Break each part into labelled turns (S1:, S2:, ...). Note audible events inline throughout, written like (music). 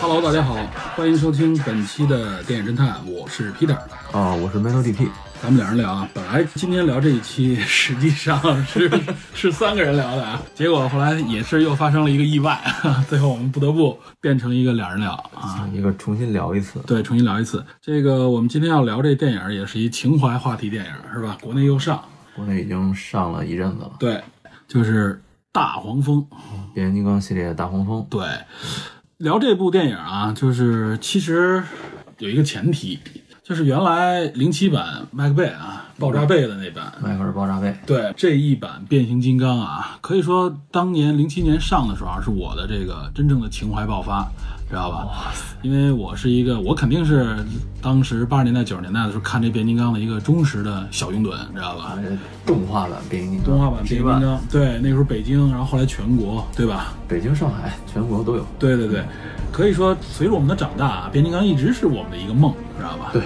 S1: Hello，大家好，欢迎收听本期的电影侦探，我是 Peter。
S2: 啊，我是 Metal DP，
S1: 咱们俩人聊啊，本来今天聊这一期，实际上是 (laughs) 是三个人聊的啊，结果后来也是又发生了一个意外， (laughs) 最后我们不得不变成一个俩人聊啊。
S2: 一个重新聊一次。
S1: 对，重新聊一次。这个我们今天要聊这电影，也是一情怀话题电影，是吧？国内又上，
S2: 国内已经上了一阵子了，
S1: 对，就是《大黄蜂》。
S2: 变形金刚系列大黄蜂，
S1: 对，聊这部电影啊，就是其实有一个前提，就是原来零七版麦克贝啊，爆炸贝的那版，
S2: 迈克尔爆炸贝，
S1: 对这一版变形金刚啊，可以说当年零七年上的时候啊，是我的这个真正的情怀爆发，知道吧？因为我是一个，我肯定是当时八十年代九十年代的时候看这变形金刚的一个忠实的小拥趸，知道吧？
S2: 那个动画版变形金刚，
S1: 动画版变形金刚，对，那时候北京，然后后来全国，对吧？
S2: 北京、上海全国都有。
S1: 对对对，可以说随着我们的长大啊，变形金刚一直是我们的一个梦，知道吧？
S2: 对，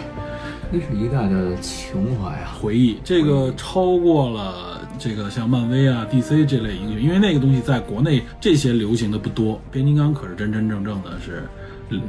S2: 那是一代的情怀啊。
S1: 回忆这个超过了这个像漫威啊、DC 这类英雄，因为那个东西在国内这些流行的不多，变形金刚可是真真正正的是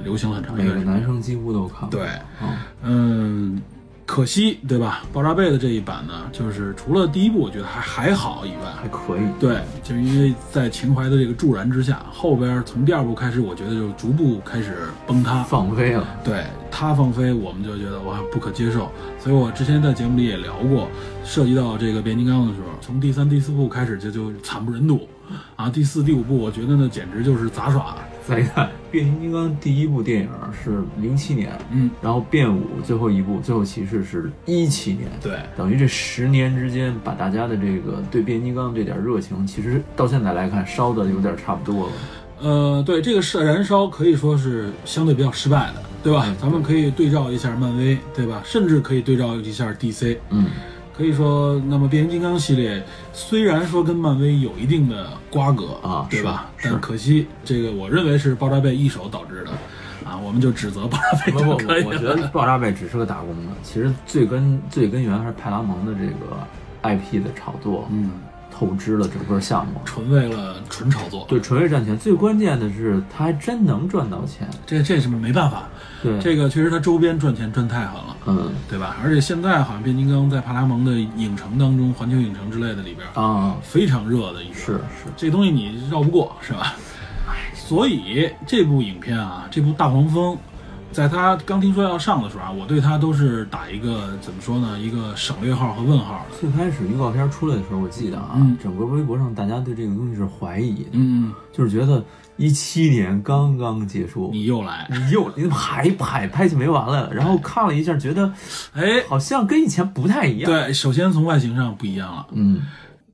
S1: 流行了很长一
S2: 每
S1: 段
S2: 个
S1: 时间。
S2: 男生几乎都看过。
S1: 对，
S2: 啊，
S1: 嗯，可惜对吧？爆炸贝的这一版呢，就是除了第一部我觉得还还好以外，
S2: 还可以。
S1: 对，就因为在情怀的这个助燃之下，后边从第二部开始，我觉得就逐步开始崩塌。
S2: 放飞了，
S1: 对他放飞，我们就觉得哇不可接受。所以我之前在节目里也聊过，涉及到这个变形金刚的时候，从第三、第四部开始就就惨不忍睹啊。第四、第五部，我觉得那简直就是杂耍。
S2: 再看变形金刚第一部电影是零七年，
S1: 嗯，
S2: 然后变五最后一部《最后骑士》是一七年。
S1: 对
S2: 等于这十年之间，把大家的这个对变形金刚这点热情，其实到现在来看，烧的有点差不多了。
S1: 呃，对这个是燃烧可以说是相对比较失败的，对吧？咱们可以对照一下漫威，对吧？甚至可以对照一下 DC。 (laughs)
S2: 嗯，
S1: 可以说，那么变形金刚系列虽然说跟漫威有一定的瓜葛
S2: 啊
S1: 对吧？
S2: 是是
S1: 但可惜，这个我认为是爆炸贝一手导致的，啊，我们就指责爆炸贝
S2: 不不，
S1: 就
S2: 我
S1: 可以啊
S2: 我觉
S1: 了。
S2: 得爆炸贝只是个打工的，其实最根最根源还是派拉蒙的这个 IP 的炒作，
S1: 嗯，
S2: 透支了整个项目。
S1: 纯为了纯炒作，
S2: 对，纯是赚钱，最关键的是他还真能赚到钱。
S1: 这这是没办法，
S2: 对，
S1: 这个确实它周边赚钱赚太狠了，
S2: 嗯
S1: 对吧？而且现在好像变形金刚在派拉蒙的影城当中，环球影城之类的里边
S2: 啊，
S1: 非常热的一个，
S2: 是是，
S1: 这东西你绕不过，是吧？所以这部影片啊，这部《大黄蜂》，在它刚听说要上的时候啊，我对它都是打一个怎么说呢，一个省略号和问号的。
S2: 最开始预告片出来的时候，我记得啊，
S1: 嗯
S2: 整个微博上大家对这个东西是怀疑的，
S1: 嗯，
S2: 就是觉得一七年刚刚结束，
S1: 你又来，
S2: 你又你怎么还拍拍戏没完了？然后看了一下，觉得
S1: 哎，
S2: 好像跟以前不太一样。，
S1: 对，首先从外形上不一样了，
S2: 嗯，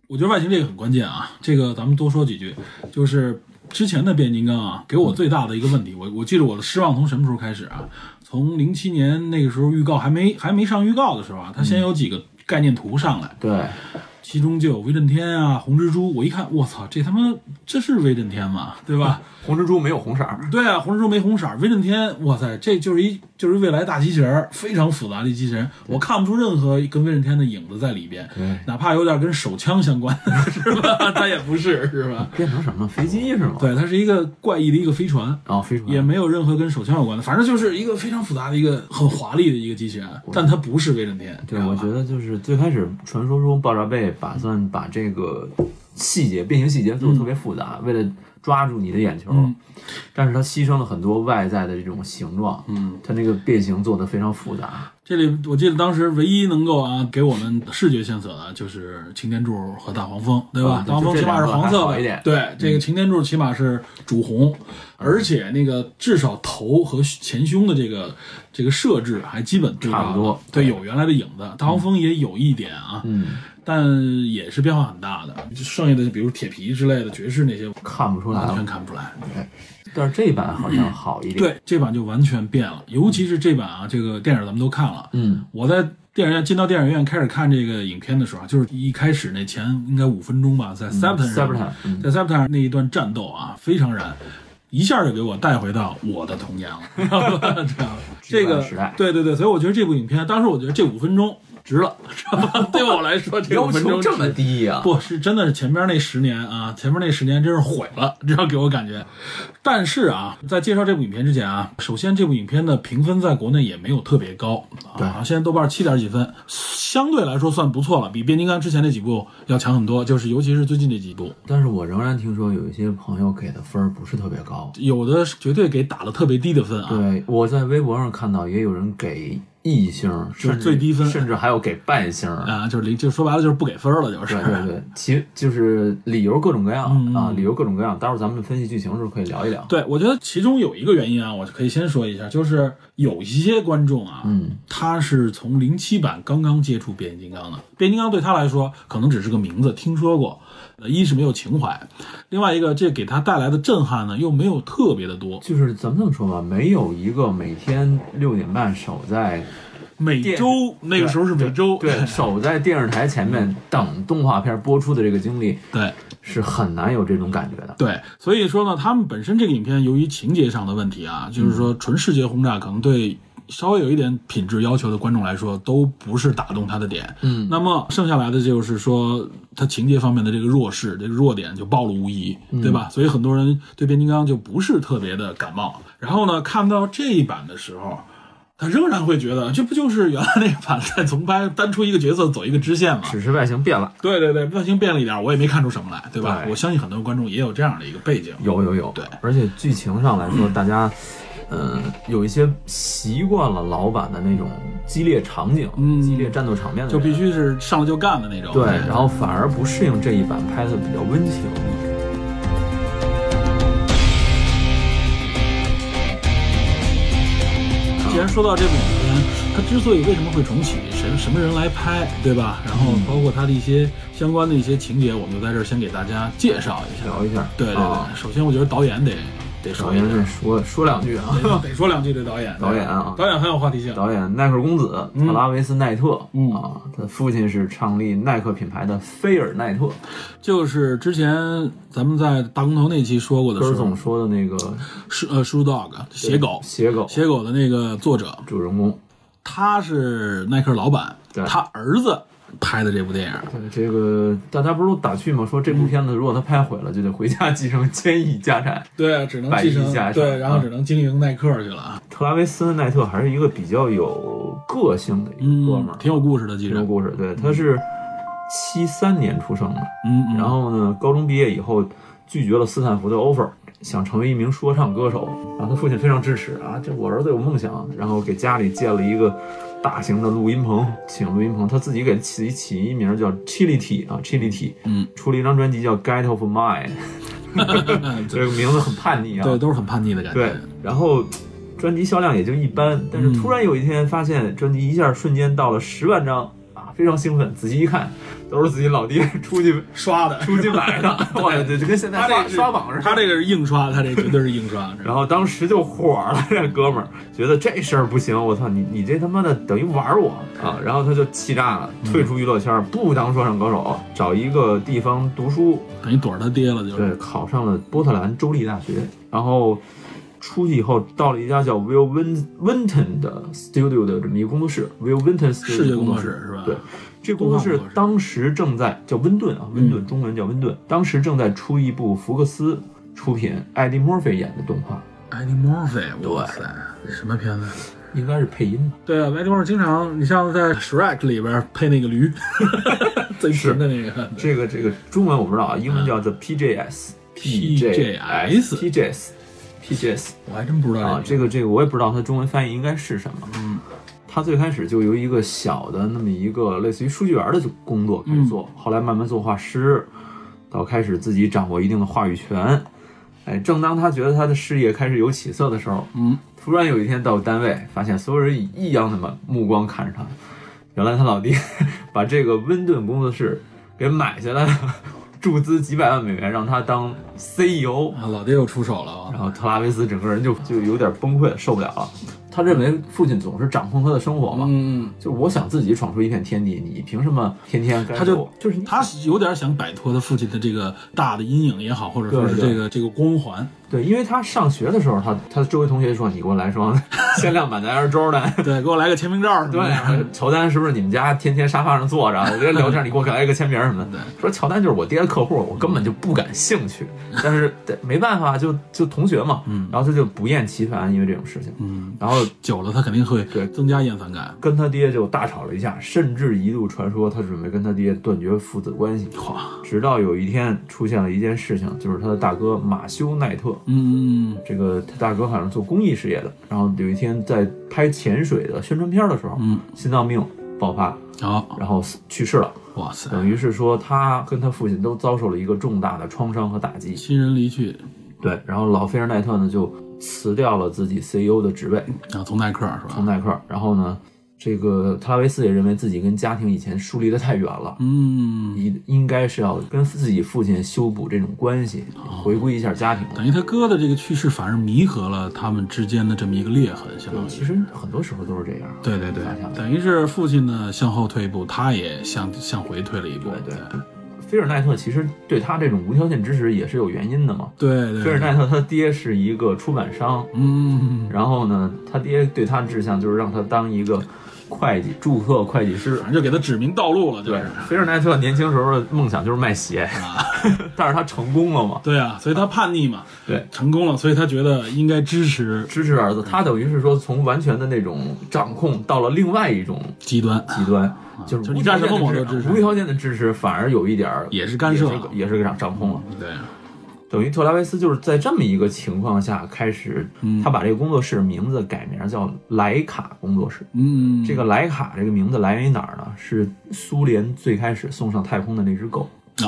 S1: 我觉得外形这个很关键啊，这个咱们多说几句，就是之前的变形金刚啊，给我最大的一个问题，我我记得我的失望从什么时候开始啊？从零七年那个时候预告还没还没上预告的时候啊，它先有几个概念图上来。
S2: 对，
S1: 其中就有威震天啊、红蜘蛛。我一看，我操，这他妈这是威震天吗？ (laughs) 对吧？
S2: 红蜘蛛没有红色儿，
S1: 对啊，红蜘蛛没红色儿，威震天，哇塞，这就是一就是未来大机器人儿，非常复杂的一机器人，我看不出任何跟威震天的影子在里边
S2: 对，
S1: 哪怕有点跟手枪相关的 (laughs) 是吧？它也不是，是
S2: (laughs)
S1: 吧？
S2: 变成什么飞机是吗？，
S1: 对，它是一个怪异的一个飞船。
S2: 然后飞船
S1: 也没有任何跟手枪有关的，反正就是一个非常复杂的一个很华丽的一个机器人，但它不是威震天。
S2: 对，
S1: 知道
S2: 我
S1: 吧
S2: 觉得就是最开始传说中爆炸贝打算把这个细节变形细节做得特别复杂，为了抓住你的眼球，
S1: 嗯
S2: 但是它牺牲了很多外在的这种形状，嗯，它那个变形做得非常复杂，
S1: 这里我记得当时唯一能够啊给我们视觉线索的就是擎天柱和大黄蜂，对吧？
S2: 啊
S1: 大黄蜂起码是黄
S2: 这两个
S1: 色
S2: 还好
S1: 的，
S2: 一点嗯
S1: 对，这个擎天柱起码是主红，而且那个至少头和前胸的这个这个设置还基本对上了
S2: 差不多
S1: 对，有原来的影子。大黄蜂也有一点啊，
S2: 嗯，
S1: 但也是变化很大的。剩下的比如铁皮之类的爵士那些，
S2: 看不出来
S1: 完
S2: 了
S1: 全。看不出来。
S2: 嗯但是这版好像好一点。，
S1: 对，这版就完全变了，尤其是这版啊，这个电影咱们都看了。
S2: 嗯，
S1: 我在电影院进到电影院开始看这个影片的时候啊，就是一开始那前应该五分钟吧，在 Septon 上，
S2: Septon，嗯
S1: 在 Septon 上那一段战斗啊，非常燃。一下就给我带回到我的童年了， (laughs) 知道吧？这样这个
S2: 时代
S1: 对对对，所以我觉得这部影片，当时我觉得这五分钟值了，知道
S2: (laughs)
S1: 吧？对我来说，这
S2: 要
S1: 五分
S2: 求
S1: 钟
S2: 这么
S1: 值
S2: 低啊呀、
S1: 不是，真的是前面那十年啊，前面那十年真是毁了， (laughs) 这样给我感觉。但是啊，在介绍这部影片之前啊，首先这部影片的评分在国内也没有特别高
S2: 对
S1: 啊，现在豆瓣七点几分，相对来说算不错了，比变形金刚之前那几部要强很多，就是尤其是最近这几部，
S2: 但是我仍然听说有一些朋友给的分儿不是特别高。
S1: 有的是绝对给打了特别低的分啊。
S2: 对，我在微博上看到也有人给一星，
S1: 是
S2: 甚至
S1: 最低分
S2: 甚至还有给半星。
S1: 啊，就是零，就说白了就是不给分了，就是。
S2: 对对对，其就是理由各种各样、
S1: 嗯嗯
S2: 啊，理由各种各样。待会儿咱们分析剧情的时候可以聊一聊。
S1: (laughs) 对，我觉得其中有一个原因啊，我可以先说一下，就是有一些观众啊，
S2: 嗯，
S1: 他是从零七版刚刚接触变形金刚的，变形金刚对他来说可能只是个名字，听说过，呃一是没有情怀，另外一个这给他带来的震撼呢又没有特别的多，
S2: 就是咱们这么说吧，没有一个每天六点半守在
S1: 每周那个时候是每周， (laughs)
S2: 对守在电视台前面等动画片播出的这个经历，
S1: 对
S2: 是很难有这种感觉的。
S1: 对，所以说呢，他们本身这个影片由于情节上的问题啊，就是
S2: 嗯
S1: 说纯视觉轰炸可能对稍微有一点品质要求的观众来说都不是打动他的点。
S2: 嗯，
S1: 那么剩下来的就是说他情节方面的这个弱势、这个弱点就暴露无遗，
S2: 嗯
S1: 对吧？所以很多人对变形金刚就不是特别的感冒。然后呢，看到这一版的时候。他仍然会觉得，这不就是原来那个版在重拍，单出一个角色走一个支线吗？
S2: 只是外形变了，
S1: 对对对，外形变了一点，我也没看出什么来，对吧？
S2: 对
S1: 我相信很多观众也有这样的一个背景。
S2: 有有有，
S1: 对
S2: 而且剧情上来说，大家，呃，有一些习惯了老版的那种激烈场景、
S1: 嗯
S2: 激烈战斗场面的
S1: 就
S2: 人，
S1: 必须是上来就干的那种。哎
S2: 对，然后反而不适应这一版拍的比较温情。
S1: 既然说到这部影片，它之所以为什么会重启，什什么人来拍，对吧？然后
S2: 嗯
S1: 包括它的一些相关的一些情节，我们就在这儿先给大家介绍一下。
S2: 聊一下，
S1: 对对对，
S2: 啊
S1: 首先我觉得导演得得
S2: 首
S1: 说一
S2: 先
S1: 下
S2: 是，说说两句啊，
S1: 得得说两句对导演。
S2: 导演啊
S1: 导演很有话题性。
S2: 导演耐克公子特拉维斯奈特
S1: 嗯
S2: 啊，他父亲是创立耐克品牌的菲尔奈特，
S1: 就是之前咱们在大公头那期说过的
S2: 歌
S1: 时候，
S2: 总说的那个
S1: 是呃，Shoe Dog 写狗，
S2: 写狗
S1: 写狗的那个作者，
S2: 主人公，
S1: 他是耐克老板，
S2: 对
S1: 他儿子拍的这部电影。
S2: 对这个大家不是都打趣吗？说这部片子如果他拍毁了，就得回家继承千亿家产。
S1: 对，只能
S2: 百
S1: 继
S2: 亿
S1: 承
S2: 家产
S1: 对，然后
S2: 啊
S1: 只能经营耐克去了啊。
S2: (laughs) 特拉维斯奈特还是一个比较有个性的一个哥们儿，
S1: 嗯挺有故事的，记
S2: 挺
S1: 着
S2: 有。故事。对，他是七三年出生的，
S1: 嗯，嗯
S2: 然后呢，高中毕业以后拒绝了斯坦福的 offer，想成为一名说唱歌手。然后他父亲非常支持啊，这我儿子有梦想，然后给家里建了一个大型的录音棚，请录音棚，他自己给起起一名叫 Chili T 啊，Chili T，
S1: 嗯，
S2: 出了一张专辑叫《Get
S1: (laughs)
S2: Off My》，这个名字很叛逆啊，
S1: 对，都是很叛逆的感
S2: 对
S1: 觉。，
S2: 然后专辑销量也就一般，但是突然有一天发现专辑一下瞬间到了十万张啊，非常兴奋，仔细一看，都是自己老爹出去
S1: 刷的，
S2: 出去买的， (laughs) 哇，这就跟现在
S1: 他这
S2: 刷
S1: 个是
S2: 刷榜似的。
S1: (laughs) 他这个是硬刷，他这绝对是硬刷。
S2: 然后当时就火了，这哥们儿觉得这事儿不行，我操你你这他妈的等于玩我啊！然后他就气炸了，退出娱乐圈，不当说唱歌手，找一个地方读书，
S1: (laughs) 等于躲着他爹了，就是。
S2: 对，考上了波特兰州立大学，然后出去以后到了一家叫 Will Win Winton 的 studio 的这么一个工作室，Will Winton
S1: 视觉
S2: studio 的
S1: 工
S2: 作
S1: 作室是吧？
S2: 对，这工作室当时正在叫温顿啊，温顿、
S1: 嗯
S2: 中文叫温顿，当时正在出一部福克斯出品，艾迪·墨菲演的动画，
S1: 艾迪·墨菲，哇塞，什么片子？
S2: 应该是配音吧。
S1: 对啊，艾迪·墨菲经常，你像在《Shrek》里 (laughs) 边配那个驴， (laughs) 最贫的那个。
S2: 这个这个中文我不知道啊，英
S1: 嗯
S2: 文叫做 PJS。
S1: PJS
S2: PJS PJS
S1: 我还真不知道
S2: 啊，这个这个我也不知道它中文翻译应该是什么。
S1: 嗯，
S2: 他最开始就由一个小的那么一个类似于数据员的工作开
S1: 嗯
S2: 始做，后来慢慢做画师，到开始自己掌握一定的话语权，哎，正当他觉得他的事业开始有起色的时候，
S1: 嗯，
S2: 突然有一天到单位，发现所有人以异样的目目光看着他。原来他老爹 (laughs) 把这个温顿工作室给买下来了， (laughs) 注资几百万美元让他当 E CEO。
S1: 啊，老爹又出手了啊
S2: 然后特拉维斯整个人就就有点崩溃，受不了了。他认为父亲总是掌控他的生活嘛，
S1: 嗯，
S2: 就我想自己闯出一片天地，你凭什么天天干涉
S1: 他就
S2: 我就是你
S1: 他是有点想摆脱他父亲的这个大的阴影也好，或者说是
S2: 对对
S1: 这个这个光环，
S2: 对，因为他上学的时候，他他周围同学说你给我来双限量版的 Air Jordan。 (laughs)
S1: 对，给我来个签名照什么的，
S2: 对，啊乔丹是不是你们家天天沙发上坐着，人家聊天，你给我来一个签名什么的？说乔丹就是我爹的客户，我根本就不感兴趣，但是对没办法，就就同学嘛，然后他就不厌其烦，因为这种事情，
S1: 嗯，
S2: 然后
S1: 久了他肯定会
S2: 对
S1: 增加厌烦感。
S2: 跟他爹就大吵了一架，甚至一度传说他准备跟他爹断绝父子关系。
S1: 哇，
S2: 直到有一天出现了一件事情，就是他的大哥马修奈特，
S1: 嗯，
S2: 这个他大哥好像做公益事业的，然后有一天在拍潜水的宣传片的时候，
S1: 嗯，
S2: 心脏病爆发，
S1: 好，
S2: 然后死去世了。
S1: 哇塞，
S2: 等于是说他跟他父亲都遭受了一个重大的创伤和打击。
S1: 亲人离去
S2: 对，然后老菲尔奈特呢就辞掉了自己 CEO 的职位，
S1: 啊，从耐克是吧？
S2: 从耐克。然后呢，这个特拉维斯也认为自己跟家庭以前疏离的太远了。
S1: 嗯，
S2: 应应该是要跟自己父亲修补这种关系，回归一下家庭。
S1: 等于他哥的这个去世反而弥合了他们之间的这么一个裂痕，相当于
S2: 嗯其。实很多时候都是这样。啊
S1: 对对对
S2: 想想，
S1: 等于是父亲呢向后退一步，他也向向回退了一步。
S2: 对对菲尔奈特其实对他这种无条件支持也是有原因的嘛。
S1: 对对，
S2: 菲尔奈特他爹是一个出版商，
S1: 嗯，
S2: 然后呢，他爹对他的志向就是让他当一个会计，注册会计师
S1: 反。正就给他指明道路了，就
S2: 对啊
S1: 是。，
S2: 菲尔奈特年轻时候的梦想就是卖鞋， (laughs) 但是他成功了嘛？
S1: 对啊，所以他叛逆嘛，
S2: 对，
S1: 成功了，所以他觉得应该支持
S2: 支持儿子，他等于是说从完全的那种掌控到了另外一种
S1: 极端。
S2: 极端，啊就
S1: 啊就是你
S2: 无
S1: 干
S2: 条
S1: 什
S2: 件
S1: 么我都
S2: 的
S1: 支
S2: 支
S1: 持
S2: 持，无条件的支持反而有一点儿
S1: 也是干涉嗯
S2: 也是也是个掌掌控了。
S1: 对，
S2: 等于特拉维斯就是在这么一个情况下开始，
S1: 嗯
S2: 他把这个工作室名字改名叫莱卡工作室。
S1: 嗯，
S2: 这个莱卡这个名字来源于哪儿呢？是苏联最开始送上太空的那只狗
S1: 哦哦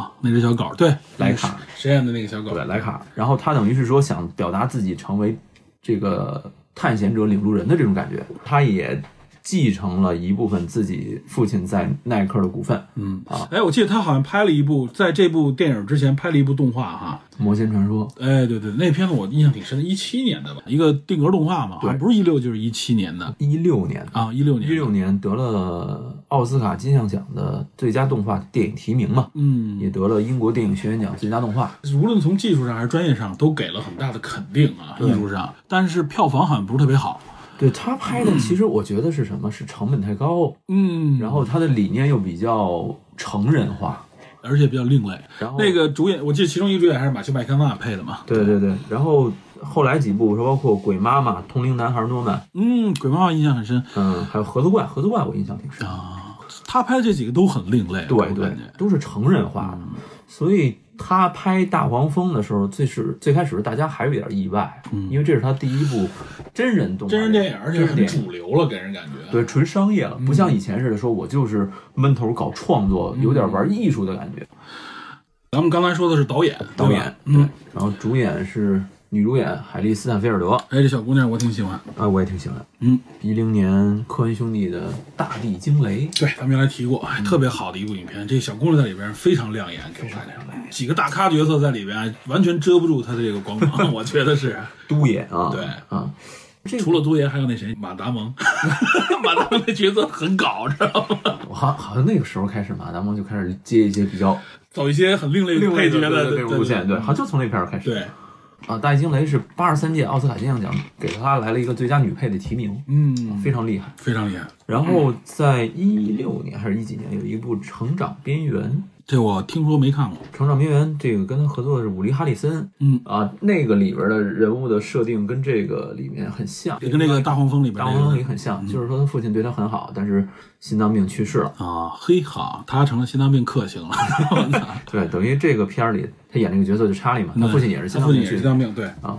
S1: 哦，那只小狗，对，
S2: 莱卡，
S1: 实验的那个小狗，
S2: 对莱卡。然后他等于是说想表达自己成为这个探险者、领路人的这种感觉，他也继承了一部分自己父亲在耐克的股份。
S1: 嗯
S2: 啊，
S1: 哎，我记得他好像拍了一部，在这部电影之前拍了一部动画哈，
S2: 魔仙传说，
S1: 哎，对对，那片子我印象挺深的，一七年的吧，一个定格动画嘛，好像不是一六就是一七年的
S2: 一六年
S1: 啊，一六年，
S2: 一六年得了奥斯卡金像奖的最佳动画电影提名嘛，
S1: 嗯，
S2: 也得了英国电影学院奖最佳动画。
S1: 无论从技术上还是专业上，都给了很大的肯定啊，艺术上，但是票房好像不是特别好，
S2: 对他拍的，其实我觉得是什么？是成本太高，
S1: 嗯，
S2: 然后他的理念又比较成人化。
S1: 而且比较另类。
S2: 然后
S1: 那个主演，我记得其中一个主演还是马修麦康纳配的嘛，
S2: 对对对，然后后来几部，包括《鬼妈妈》《通灵男孩诺曼》，
S1: 嗯，鬼妈妈印象很深
S2: 嗯，还有《盒子怪》，《盒子怪》我印象挺深。
S1: 啊，他拍的这几个都很另类，我
S2: 对对
S1: 感觉，嗯
S2: 都是成人化的，所以他拍《大黄蜂》的时候，最是最开始大家还有点意外，因为这是他第一部真人动
S1: 嗯
S2: 画
S1: 真人电影，而且
S2: 真人
S1: 很
S2: 电影。
S1: 主嗯流了，给人感觉，
S2: 对，纯商业了，不像以前似的，说我就是闷头搞创作，有点
S1: 嗯
S2: 玩艺术的感觉。
S1: 咱们刚才说的是导演，
S2: 导
S1: 对吧
S2: 演，对
S1: 嗯，，
S2: 然后主演是女主演海莉·斯坦菲尔德，
S1: 哎，这小姑娘我挺喜欢。
S2: 啊，我也挺喜欢。
S1: 嗯，
S2: 一零年科恩兄弟的《大地惊雷》，
S1: 对，咱们原来提过，
S2: 嗯
S1: 哎特别好的一部影片，这小姑娘在里边非常亮眼，非常亮眼，几个大咖角色在里边完全遮不住她的这个光芒， (laughs) 我觉得
S2: (laughs)
S1: 是。
S2: 都爷啊，
S1: 对
S2: 啊，
S1: 除了都爷，还有那谁马达蒙， (laughs) 马达蒙那角色很搞，知道吗？
S2: 我好好像那个时候开始，马达蒙就开始接一些比较
S1: 走一些很另类的
S2: 另类
S1: 配角
S2: 的
S1: 的
S2: 这种路线，对，好像就从那片儿开始。
S1: 对，
S2: 啊，《大地惊雷》是八十三届奥斯卡金像奖给她来了一个最佳女配的提名，
S1: 嗯，
S2: 非常厉害。
S1: 非常厉害。
S2: 然后在一六年还是一几年，有一部《成长边缘》，
S1: 这我听说没看过，
S2: 《成长边缘》这个跟他合作的是伍迪·哈里森，
S1: 嗯
S2: 啊，那个里边的人物的设定跟这个里面很像，
S1: 也跟那个大黄蜂里边
S2: 大
S1: 那
S2: 黄蜂
S1: 个
S2: 里很像，
S1: 嗯
S2: 就是说他父亲对他很好，但是心脏病去世了。
S1: 啊，嘿好，他成了心脏病克星了。 (laughs)
S2: 对，等于这个片儿里他演那个角色就查理嘛，他父亲也是心
S1: 他
S2: 脏
S1: 父
S2: 病
S1: 亲也是
S2: 去世
S1: 心脏病，对，
S2: 啊。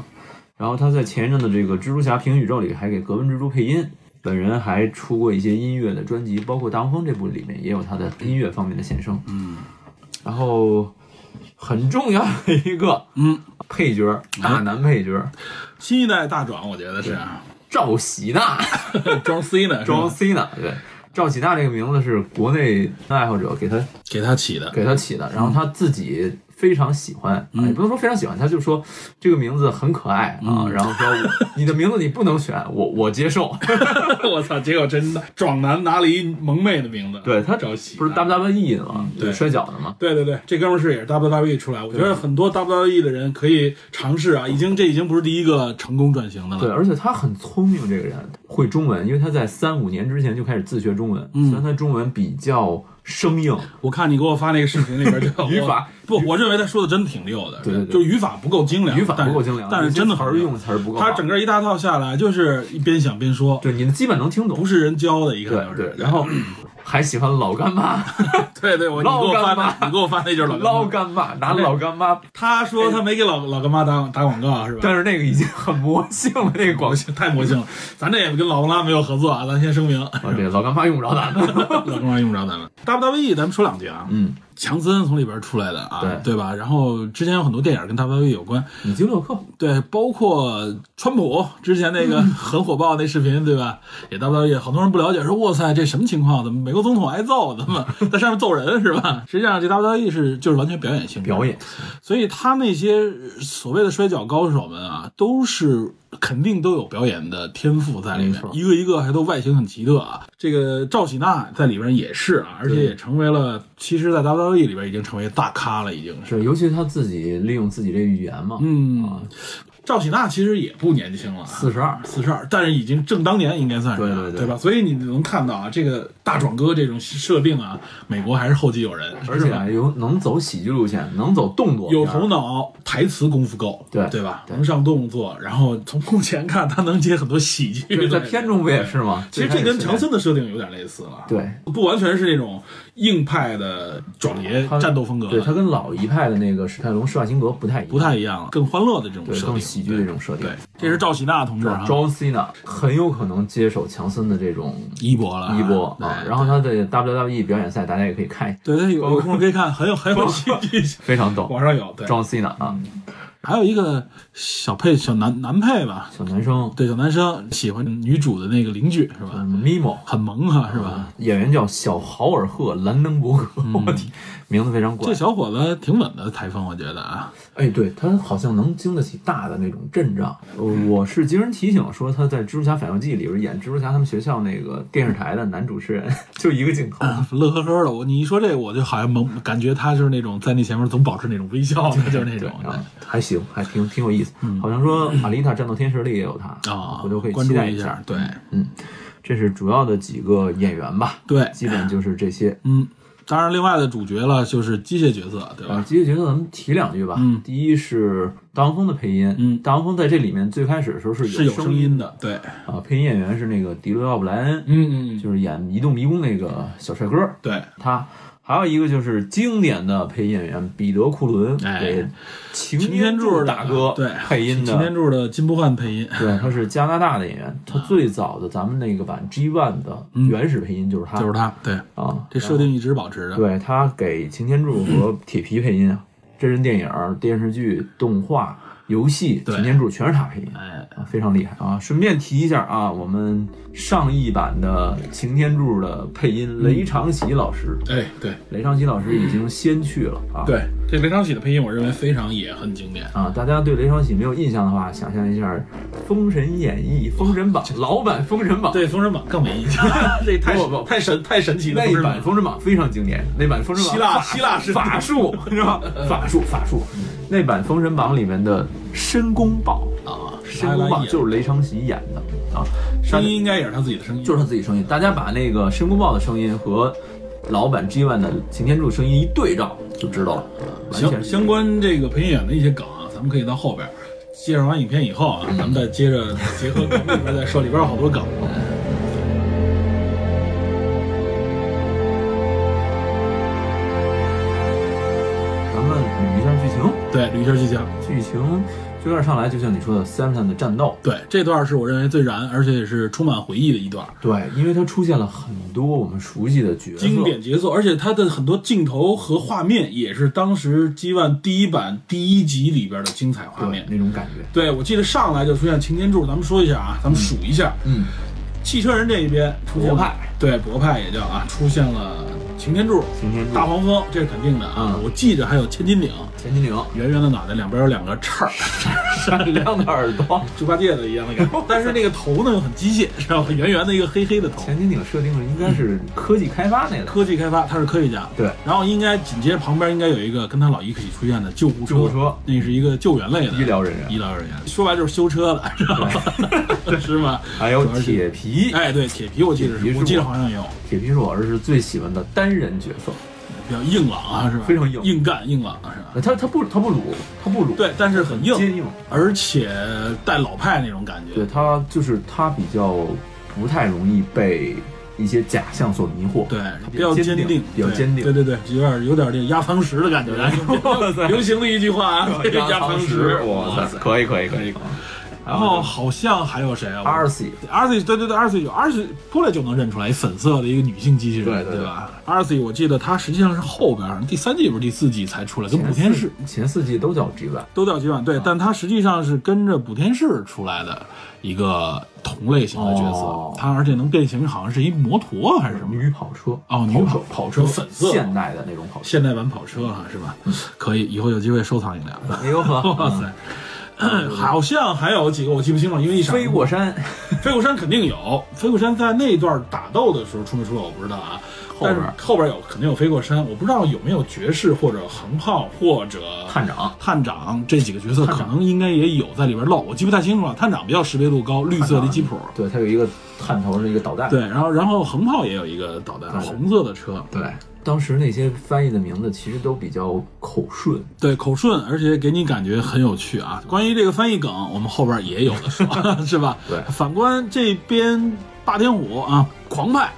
S2: 然后他在前一阵的这个《蜘蛛侠平行宇宙》里还给格温蜘蛛配音，本人还出过一些音乐的专辑，包括《大黄蜂》这部里面也有他的音乐方面的献声。嗯，然后很重要的一个
S1: 嗯，
S2: 配角，大男配角，
S1: 新一代大壮，我觉得是
S2: 赵喜大 (laughs)
S1: 装 C 呢，是吧
S2: ，John Cena。对，赵喜大这个名字是国内爱好者给他
S1: 给他起的，
S2: 给他起的，然后他自己非常喜欢，
S1: 嗯
S2: 啊，也不能说非常喜欢，他就说这个名字很可爱啊，
S1: 嗯
S2: 然后说我你的名字你不能选，我我
S1: (laughs)
S2: 接受。
S1: (laughs) 我操！结果真的壮男拿了一萌妹的名字，
S2: 对他
S1: 找喜
S2: 不是 E WWE 的嘛，
S1: 啊嗯对
S2: 摔跤的嘛，
S1: 对对对，这哥们儿是也是 WWE 出来，我觉得很多 WWE 的人可以尝试啊，已经这已经不是第一个成功转型的
S2: 对，
S1: 了。
S2: 而且他很聪明，这个人会中文，因为他在三五年之前就开始自学中文，
S1: 嗯
S2: 虽然他中文比较生硬，
S1: 我看你给我发那个视频里边，这个
S2: (laughs) 语法
S1: 我不，我认为他说的真挺溜的，
S2: 对对对
S1: 就是语法不够精良，
S2: 语法不够精良，
S1: 但是但是真的
S2: 词
S1: 很
S2: 儿
S1: 溜
S2: 用词儿不够好，
S1: 他整个一大套下来就是一边想边说，
S2: 对你的基本能听懂
S1: 不，是人教的，一看
S2: 对
S1: 就是。
S2: 对， (clears throat) 然后还喜欢老干妈，
S1: 对对，我你给我
S2: 捞
S1: 发那，
S2: 干妈
S1: 你给我发那就是老
S2: 捞
S1: 干妈。
S2: 干妈， (laughs) 拿老干妈
S1: 他说他没给老老干妈打打广告是吧？
S2: 但是那个已经很魔性了，那个广
S1: 魔
S2: 西
S1: 性太魔性了，咱这也跟老干妈没有合作啊，咱先声明，
S2: 啊，对，老干妈用不着咱们。
S1: (laughs) 老干妈用不着咱们。WWE 咱们说两句啊，
S2: 嗯，
S1: 强森从里边出来的啊，
S2: 对
S1: 吧？然后之前有很多电影跟 WWE 有关，
S2: 以及洛克，
S1: 对，包括川普之前那 (laughs) 个很火爆那视频，对吧？也 WWE 好多人不了解，说哇塞，这什么情况？怎么美国总统挨揍？怎么在上面揍人是吧？实际上这 WWE 是就是完全表演性质
S2: 表演，
S1: 所以他那些所谓的摔跤高手们啊，都是肯定都有表演的天赋在里
S2: 没
S1: 面
S2: 错，
S1: 一个一个还都外形很奇特啊。这个赵喜娜在里边也是啊，而且也成为了，其实，在 WWE 里边已经成为大咖了，已经是。
S2: 是尤其他自己利用自己这语言嘛，
S1: 嗯，赵喜娜其实也不年轻了啊，
S2: 啊四十二，
S1: 四十二，但是已经正当年，应该算是
S2: 对
S1: 了
S2: 对对
S1: 吧？所以你能看到啊，这个大壮哥这种设定啊，美国还是后继有人，
S2: 而
S1: 是
S2: 且
S1: 吧
S2: 啊有能走喜剧路线，能走动作片
S1: 有
S2: 儿，
S1: 头脑，台词功夫够，
S2: 对
S1: 对吧？
S2: 对
S1: 能上动作，然后从目前看，他能接很多喜剧。
S2: 对，在片中不也是吗？
S1: 其实
S2: 最
S1: 这
S2: 开始
S1: 跟强森的设定有点类似了，，
S2: 对。
S1: 不完全是那种硬派的壮爷
S2: 他
S1: 战斗风格了，
S2: 对他跟老一派的那个史泰龙、施瓦辛格不太一样，
S1: 不太一样了，更欢乐的这种
S2: 对
S1: 设定，
S2: 更喜剧的这种设定
S1: 对。。这是赵喜娜同志啊，
S2: John Cena 很有可能接手强森的这种
S1: 一博了啊，
S2: 衣钵
S1: 对
S2: 啊，然后他的 WWE E 表演赛大家也可以看一下，
S1: 对他有有空可以看，很有很有喜剧性，
S2: 非常逗。
S1: 网上有对。嗯
S2: John Cena 啊，
S1: 还有一个小配小男男配吧，
S2: 小男生，
S1: 对小男生喜欢女主的那个邻居是吧？
S2: 嗯，Mimo，
S1: 很萌哈是吧？
S2: 啊演员叫小豪尔赫·兰登伯格， (laughs) 我天，名字非常怪
S1: 嗯这。小伙子挺稳的台风，我觉得啊， (laughs)
S2: 哎，对他好像能经得起大的那种阵仗。呃我是经人提醒说他在《蜘蛛侠反游记》里边演蜘蛛侠他们学校那个电视台的男主持人， (laughs) 就一个镜头。
S1: 乐呵呵的。我你一说这，我就好像萌，感觉他就是那种在那前面总保持那种微笑
S2: (laughs)
S1: 的，就是那
S2: 对
S1: 种，
S2: 然后还行，还挺挺有意思。好像说《阿丽塔战斗天使》里也有他
S1: 啊，
S2: 回头可以
S1: 关
S2: 期
S1: 注
S2: 待
S1: 一
S2: 下。嗯
S1: 对
S2: 这是主要的几个演员吧，
S1: 对，
S2: 基本就是这些。
S1: 嗯，当然另外的主角了就是机械角色，对
S2: 啊，
S1: 吧？
S2: 机械角色咱们提两句吧。
S1: 嗯
S2: 第一是大黄蜂的配音，
S1: 嗯
S2: 大黄蜂在这里面最开始的时候是
S1: 是有
S2: 声
S1: 声音的，对，
S2: 啊，配音演员是那个迪洛奥布莱恩，
S1: 嗯嗯，
S2: 就是演《移动迷宫》那个小帅哥，
S1: 对，
S2: 他。还有一个就是经典的配音演员彼得·库伦
S1: 哎
S2: 给擎
S1: 擎天柱
S2: 柱
S1: 的
S2: 大哥
S1: 对
S2: 配音
S1: 擎天
S2: 的，
S1: 柱的啊金不换配音，
S2: 对，他是加拿大的演员，他最早的咱们那个版 G One 的原始配音就是他，
S1: 嗯就是他，对，
S2: 啊，
S1: 这设定一直保持着，
S2: 对他给擎天柱和铁皮配音啊，真人电影、电视剧、动画、游戏，
S1: 对
S2: 擎天柱全是他配音。
S1: 哎，
S2: 啊，非常厉害啊！顺便提一下啊，我们上一版的擎天柱的配
S1: 嗯
S2: 音雷长喜老师，
S1: 哎，对
S2: 雷长喜老师已经先去了啊。
S1: 对，这雷长喜的配音，我认为非常也很经典。
S2: 啊，大家对雷长喜没有印象的话，想象一下《封神演义》《封神榜》老版《封神榜》
S1: (laughs) 对《封神榜》更没印象， (laughs) 这太
S2: 不不
S1: 太神太神奇了。
S2: 那一版
S1: 封
S2: 《封神榜》非常经典，那版《封神榜》
S1: 希腊
S2: 法
S1: 希腊式
S2: (laughs) 法术是吧？
S1: 嗯
S2: 法术法术，那版《封神榜》里面的申公豹
S1: 神榜啊，
S2: 申公豹就是雷长喜演的啊，山
S1: 声音应该也是他自己的声音，
S2: 就是他自己声音。大家把那个申公豹的声音和老版 G One 的擎天柱声音一对照，就知道了，完全
S1: 相
S2: 是
S1: 相关这个配音演员的一些梗啊，咱们可以到后边儿介绍完影片以后啊，咱们再接 (laughs) 着结合梗里边再说，里边有好多梗。
S2: 咱们捋一下剧情。
S1: 对，捋一下剧情。
S2: 剧情就有点上来，就像你说的 Samson 的战斗，
S1: 对，这段是我认为最燃，而且也是充满回忆的一段，
S2: 对，因为它出现了很多我们熟悉的角色，
S1: 经典角色，而且它的很多镜头和画面也是当时 G One 第一版第一集里边的精彩画
S2: 对
S1: 面。
S2: 那种感觉，
S1: 对，我记得上来就出现擎天柱，咱们说一下啊，咱们数一下，
S2: 嗯，
S1: 汽车人这一边出现
S2: 博派，
S1: 对，博派也叫啊，出现了擎天柱、
S2: 擎天柱
S1: 大黄蜂，这是肯定的啊。
S2: 嗯
S1: 我记着还有千斤顶，
S2: 前金岭，
S1: 圆圆的脑袋两边有两个叉儿， (laughs)
S2: 闪亮的耳朵。
S1: 猪八戒的一样的
S2: (laughs)
S1: 感觉，但是那个头呢又很机械，知道吧？圆圆的一个黑黑的头。
S2: 前金岭设定的应该是科技开发那类，
S1: 科技开发，他是科学家，
S2: 对。
S1: 然后应该紧接着旁边应该有一个跟他老一起出现的救护车，
S2: 救护车
S1: 那是一个救援类的
S2: 医疗人
S1: 医
S2: 员。
S1: 疗人员，说白了就是修车
S2: (laughs)
S1: 的，知道吧？是吗？
S2: 还有
S1: 主要是
S2: 铁皮，
S1: 哎，对，铁皮我记得
S2: 铁皮
S1: 是，
S2: 是
S1: 我记得
S2: 我
S1: 好像也有，
S2: 铁皮是我儿时最喜欢的单人角色。
S1: 比较硬朗啊，是吧？
S2: 非常硬
S1: 硬干硬朗啊，是吧？
S2: 呃他他不他不鲁，他不鲁，
S1: 对，但是很
S2: 坚
S1: 硬，
S2: 硬。
S1: 而且带老派那种感觉
S2: 对。他就是他比较不太容易被一些假象所迷惑，
S1: 对，
S2: 他
S1: 比较坚定，
S2: 比较
S1: 对
S2: 坚定。
S1: 对对对，有点有点这个压舱石的感
S2: (laughs)
S1: 觉，
S2: 哇塞
S1: 流行的一句话啊，这个 (laughs) 压舱石，
S2: 哇塞，啊可以可以可以。
S1: 然后好像还有谁啊？
S2: R C，
S1: R C 对对对，R C 有 R C 出来就能认出来，粉色的一个女性机器人，
S2: 对对对
S1: 吧？R C 我记得它实际上是后边儿第三季不是第四季才出来，跟补天士
S2: 前四季都叫 G Y，
S1: 都叫几晚对，但它实际上是跟着补天士出来的一个同类型的角
S2: 哦
S1: 色，它而且能变形，好像是一摩托还是什么。
S2: 女跑车
S1: 哦女跑
S2: 跑车，
S1: 有粉色
S2: 现代的那种 (laughs) 跑车，
S1: 嗯现代版跑车啊哈、是吧？嗯可以，以后有机会收藏一嗯辆。
S2: 哎呦呵，
S1: 哇塞， (clears throat) 好像还有几个我记不清了，因为一闪而
S2: (laughs) 飞过山，
S1: 飞虎山肯定有，飞虎山在那段打斗的时候出没出来我不知道啊，
S2: 后
S1: 但
S2: 边
S1: 是后边有肯定有飞过山，我不知道有没有爵士或者横炮或者
S2: 探长，
S1: 探长这几个角色，
S2: 探
S1: 可
S2: 长
S1: 能应该也有在里边露，我记不太清楚了。探长比较识别度高，绿色的吉普，
S2: 对，它有一个探头的一个导弹，
S1: 对，然后然后横炮也有一个导弹，
S2: 对
S1: 红色的车，
S2: 对，当时那些翻译的名字其实都比较口顺，
S1: 对，口顺，而且给你感觉很有趣啊。关于这个翻译梗，我们后边也有的 (laughs) 说，是吧？
S2: 对
S1: 反观这边霸天虎啊，狂派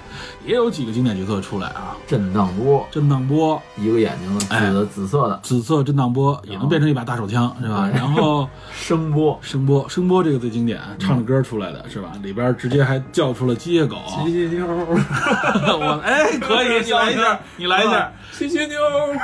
S1: 也有几个经典角色出来啊。
S2: 震荡波，
S1: 震荡波，
S2: 一个眼睛的
S1: 哎
S2: 紫的紫色的，
S1: 紫色震荡波也能变成一把大手枪，是吧？
S2: 对
S1: 然后
S2: 声波，
S1: 声波，声波这个最经典，唱着歌出来的是吧？里边直接还叫出了机械狗，
S2: 七妞，
S1: (laughs) 我哎，可 (laughs) 以，你来一下，你来一下。，
S2: 七七妞，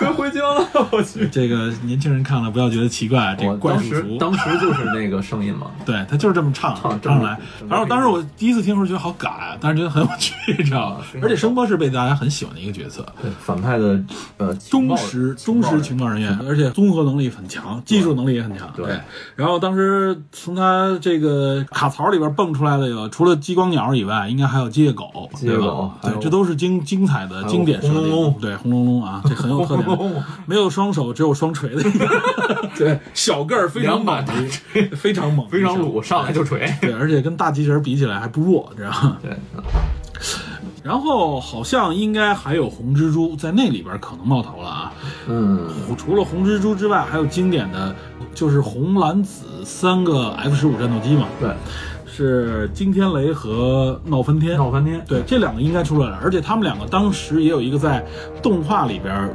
S2: 该回家了，我去。
S1: 啊这个年轻人看了不要觉得奇怪，这个
S2: 我
S1: 怪
S2: 当
S1: 叔
S2: 时
S1: 叔，
S2: 当时就是那个声音嘛，
S1: 对他就是这么唱
S2: 唱
S1: 唱出来
S2: 这。么
S1: 然后当时我第一次听的时候觉得好嘎，但是觉得很有趣，你知道吗
S2: 啊是？
S1: 而且声波是被大家很喜欢的一个角色，
S2: 对反派的呃
S1: 忠实忠实情
S2: 报嗯
S1: 报人员，而且综合能力很强，技术能力也很强。哎
S2: 对
S1: 然后当时从他这个卡槽里边蹦出来的有，除了激光鸟以外，应该还有机械狗，
S2: 机械
S1: 对吧
S2: 狗还
S1: 对
S2: 有，
S1: 这都是精精彩的经典设
S2: 轰
S1: 定。
S2: 隆隆
S1: 对，轰隆隆啊，这很有特
S2: 轰隆
S1: 点
S2: 隆。
S1: 没有双手，只有双
S2: (laughs)
S1: 锤的一个，对，小个儿非常
S2: 两把
S1: 猛
S2: 大
S1: 的，非常猛，
S2: 非常。鲁，上来就锤。
S1: 对，而且跟大机器人比起来还不弱，你知道吗？
S2: 对，
S1: 然后好像应该还有红蜘蛛在那里边可能冒头了啊。
S2: 嗯，
S1: 除了红蜘蛛之外，还有经典的就是红蓝紫三个 F 十五战斗机嘛，
S2: 对，
S1: 是惊天雷和闹翻天。
S2: 闹翻天，
S1: 对，这两个应该出来了，而且他们两个当时也有一个在动画里边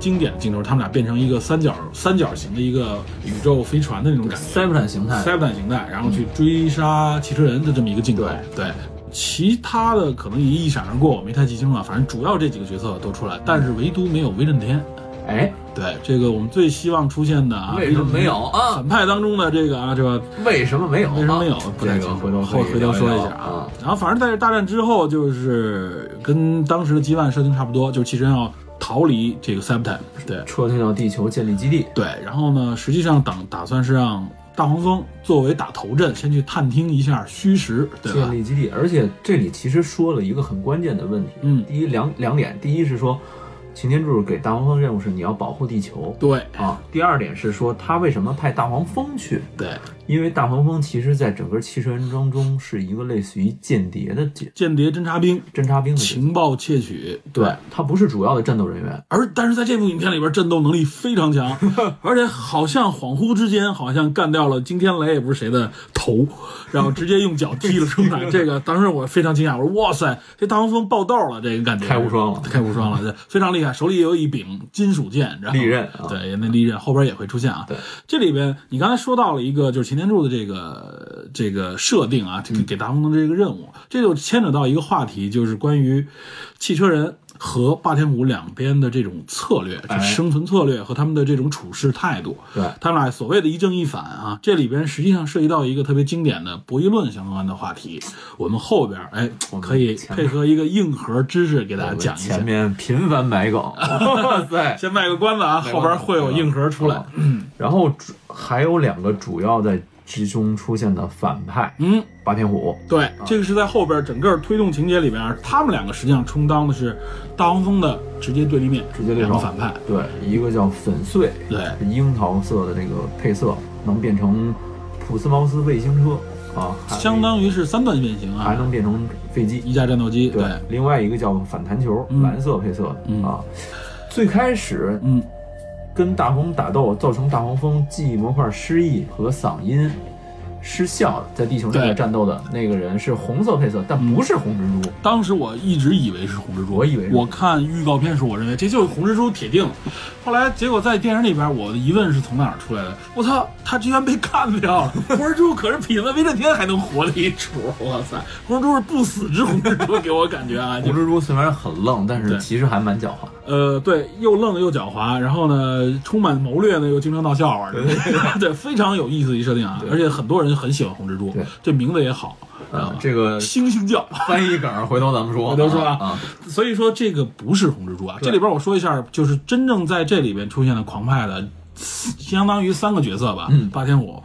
S1: 经典的镜头，他们俩变成一个三角三角形的一个宇宙飞船的那种感觉。
S2: 塞不坦形态，
S1: 塞不坦形态，然后去追杀汽车人的这么一个镜头。对。其他的可能也一闪而过，我没太记清了。反正主要这几个角色都出来，但是唯独没有威震天。
S2: 哎，
S1: 对，这个我们最希望出现的啊，
S2: 为什么没有啊？
S1: 反派当中的这个啊，这个
S2: 为什么没有啊？
S1: 为什么没有？不太
S2: 这
S1: 清
S2: 个
S1: 楚，
S2: 回头
S1: 后回头说一下
S2: 啊。。
S1: 然后反正在这大战之后，就是跟当时的基万设定差不多，就是汽车人要逃离这个 Septem，对
S2: 撤退到地球建立基地，
S1: 对。然后呢，实际上党打算是让大黄蜂作为打头阵，先去探听一下虚实，对吧
S2: 建？立基地，而且这里其实说了一个很关键的问题，
S1: 嗯
S2: 第一两两点，第一是说，擎天柱给大黄蜂任务是你要保护地球
S1: 对
S2: 啊，第二点是说他为什么派大黄蜂去，
S1: 对，
S2: 因为大黄蜂其实在整个汽车人当中是一个类似于间谍的角
S1: 间谍侦察兵、
S2: 侦察兵的角色，
S1: 情报窃取，
S2: 对，他不是主要的战斗人员，
S1: 而但是在这部影片里边，战斗能力非常
S2: (laughs)
S1: 强，而且好像恍惚之间，好像干掉了惊天雷也不是谁的头，然后直接用脚踢了出
S2: (laughs)
S1: 来。这个当时我非常惊讶，我说哇塞，这大黄蜂爆豆了，这个感觉
S2: 开无双了
S1: 开无双了，这非常厉害。下，手里也有一柄金属剑，然后
S2: 利刃啊
S1: 对，那利刃后边也会出现啊。
S2: 对，
S1: 这里边你刚才说到了一个就是擎天柱的这个这个设定啊，这个给大黄蜂的这个任务，这就牵扯到一个话题，就是关于汽车人。和霸天虎两边的这种策略，
S2: 哎
S1: 是生存策略和他们的这种处事态度，
S2: 对
S1: 他们俩所谓的一正一反啊，这里边实际上涉及到一个特别经典的博弈论相关的话题。我们后边哎
S2: 我，们
S1: 可以
S2: 前
S1: 配合一个硬核知识给大
S2: 我
S1: 家
S2: 们
S1: 讲一下
S2: 前。面频繁埋
S1: (laughs)
S2: 梗，哇塞！
S1: 先卖个关子啊，
S2: 没
S1: 后
S2: 关系
S1: 边会有硬核出来。
S2: 嗯，然后主还有两个主要在之中出现的反派，
S1: 嗯，
S2: 霸天虎，
S1: 对，这个是在后边整个推动情节里边啊，他们两个实际上充当的是大黄蜂的直接对立面，
S2: 直接对
S1: 两个
S2: 手
S1: 反派。
S2: 对，一个叫粉碎，
S1: 对
S2: 是樱桃色的这个配色，能变成普斯茅斯卫星车啊，还有一
S1: 相当于是三段变形
S2: 还
S1: 啊，
S2: 能变成飞机，
S1: 一架战斗机。对，
S2: 另外一个叫反弹球，
S1: 嗯
S2: 蓝色配色
S1: 嗯
S2: 啊。最开始
S1: 嗯，
S2: 跟大黄蜂打斗，造成大黄蜂记忆模块失忆和嗓音失效，在地球那
S1: 对
S2: 个战斗的那个人是红色配色，但不是红蜘蛛。
S1: 当时我一直以为是红蜘蛛，
S2: 我以为是
S1: 我看预告片时候，我认为这就是红蜘蛛铁定 (laughs) 了。后来结果在电影里边，我的疑问是从哪儿出来的？我操，他居然被干掉
S2: (laughs)
S1: 了！红蜘蛛可是比那威震天还能活的一主，哇塞！红蜘蛛是不死之红蜘蛛，给我感觉
S2: (laughs)
S1: 啊，就
S2: 红
S1: 是
S2: 蜘蛛虽然很愣，但
S1: 对
S2: 是其实还蛮狡猾。
S1: 呃，对，又愣又狡猾，然后呢，充满谋略呢，又经常闹笑 (laughs) 话，对非常有意思的一设定啊！而且很多人很喜欢红蜘蛛
S2: 对，
S1: 这名字也好，知道
S2: 呃
S1: 吧，？
S2: 这个
S1: 星星叫。
S2: 翻译梗，回头咱们说，
S1: 回头说啊
S2: 啊。
S1: 所以说这个不是红蜘蛛啊，这里边我说一下，就是真正在这里边出现的狂派的，相当于三个角色吧，
S2: 嗯
S1: 霸天虎。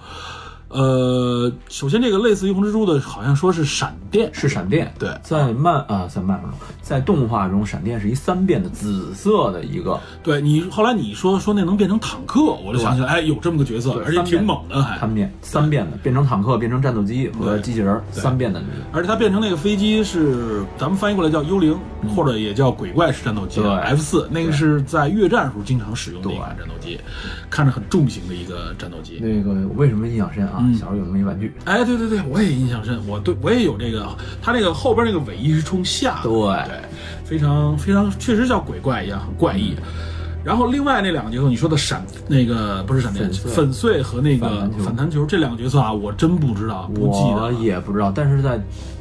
S1: 呃，首先这个类似于红蜘蛛的，好像说是闪电，
S2: 是闪电，
S1: 对
S2: 在漫啊，在漫画中，在动画中，闪电是一三变的紫色的一个，
S1: 对你后来你说说那能变成坦克，我就想起来，哎，有这么个角色，
S2: 对
S1: 而且
S2: 三
S1: 挺
S2: 变
S1: 猛的还，哎
S2: 三变三变的，变成坦克，变成战斗机和
S1: 对
S2: 机器人儿，
S1: 对
S2: 三变的女
S1: 而且它变成那个飞机是咱们翻译过来叫幽灵，或者也叫鬼怪式战斗机
S2: 嗯
S1: 啊
S2: 对
S1: F 四，那个是在越战时候经常使用的一款
S2: 对
S1: 战斗机，看着很重型的一个战斗机。
S2: 那个我为什么印象深啊
S1: 嗯？
S2: 小时候有那么一玩具，
S1: 哎，对对对，我也印象深，我对我也有这个，它那个后边那个尾翼是冲下的，
S2: 对
S1: 对，非常非常，确实像鬼怪一样，很怪
S2: 嗯
S1: 异。然后另外那两个角色，你说的闪那个不是闪电，
S2: 粉碎
S1: 粉碎和那个
S2: 反弹球
S1: 反弹球这两个角色啊，我真不知道，不记得
S2: 我
S1: 了。
S2: 也不知道，但是在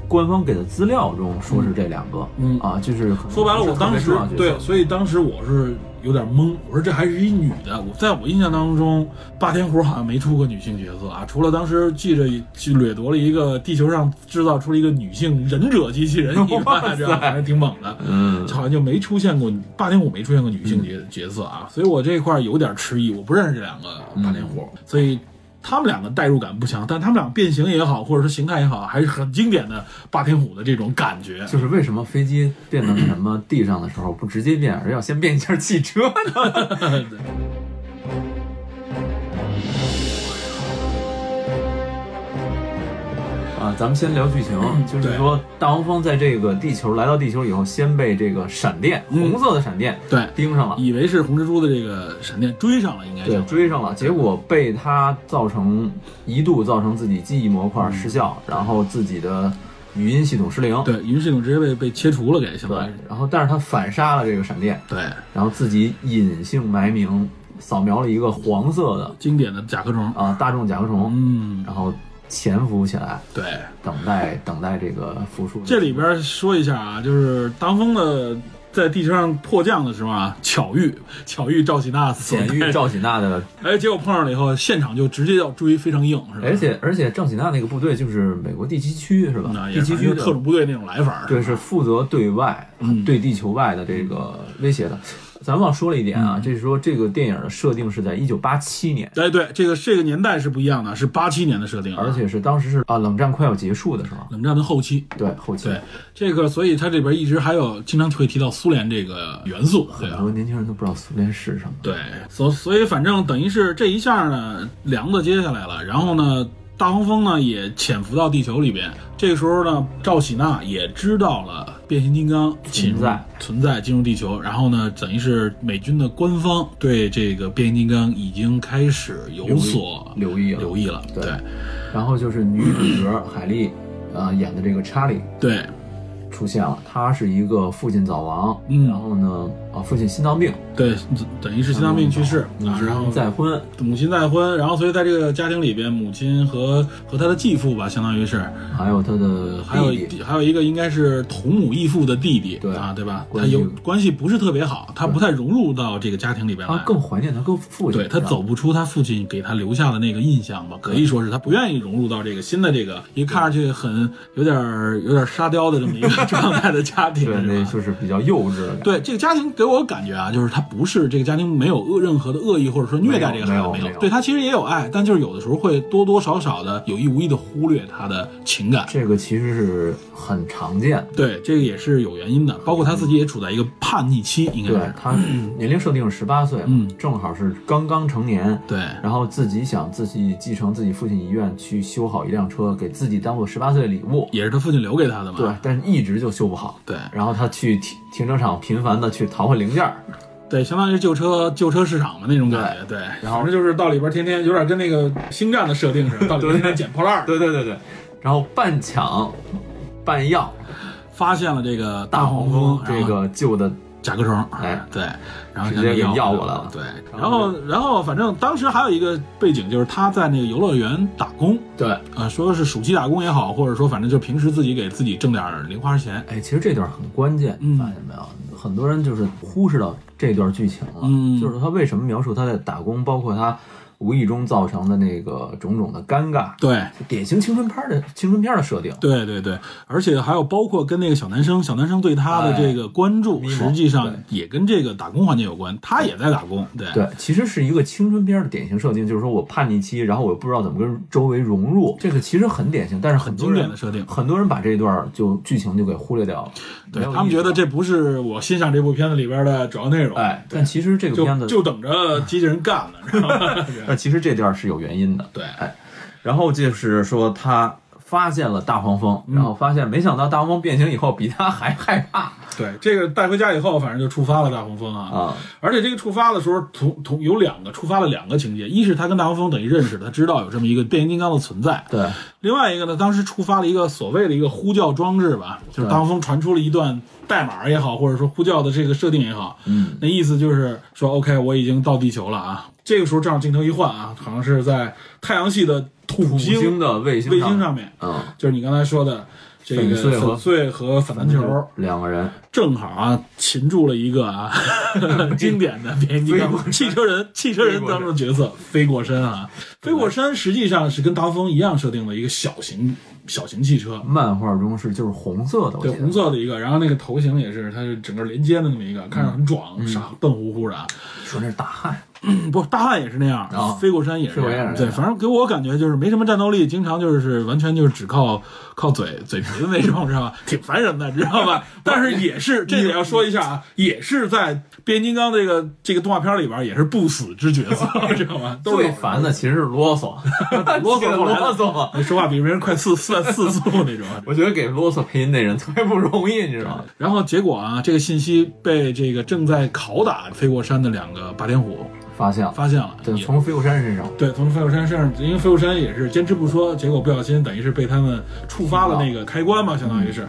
S2: 官方给的资料中说是这两个，
S1: 嗯
S2: 啊，就是可能
S1: 说白了，
S2: 不是
S1: 我当时
S2: 特别重要的角色
S1: 对，所以当时我是有点懵，我说这还是一女的。我在我印象当中，霸天虎好像没出过女性角色啊，除了当时记着去掠夺了一个地球上制造出了一个女性忍者机器人以外，这样还是挺猛的。
S2: 嗯，
S1: 好像就没出现过霸天虎，没出现过女性角角色啊，所以我这块儿有点迟疑，我不认识这两个霸天虎，
S2: 嗯
S1: 所以他们两个代入感不强，但他们俩变形也好，或者说形态也好，还是很经典的霸天虎的这种感觉。 (laughs)
S2: 就是为什么飞机变到什么地上的时候不直接变，而要先变一下汽车呢？啊，咱们先聊剧情，
S1: 嗯
S2: 就是说大黄蜂在这个地球来到地球以后，先被这个闪电，
S1: 嗯
S2: 红色的闪电
S1: 对，
S2: 盯上了，
S1: 以为是红蜘蛛的这个闪电追上了，应该
S2: 啊对
S1: 是，
S2: 追上了，结果被他造成一度造成自己记忆模
S1: 嗯
S2: 块失效，然后自己的语音系统失灵。
S1: 对，云系统直接被被切除了，给相
S2: 对
S1: 当于是
S2: 然后但是他反杀了这个闪电，
S1: 对
S2: 然后自己隐姓埋名扫描了一个黄色的
S1: 经典的甲壳虫，
S2: 啊、大众甲壳虫，
S1: 嗯，
S2: 然后潜伏起来，
S1: 对，
S2: 等待等待这个复述。
S1: 这里边说一下啊，就是当风的在地球上迫降的时候啊，巧遇巧遇赵喜娜死
S2: 简遇赵喜娜的，
S1: (laughs) 哎，结果碰上了以后，现场就直接要追，非常硬，是吧？
S2: 而且而且赵喜娜那个部队就是美国第七区是吧
S1: 那？啊也
S2: 第
S1: 是
S2: 七区的
S1: 特嗯种部队那种来法，
S2: 对，是负责对外、啊对地球外的这个威胁的。咱忘说了一点啊，
S1: 嗯
S2: 这是说这个电影的设定是在一九八七年，
S1: 哎，对，这个这个年代是不一样的，是八七年的设定啊，
S2: 而且是当时是啊冷战快要结束的时候，
S1: 冷战的后期，
S2: 对后期
S1: 对这个，所以它这边一直还有经常会提到苏联这个元素，对
S2: 很
S1: 吧？
S2: 多年轻人都不知道苏联是什么。
S1: 对，所所以反正等于是这一下呢，梁子接下来了，然后呢，大黄蜂呢也潜伏到地球里边。这个时候呢，赵喜娜也知道了变形金刚进入
S2: 存在
S1: 存在进入地球，然后呢，等于是美军的官方对这个变形金刚已经开始有所
S2: 留意了
S1: 留意了，
S2: 对
S1: 对
S2: 啊然后就是女主角海莉，呃演的这个查理，
S1: 对，
S2: 出现了。他是一个父亲早亡，
S1: 嗯
S2: 然后呢，啊，父亲心脏病，
S1: 对，等于是心脏病去世
S2: 母
S1: 啊，然后
S2: 亲再婚，
S1: 母亲再婚，然后所以在这个家庭里边，母亲和和他的继父吧，相当于是，
S2: 还有他的
S1: 还有
S2: 弟弟，
S1: 还有一个应该是同母异父的弟弟，
S2: 对
S1: 啊，对吧？他
S2: 关系
S1: 有关系不是特别好，他不太融入到这个家庭里边
S2: 他
S1: 来。
S2: 啊更怀念他跟父亲。
S1: 对他
S2: 然后
S1: 走不出他父亲给他留下的那个印象吧，可以说是他不愿意融入到这个新的这个一个看上去很有点儿有点儿沙雕的这么一个 (laughs) 状态的家庭，
S2: 对，
S1: 是
S2: 那
S1: 吧？
S2: 就是比较幼稚的感觉。
S1: 对这个家庭给我感觉啊，就是他不是这个家庭没有恶任何的恶意或者说虐待这个孩
S2: 没
S1: 子，
S2: 有没有没有
S1: 对他其实也有爱，但就是有的时候会多多少少的有意无意的忽略他的情感。
S2: 这个其实是很常见，
S1: 对，这个也是有原因
S2: 嗯
S1: 的，包括他自己也处在一个叛逆期，应该
S2: 对
S1: 是
S2: 他年龄设定是十八岁，
S1: 嗯，
S2: 正好是刚刚成年，
S1: 对
S2: 然后自己想自己继承自己父亲遗愿，去修好一辆车，给自己当做十八岁的礼物，
S1: 也是他父亲留给他的嘛。
S2: 对，但是一直就修不好。
S1: 啊对
S2: 然后他去停停车场频繁的去淘换零件儿，
S1: 对，相当于旧车旧车市场嘛那种感觉。对，
S2: 然后
S1: 反正就是到里边天天有点跟那个星战的设定似的，到里边天天捡破烂儿。
S2: 对对对对，然后半抢半要
S1: 发现了这个
S2: 大
S1: 黄
S2: 黄蜂
S1: 然
S2: 这
S1: 后
S2: 个旧的，
S1: 甲壳虫，
S2: 哎，
S1: 对，然后
S2: 直接给
S1: 要
S2: 要
S1: 回
S2: 过来了
S1: 对，
S2: 然
S1: 然
S2: 后
S1: 后然后反正当时还有一个背景就是他在那个游乐园打工，
S2: 对，
S1: 啊，说是暑期打工也好，或者说反正就平时自己给自己挣点儿零花钱，
S2: 哎，其实这段很关键，
S1: 嗯
S2: 你发现没有？很多人就是忽视到这段剧情了，
S1: 嗯
S2: 就是他为什么描述他在打工，包括他无意中造成的那个种种的尴尬，
S1: 对。
S2: 典型青春片儿的青春片儿的设定，
S1: 对对对，而且还有包括跟那个小男生，小男生对他的这个关注，
S2: 哎
S1: 实际上
S2: 对
S1: 也跟这个打工环节有关，他也在打工，对
S2: 对，其实是一个青春片儿的典型设定，就是说我叛逆期，然后我又不知道怎么跟周围融入，这个其实很典型，但是很多
S1: 经典
S2: 人
S1: 的设定
S2: 很多人把这段儿就剧情就给忽略掉了，
S1: 对
S2: 没有
S1: 他们
S2: 意思
S1: 觉得这不是我欣赏这部片子里边的主要内容，
S2: 哎，但其实这个片
S1: 就
S2: 子，
S1: 就等着机器人干呢，知道吗？ (laughs)
S2: (laughs) 但其实这段儿是有原因的。
S1: 对，
S2: 然后就是说他发现了大黄蜂，然后发现没想到大黄蜂变形以后比他还害怕
S1: 对，这个带回家以后，反正就触发了大黄蜂啊。
S2: 啊，
S1: 而且这个触发的时候，同同有两个触发了两个情节，一是他跟大黄蜂等于认识了，他知道有这么一个变形金刚的存在；
S2: 对，
S1: 另外一个呢，当时触发了一个所谓的一个呼叫装置吧，
S2: 嗯
S1: 就是大黄蜂传出了一段代码也好，或者说呼叫的这个设定也好，
S2: 嗯，
S1: 那意思就是说，OK，我已经到地球了啊。这个时候正好镜头一换啊，好像是在太阳系的土
S2: 土
S1: 星
S2: 星的卫星
S1: 卫星上面，
S2: 嗯，
S1: 就是你刚才说的这个
S2: 粉碎和
S1: 粉碎和反弹球。
S2: 两个人，
S1: 正好啊，擒住了一个啊经典的变形金
S2: 飞
S1: 刚汽车人，汽车人当中的角色飞过山啊，飞过山实际上是跟达峰一样设定的一个小型小型汽车，
S2: 漫画中是就是红色的，我
S1: 对，
S2: 记得
S1: 红色的一个，然后那个头型也是，它是整个连接的那么一个，看着很壮，傻笨乎乎的啊，
S2: 说那是大汉，
S1: 嗯不，大汉也是那样
S2: 啊，
S1: 飞过山也是
S2: 飞过
S1: 那
S2: 山也
S1: 样，
S2: 是
S1: 对，
S2: 那样
S1: 反正给我感觉就是没什么战斗力，经常就是完全就是只靠靠嘴嘴皮子那种，知道吧？挺烦人的，知道吧？但是也是这也要说一下啊，也是在变形金刚这个这个动画片里边也是不死之角色，知道吗？都是
S2: 最烦的其实是啰嗦， (laughs)
S1: 啰嗦后来
S2: 啰嗦。
S1: 说话比别人快四四四速那种。啊
S2: 我觉得给啰嗦配音那人特别不容易，你知道吗？
S1: (laughs) 然后结果啊，这个信息被这个正在拷打飞过山的两个霸天虎
S2: 发现了，
S1: 发现了，
S2: 对，
S1: 也
S2: 从飞过山身上， (laughs)
S1: 对，从飞虎山身上，因为飞虎山也是坚持不说，结果不小心等于是被他们触发了那个开关嘛，相当于是。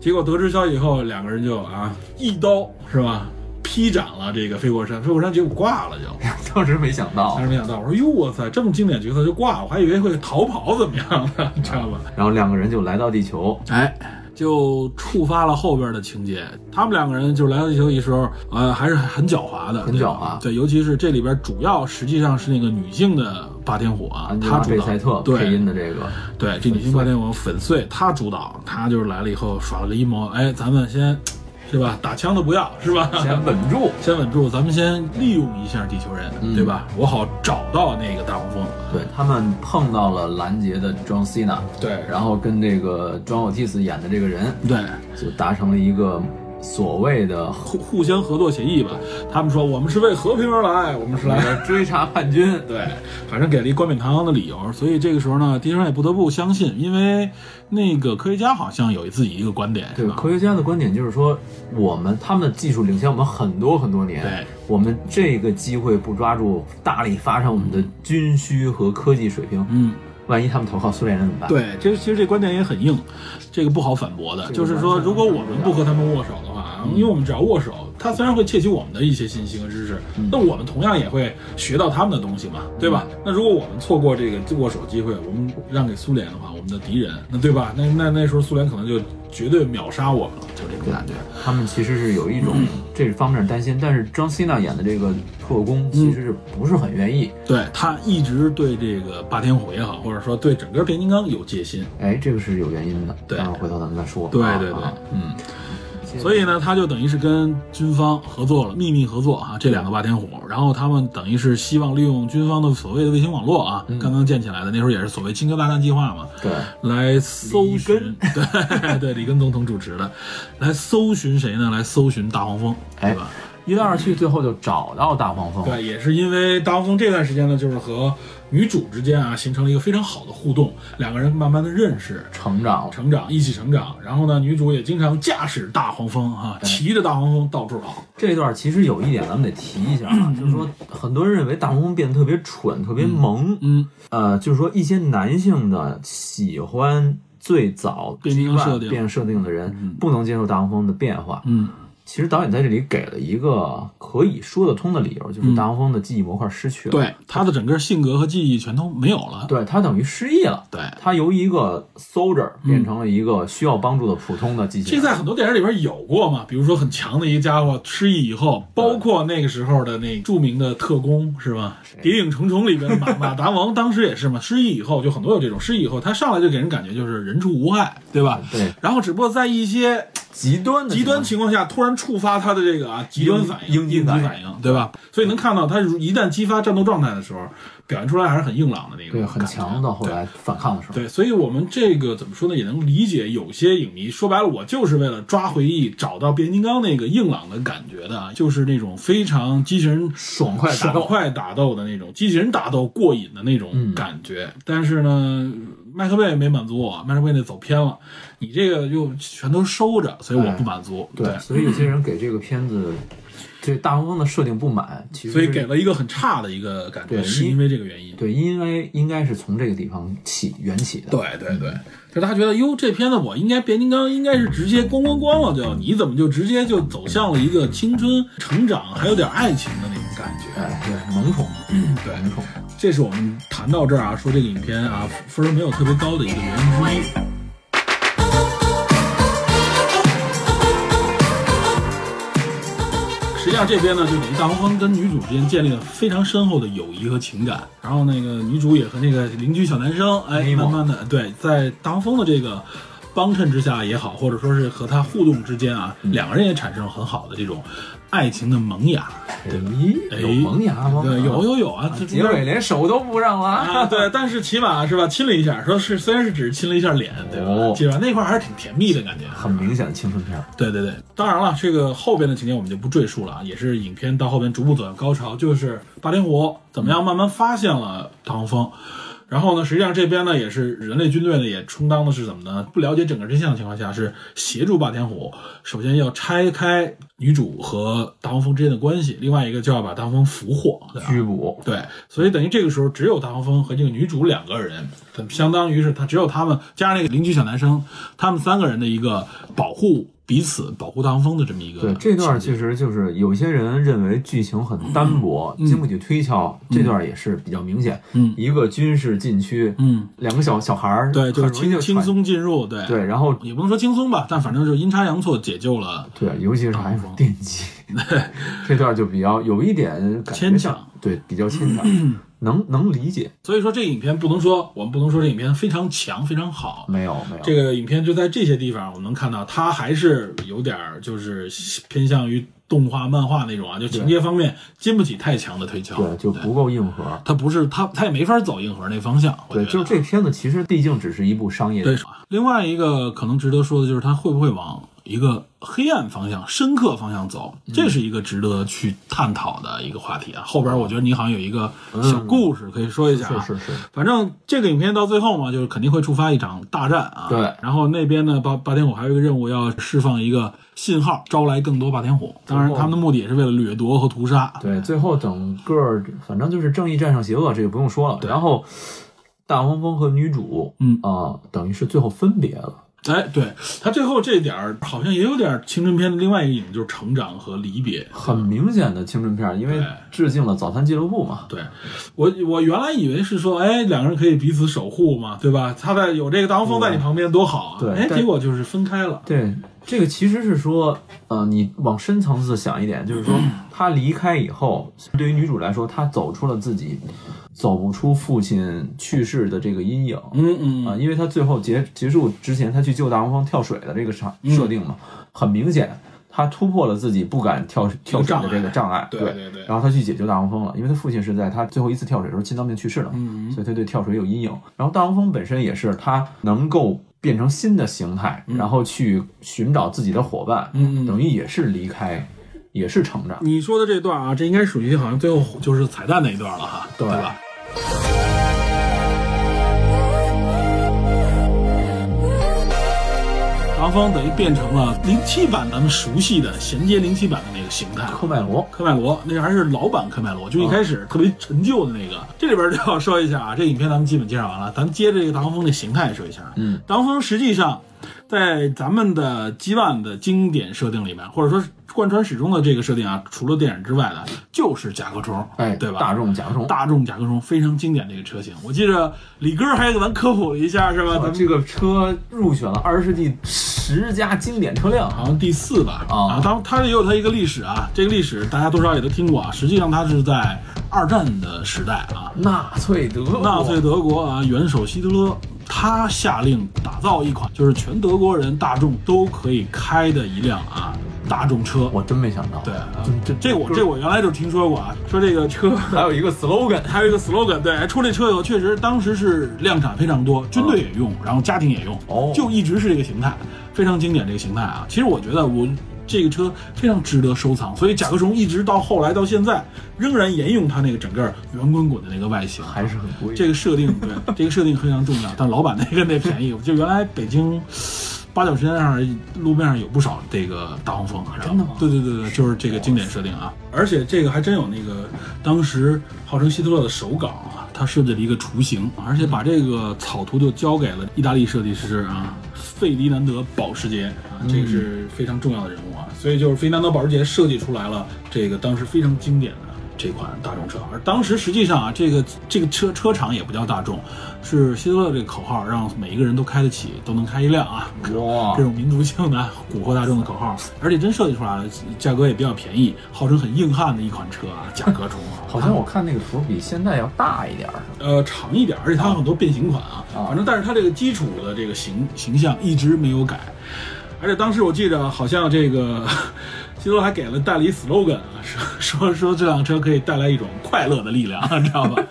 S1: 结果得知消息以后，两个人就啊一刀是吧，劈斩了这个飞过山，飞过山结果挂了就。
S2: 当时没想到
S1: 当。时没想到，我说哟我操，这么经典角色就挂，我还以为会逃跑怎么样呢，你知道吧？
S2: 然后两个人就来到地球，
S1: (laughs) 哎，就触发了后边的情节。他们两个人就是来到地球仪时候，呃，还是很狡猾的，
S2: 很
S1: 对
S2: 狡
S1: 吧
S2: 猾
S1: 对，尤其是这里边主要实际上是那个女性的霸天虎啊
S2: 安，吉
S1: 她
S2: 拉
S1: 主
S2: 贝
S1: 导
S2: 塞特
S1: 对
S2: 配音的这个，
S1: 对，这女性霸天王粉碎，她主导，她就是来了以后耍了个阴谋，哎，咱们先，是吧？打枪都不要，是吧？
S2: 先稳住。
S1: (laughs) 先稳住，咱们先利用一下地球人，
S2: 嗯
S1: 对吧？我好找到那个大黄蜂。
S2: 对他们碰到了拦截的 John Cena，
S1: 对
S2: 然后跟这个 John Otis 演的这个人
S1: 对，
S2: 就达成了一个所谓的
S1: 互互相合作协议吧。他们说我们是为和平而来，我们是来。
S2: 追查叛军。
S1: (laughs) 对，反正给了一冠冕堂皇的理由，所以这个时候呢，地球人也不得不相信，因为那个科学家好像有自己一个观点，
S2: 对
S1: 是吧？
S2: 科学家的观点就是说，我们他们的技术领先我们很多很多年，
S1: 对，
S2: 我们这个机会不抓住，大力发展我们的军需和科技水平，
S1: 嗯，
S2: 万一他们投靠苏联人怎么办？，
S1: 对，这其实这观点也很硬，这个不好反驳的。
S2: 这个
S1: 就是说，
S2: 完全
S1: 如果我们不和他们握手的话，
S2: 嗯
S1: 因为我们只要握手，他虽然会窃取我们的一些信息和知识，
S2: 嗯
S1: 那我们同样也会学到他们的东西嘛，对吧？那如果我们错过这个握手机会，我们让给苏联的话，我们的敌人，那对吧？那那那时候苏联可能就绝对秒杀我们了，就这种感觉。
S2: 他们其实是有一种这方面的担心，但是张希娜演的这个特
S1: 嗯
S2: 工其实是不是很愿意？
S1: 对他一直对这个霸天虎也好，或者说对整个变形金刚有戒心。
S2: 哎，这个是有原因的，
S1: 对
S2: 待会儿回头咱们再说。
S1: 对
S2: 啊
S1: 对对
S2: 啊，
S1: 嗯。
S2: 接着
S1: 所以呢，他就等于是跟军方合作了，秘密合作啊，这两个霸天虎，然后他们等于是希望利用军方的所谓的卫星网络啊，刚刚建起来的，那时候也是所谓“金戈大战计划”嘛，
S2: 嗯对，
S1: 来搜寻，对 (laughs) 对，里根总统主持的，来搜寻谁呢？来搜寻大黄蜂，
S2: 哎
S1: 对吧？
S2: 一来二去，最后就找到大黄蜂。
S1: 对，也是因为大黄蜂这段时间呢，就是和女主之间啊，形成了一个非常好的互动，两个人慢慢的认识，
S2: 成长了，
S1: 成长，一起成长。然后呢，女主也经常驾驶大黄蜂哈、骑着大黄蜂到处跑。
S2: 这段其实有一点咱们得提一下啊，就是说很多人认为大黄蜂变得特别蠢、特别萌，
S1: 嗯，
S2: 呃，就是说一些男性的喜欢最早
S1: 变形
S2: G
S1: 设
S2: One
S1: 定
S2: 变设定的人，不能接受大黄蜂的变化。
S1: 嗯，
S2: 其实导演在这里给了一个可以说得通的理由，就是大黄蜂的记忆模块失去了，
S1: 嗯对，他的整个性格和记忆全都没有了。
S2: 对，他等于失忆了。
S1: 对，
S2: 他由一个 soldier 变成了一个需要帮助的普通的机器
S1: 嗯这
S2: 人。
S1: 在很多电影里边有过嘛，比如说很强的一个家伙失忆以后，包括那个时候的那著名的特工是吧？《谍影重重》里边的 (laughs) 马马达王当时也是嘛，失忆以后就很多有这种失忆以后，他上来就给人感觉就是人畜无害，对吧？
S2: 对。
S1: 然后只不过在一些
S2: 极端的
S1: 极端
S2: 情
S1: 情况下突然触发他的这个啊极端反应、
S2: 应
S1: 应
S2: 激
S1: 激
S2: 反应
S1: 反应，对吧？所以能看到他如一旦激发战斗状态的时候，表现出来还是很硬朗的那个，
S2: 对很强。到后来反抗的时候，
S1: 对，所以我们这个怎么说呢？也能理解有些影迷说白了，我就是为了抓回忆，找到变形金刚那个硬朗的感觉的，啊就是那种非常机器人
S2: 爽快打斗嗯
S1: 爽快打斗的那种机器人打斗过瘾的那种感觉。但是呢，麦克贝没满足我，麦克贝那走偏了，你这个又全都收着，所以我不满足。对
S2: 哎对，所以有些人给这个片子对大黄蜂的设定不满，其实
S1: 所以
S2: 是
S1: 给了一个很差的一个感觉，
S2: 对
S1: 是
S2: 因
S1: 因为这个原因。
S2: 对，因为应该是从这个地方起缘起的。，
S1: 对对对，就是他觉得哟，这片子我应该变形金刚应该是直接咣咣咣了就，你怎么就直接就走向了一个青春成长还有点爱情的那种感觉？
S2: 哎，对，萌宠，
S1: 嗯对
S2: 萌宠。
S1: 这是我们谈到这儿啊，说这个影片啊分儿没有特别高的一个原因之一。实际上这边呢，就等于大黄蜂跟女主之间建立了非常深厚的友谊和情感。然后那个女主也和那个邻居小男生，哎，
S2: Nemo
S1: 慢慢的对，在大黄蜂的这个帮衬之下也好，或者说是和他互动之间啊，
S2: 嗯
S1: 两个人也产生了很好的这种爱情的萌芽。
S2: 咦，哎有萌芽吗？
S1: 对，哎有有有啊，这
S2: 结尾连手都不让
S1: 啊，
S2: 拉。
S1: 对，但是起码是吧，亲了一下，说是虽然是只是亲了一下脸，对吧？
S2: 哦
S1: 起码那块儿还是挺甜蜜的感觉。
S2: (laughs) 很明显的青春片儿，
S1: 对对对，当然了，这个后边的情节我们就不赘述了啊，也是影片到后边逐步走向高潮，就是霸天虎怎么样慢慢发现了唐风。然后呢，实际上这边呢也是人类军队呢也充当的是怎么呢？不了解整个真相的情况下，是协助霸天虎，首先要拆开女主和大黄蜂之间的关系，另外一个就要把大黄蜂俘获，对吧？啊
S2: 拘捕。
S1: 对，所以等于这个时候只有大黄蜂和这个女主两个人，等相当于是他只有他们加上那个邻居小男生，他们三个人的一个保护彼此、保护大黄蜂的这么一个。
S2: 对，这段其实就是有些人认为剧情很单薄，经不起推敲。这段也是比较明显，
S1: 嗯
S2: 一个军事禁区，
S1: 嗯，
S2: 两个小小孩儿，
S1: 对，就是
S2: 很容
S1: 轻
S2: 易
S1: 轻
S2: 喘。
S1: 松嗯进入，对，
S2: 对，然后
S1: 也不能说轻松吧，但反正就阴差阳错解救了。
S2: 对，尤其是还
S1: 嗯
S2: 是电
S1: (laughs)
S2: 击，这段就比较有一点感觉
S1: 牵
S2: 像
S1: 强，嗯
S2: 对，比较牵强， (clears throat) 能能理解，
S1: 所以说这个影片不能说我们不能说这影片非常强、非常好，
S2: 没有没有，
S1: 这个影片就在这些地方，我们能看到它还是有点儿就是偏向于动画、漫画那种啊，就情节方面经不起太强的推敲。
S2: 对就不够硬核，
S1: 它不是它，它也没法走硬核那方向。我
S2: 对，
S1: 觉
S2: 就
S1: 得
S2: 是这片子其实毕竟只是一部商业
S1: 对。另外一个可能值得说的就是，它会不会往一个黑暗方向、深刻方向走，
S2: 嗯
S1: 这是一个值得去探讨的一个话题啊。后边我觉得你好像有一个小故事可以说一下啊。
S2: 是是是，
S1: 反正这个影片到最后嘛，就是肯定会触发一场大战啊。
S2: 对
S1: 然后那边呢，霸霸天虎还有一个任务，要释放一个信号，招来更多霸天虎。当然，他们的目的也是为了掠夺和屠杀。
S2: 对，最后整个反正就是正义战胜邪恶，这个不用说了。然后大黄蜂和女主，
S1: 嗯
S2: 啊、等于是最后分别了。
S1: 哎，对他最后这点儿好像也有点青春片的另外一个影，就是成长和离别。
S2: 很明显的青春片儿，因为
S1: 对
S2: 致敬了《早餐俱乐部》嘛。
S1: 对我，我原来以为是说，哎，两个人可以彼此守护嘛，对吧？他在有这个大黄蜂在你旁边多好啊！
S2: 对
S1: 哎，
S2: 但
S1: 结果就是分开了。
S2: 对，这个其实是说，呃，你往深层次想一点，就
S1: (clears throat)
S2: 是说，他离开以后，对于女主来说，她走出了自己，走不出父亲去世的这个阴影。
S1: 嗯嗯
S2: 啊，因为他最后结结束之前，他去救大黄蜂跳水的这个场
S1: 嗯
S2: 设定嘛，很明显，他突破了自己不敢跳跳水的这个障碍，
S1: 对
S2: 对
S1: 对对
S2: 然后他去解救大黄蜂了，因为他父亲是在他最后一次跳水的时候心脏病去世了，
S1: 嗯
S2: 所以他对跳水有阴影。然后大黄蜂本身也是，他能够变成新的形态，然后去寻找自己的伙伴，
S1: 嗯嗯嗯
S2: 等于也是离开，也是成长。
S1: 你说的这段啊，这应该属于好像最后就是彩蛋那一段了哈，
S2: 对
S1: 吧？唐风等于变成了零七版咱们熟悉的衔接零七版的那个形态，
S2: 科迈罗，
S1: 科迈罗，那个还是老版科迈罗，就一开始特别陈旧的那个。这里边就要说一下啊，这影片咱们基本介绍完了，咱们接着这个大黄蜂的形态说一下。
S2: 嗯，
S1: 大黄蜂实际上在咱们的羁绊的经典设定里面，或者说是贯穿始终的这个设定啊，除了电影之外的，就是甲壳虫，
S2: 哎，
S1: 对吧？
S2: 大众甲壳虫，
S1: 大众甲壳虫非常经典的一个车型，我记着李哥还给咱科普了一下，是吧？咱
S2: 哇
S1: 们
S2: 哦啊这个车入选了二十世纪十佳经典车辆。
S1: 好像第四吧，
S2: 啊
S1: 啊，当它也有它一个历史啊，这个历史大家多少也都听过啊。实际上它是在二战的时代啊，
S2: 纳粹德国，
S1: 纳粹德国啊元首希特勒，他下令打造一款就是全德国人大众都可以开的一辆啊大众车。
S2: 我真没想到。
S1: 对，啊
S2: 这
S1: 这我这我原来就听说过啊，说这个车。
S2: 还有一个 slogan，
S1: 还有一个 slogan，对，哎出这车以后，确实当时是量产非常多，军队也用，然后家庭也用，
S2: 哦
S1: 就一直是这个形态，非常经典这个形态啊。其实我觉得我这个车非常值得收藏，所以甲壳虫一直到后来到现在，仍然沿用它那个整个圆滚滚的那个外形。
S2: 还是很贵。
S1: 这个设定对，这个设定非常重要，但老板那个那便宜，就原来北京。八九十年代上路面上有不少这个大黄蜂，真
S2: 的吗
S1: 对对对对，就是这个经典设定啊！而且这个还真有那个当时号称希特勒的手稿啊，他设计了一个雏形，而且把这个草图就交给了意大利设计师啊费迪南德保时捷啊，这个
S2: 嗯
S1: 是非常重要的人物啊，所以就是费迪南德保时捷设计出来了这个当时非常经典的。这款大众车，而当时实际上啊，这个这个车车厂也不叫大众，是希特勒这个口号，让每一个人都开得起，都能开一辆啊，
S2: 哇
S1: 这，种民族性的蛊惑大众的口号，而且真设计出来了，价格也比较便宜，号称很硬汉的一款车啊，甲壳虫啊，
S2: 好像我看那个图比现在要大一点儿，
S1: 呃长一点，而且它有很多变形款啊，
S2: 啊
S1: 反正但是它这个基础的这个形形象一直没有改，而且当时我记着好像这个 (laughs) 希特勒还给了带了一 slogan 啊，说说说这辆车可以带来一种快乐的力量，你知道吧？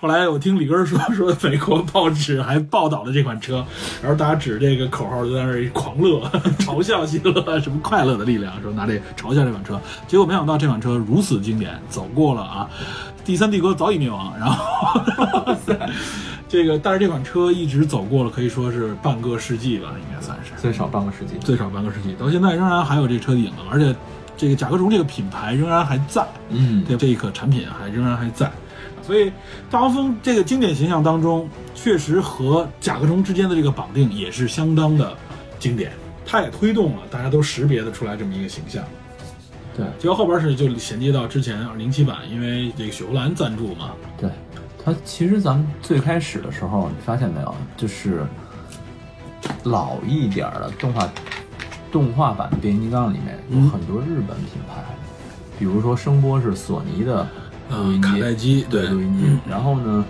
S1: 后来我听李根儿说说美国报纸还报道了这款车，然后大家指这个口号就在那儿狂乐， (laughs) 嘲笑希特勒什么快乐的力量，说拿这嘲笑这款车，结果没想到这款车如此经典，走过了啊，第三帝国早已灭亡，然后这个但是这款车一直走过了，可以说是半个世纪吧，应该算是。
S2: 最少半个世纪。
S1: 最少半个世纪，到现在仍然还有这车的影子，而且这个甲壳虫这个品牌仍然还在，
S2: 嗯，
S1: 对这个产品还仍然还在，所以大黄蜂这个经典形象当中，确实和甲壳虫之间的这个绑定也是相当的经典，它也推动了大家都识别得出来这么一个形象。
S2: 对
S1: 结果后边是就衔接到之前零七版，因为这个雪佛兰赞助嘛，
S2: 对，它其实咱们最开始的时候，你发现没有，就是老一点儿的动画动画版的变形金刚里面有很多日本品牌，比如说声波是索尼的录
S1: 嗯，
S2: 音
S1: 卡带
S2: 机，
S1: 机，
S2: 对嗯录音机，然后呢。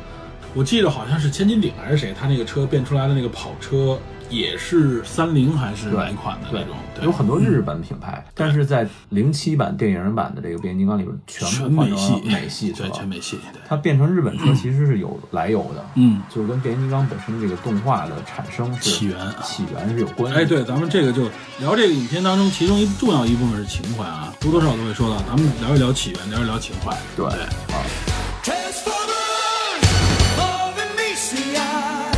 S1: 我记得好像是千斤顶还是谁，他那个车变出来的那个跑车也是三菱还是哪一款的那种，对嗯
S2: 有很多日本品牌，但是在零七版电影版的这个变形金刚里边，全
S1: 全
S2: 部换
S1: 美
S2: 成
S1: 系
S2: 了，美系，是
S1: 对，
S2: 吧
S1: 全美系，对，
S2: 它变成日本车其实是有来由的，
S1: 嗯。
S2: 就是跟变形金刚本身这个动画的产生是
S1: 起源
S2: 起源是有关系。
S1: 哎，，对，咱们这个就聊这个影片当中，其中一重要一部分是情怀啊，多多少少都会说到。咱们聊一聊起源，聊一聊情怀。
S2: 对啊
S1: 对，
S3: Transformers, moving meets the eye.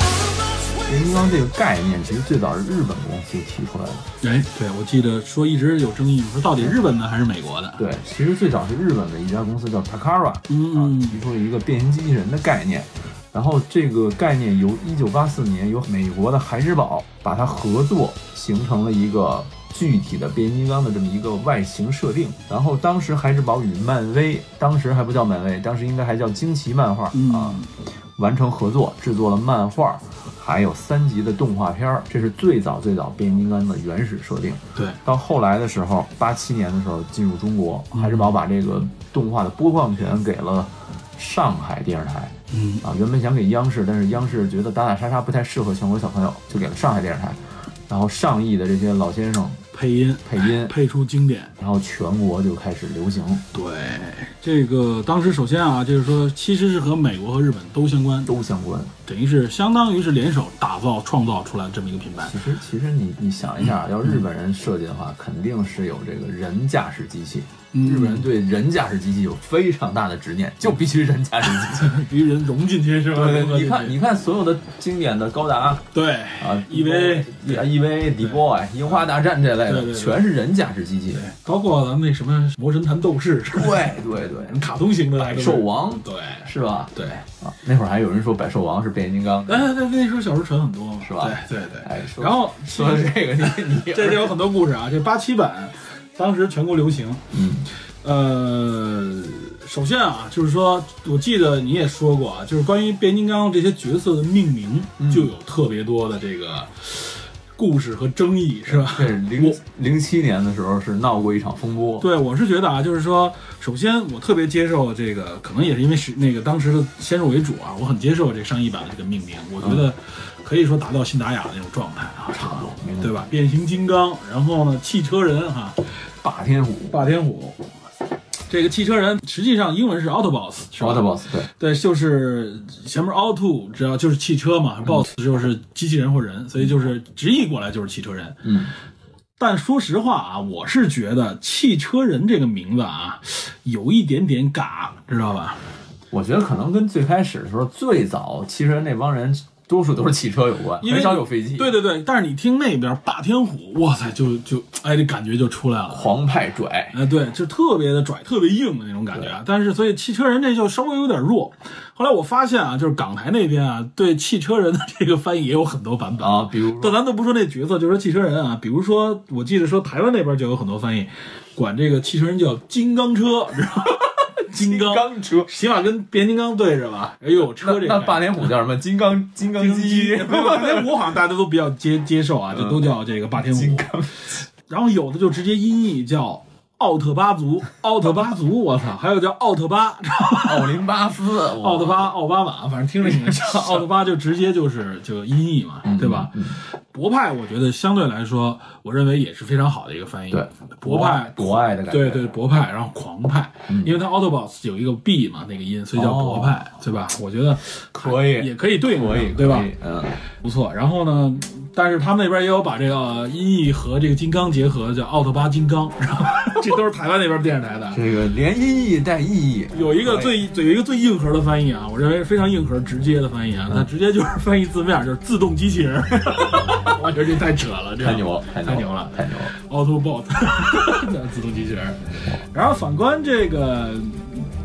S3: I must wait.
S2: 变形金刚这个概念其实最早是日本公司提出来的，
S1: 哎，对，我记得说一直有争议，说到底日本的还是美国的？
S2: 对，其实最早是日本的一家公司叫 Takara，
S1: 嗯
S2: 啊，提出了一个变形机器人的概念。然后这个概念由1984年由美国的孩之宝把它合作形成了一个具体的变形金刚的这么一个外形设定。然后当时孩之宝与漫威，当时还不叫漫威，当时应该还叫惊奇漫画
S1: 嗯
S2: 啊，完成合作制作了漫画，还有三集的动画片儿。这是最早最早变形金刚的原始设定。
S1: 对，
S2: 到后来的时候，八七年的时候进入中国，海之宝把这个动画的播放权给了上海电视台。
S1: 嗯，
S2: 啊，原本想给央视，但是央视觉得打打杀杀不太适合全国小朋友，就给了上海电视台。然后上亿的这些老先生
S1: 配音
S2: 配音，
S1: 配出经典。
S2: 然后全国就开始流行。
S1: 对，这个当时首先啊，就是说其实是和美国和日本都相关，
S2: 都相关。
S1: 等于是相当于是联手打造创造出来这么一个品牌。
S2: 其实，其实你你想一下，要日本人设计的话，肯定是有这个人驾驶机器。日本人对人驾驶机器有非常大的执念，就必须人驾驶机器。
S1: 必须人融进去是吧？融合
S2: 对，
S1: 进
S2: (laughs) 你
S1: 去
S2: 看，你看所有的经典的高达啊
S1: 对，EV，
S2: EV、D Boy、樱花大战这类
S1: 对对
S2: 的，
S1: 对
S2: 全是人驾驶机器
S1: 对。，包括咱们那什么魔神坛斗士， (laughs) 是吧
S2: 对对对，
S1: 卡通型的
S2: 百兽王
S1: 对
S2: 是吧？
S1: 对，
S2: 啊，那会儿还有人说百兽王是变形金刚的。
S1: 哎，对，那时候小时候传很多嘛，
S2: 是吧
S1: 对对对。
S2: 哎，说
S1: 然后
S2: 说到这个，你
S1: (laughs)
S2: 你
S1: 这里有很多故事啊，这八七版当时全国流行，
S2: 嗯，
S1: 呃，首先啊，就是说，我记得你也说过啊，就是关于变形金刚这些角色的命名，就有特别多的这个故事和争议，是吧？
S2: 这是零零七年的时候是闹过一场风波。
S1: 对，我是觉得啊，就是说，首先我特别接受这个，可能也是因为是那个当时的先入为主啊，我很接受这个上一版的这个命名，我觉得可以说达到新达雅的那种状态啊，差不多，
S2: 没问题
S1: 对吧？变形金刚，然后呢，汽车人啊哈、
S2: 霸天虎
S1: 霸天虎，这个汽车人实际上英文是 Autobots，是吧
S2: Autobots，对，
S1: 对，就是前面 auto 只要就是汽车
S2: 嗯
S1: 嘛，boss 就是机器人或人，所以就是直译过来就是汽车人。
S2: 嗯，
S1: 但说实话啊，我是觉得汽车人这个名字啊，有一点点尬，知道吧？
S2: 我觉得可能跟最开始的时候最早其实那帮人多数都是汽车有关，
S1: 因为
S2: 很少有飞机。
S1: 对，对对，但是你听那边霸天虎，哇塞，就就哎，这感觉就出来了。
S2: 狂派拽，
S1: 哎，对，就特别的拽，特别硬的那种感觉啊。但是，所以汽车人这就稍微有点弱。后来我发现啊，就是港台那边啊，对汽车人的这个翻译也有很多版本
S2: 啊比如说
S1: 但咱都不说那角色，就说汽车人啊，比如说，我记得说台湾那边就有很多翻译，管这个汽车人叫金刚车，知道吗？金刚，
S2: 钢车。
S1: 起码跟变形金刚对着吧？哎呦，车
S2: 那
S1: 这
S2: 那
S1: 个
S2: 霸天虎叫什么？金刚金刚
S1: 金
S2: 机
S1: 鸡， (laughs) 不霸天虎好像大家都比较接接受啊，就都叫这个霸天虎。
S2: (laughs) 金刚
S1: 然后有的就直接音译叫奥特巴
S2: (laughs)
S1: 族，奥特巴族，我操，还有叫 (laughs) 奥特巴，知
S2: 哦
S1: 道吧？
S2: 奥林巴斯，哇
S1: 奥特巴、奥巴马，反正听着挺
S2: (laughs)
S1: 像。奥特巴就直接就是就音译嘛，
S2: 嗯
S1: 对吧？博派我觉得相对来说，我认为也是非常好的一个翻译。
S2: 对
S1: 博派
S2: 博爱的感觉。嗯
S1: 对对，博派，然后狂派，因为它 Autobots 有一个 B 嘛，那个音，所以叫博派，对吧？我觉得
S2: 可以
S1: 也可以对应上，
S2: 哦可以，
S1: 对吧
S2: 可？以？嗯，
S1: 不错。然后呢，但是他们那边也有把这个音译和这个金刚结合，叫奥特巴金刚， (laughs) 然后这都是台湾那边电视台的。
S2: 这个连音译带意义，
S1: 有一个最最有一个最硬核的翻译啊，我认为非常硬核直接的翻译啊，
S2: 嗯
S1: 它直接就是翻译字面就是自动机器人， (laughs) 我觉得这太扯了，这
S2: 太牛了，
S1: 太牛
S2: 牛
S1: 了，
S2: 太牛了。
S1: Autobot，自动机器人。然后反观这个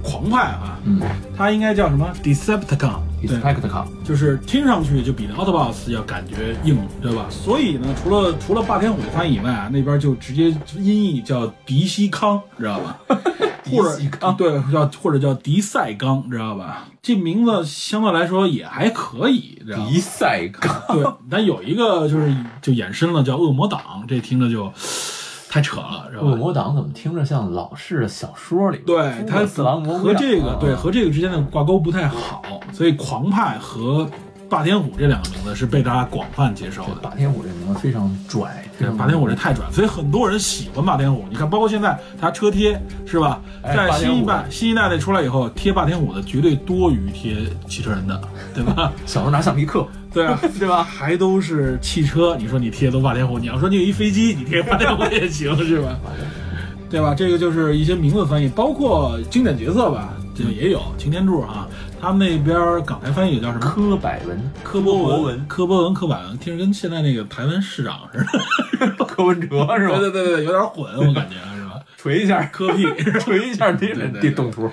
S1: 狂派啊，
S2: 嗯
S1: 它应该叫什么 Decepticon，对，
S2: ，Inspectcom，
S1: 就是听上去就比那 Autobots 要感觉硬，对吧？所以呢，除了除了霸天虎的翻译以外啊，那边就直接音译叫迪西康，知道
S2: (laughs)
S1: 吧？或者
S2: 迪西康
S1: 对，叫或者叫迪赛刚，知道吧？这名字相对来说也还可以，知道吧？
S2: 迪赛刚，
S1: 对，但有一个就是就衍生了，叫恶魔党，这听着就太扯了，是吧？
S2: 恶魔党怎么听着像老式的小说里边？
S1: 对
S2: 诸葛
S1: 它
S2: 四郎蘑菇
S1: 和
S2: 样
S1: 这个
S2: 啊
S1: 对和这个之间的挂钩不太好，所以狂派和霸天虎这两个名字是被大家广泛接受的。
S2: 霸天虎这名字非常拽，非
S1: 对，
S2: 常
S1: 霸天虎这太拽，所以很多人喜欢霸天虎。你看，包括现在他车贴是吧，
S2: 哎
S1: 在
S2: 霸天
S1: 新一
S2: 虎
S1: 代新一代那出来以后，贴霸天虎的绝对多于贴汽车人
S2: (laughs)
S1: 的，对吧？
S2: 小时候拿橡皮课，
S1: 对啊，
S2: 对吧？
S1: 还都是汽车，你说你贴都霸天虎，你要说你有一飞机，你贴霸天虎也行，是
S2: (laughs)
S1: 吧？对吧？这个就是一些名字翻译，包括经典角色吧，这个也有擎天柱啊，他们那边儿港台翻译也叫什么？
S2: 柯百文， (laughs)
S1: 科博
S2: 柯博
S1: 文、
S2: 文
S1: 科博文、科百文，听着跟现在那个台湾市长似的，
S2: 柯文哲
S1: 对
S2: 是吧？
S1: 对对对，有点混，我 (laughs) 感觉是吧？
S2: 锤一下，
S1: 科屁，
S2: 锤一下，
S1: 对对
S2: 地
S1: 对
S2: 地动图，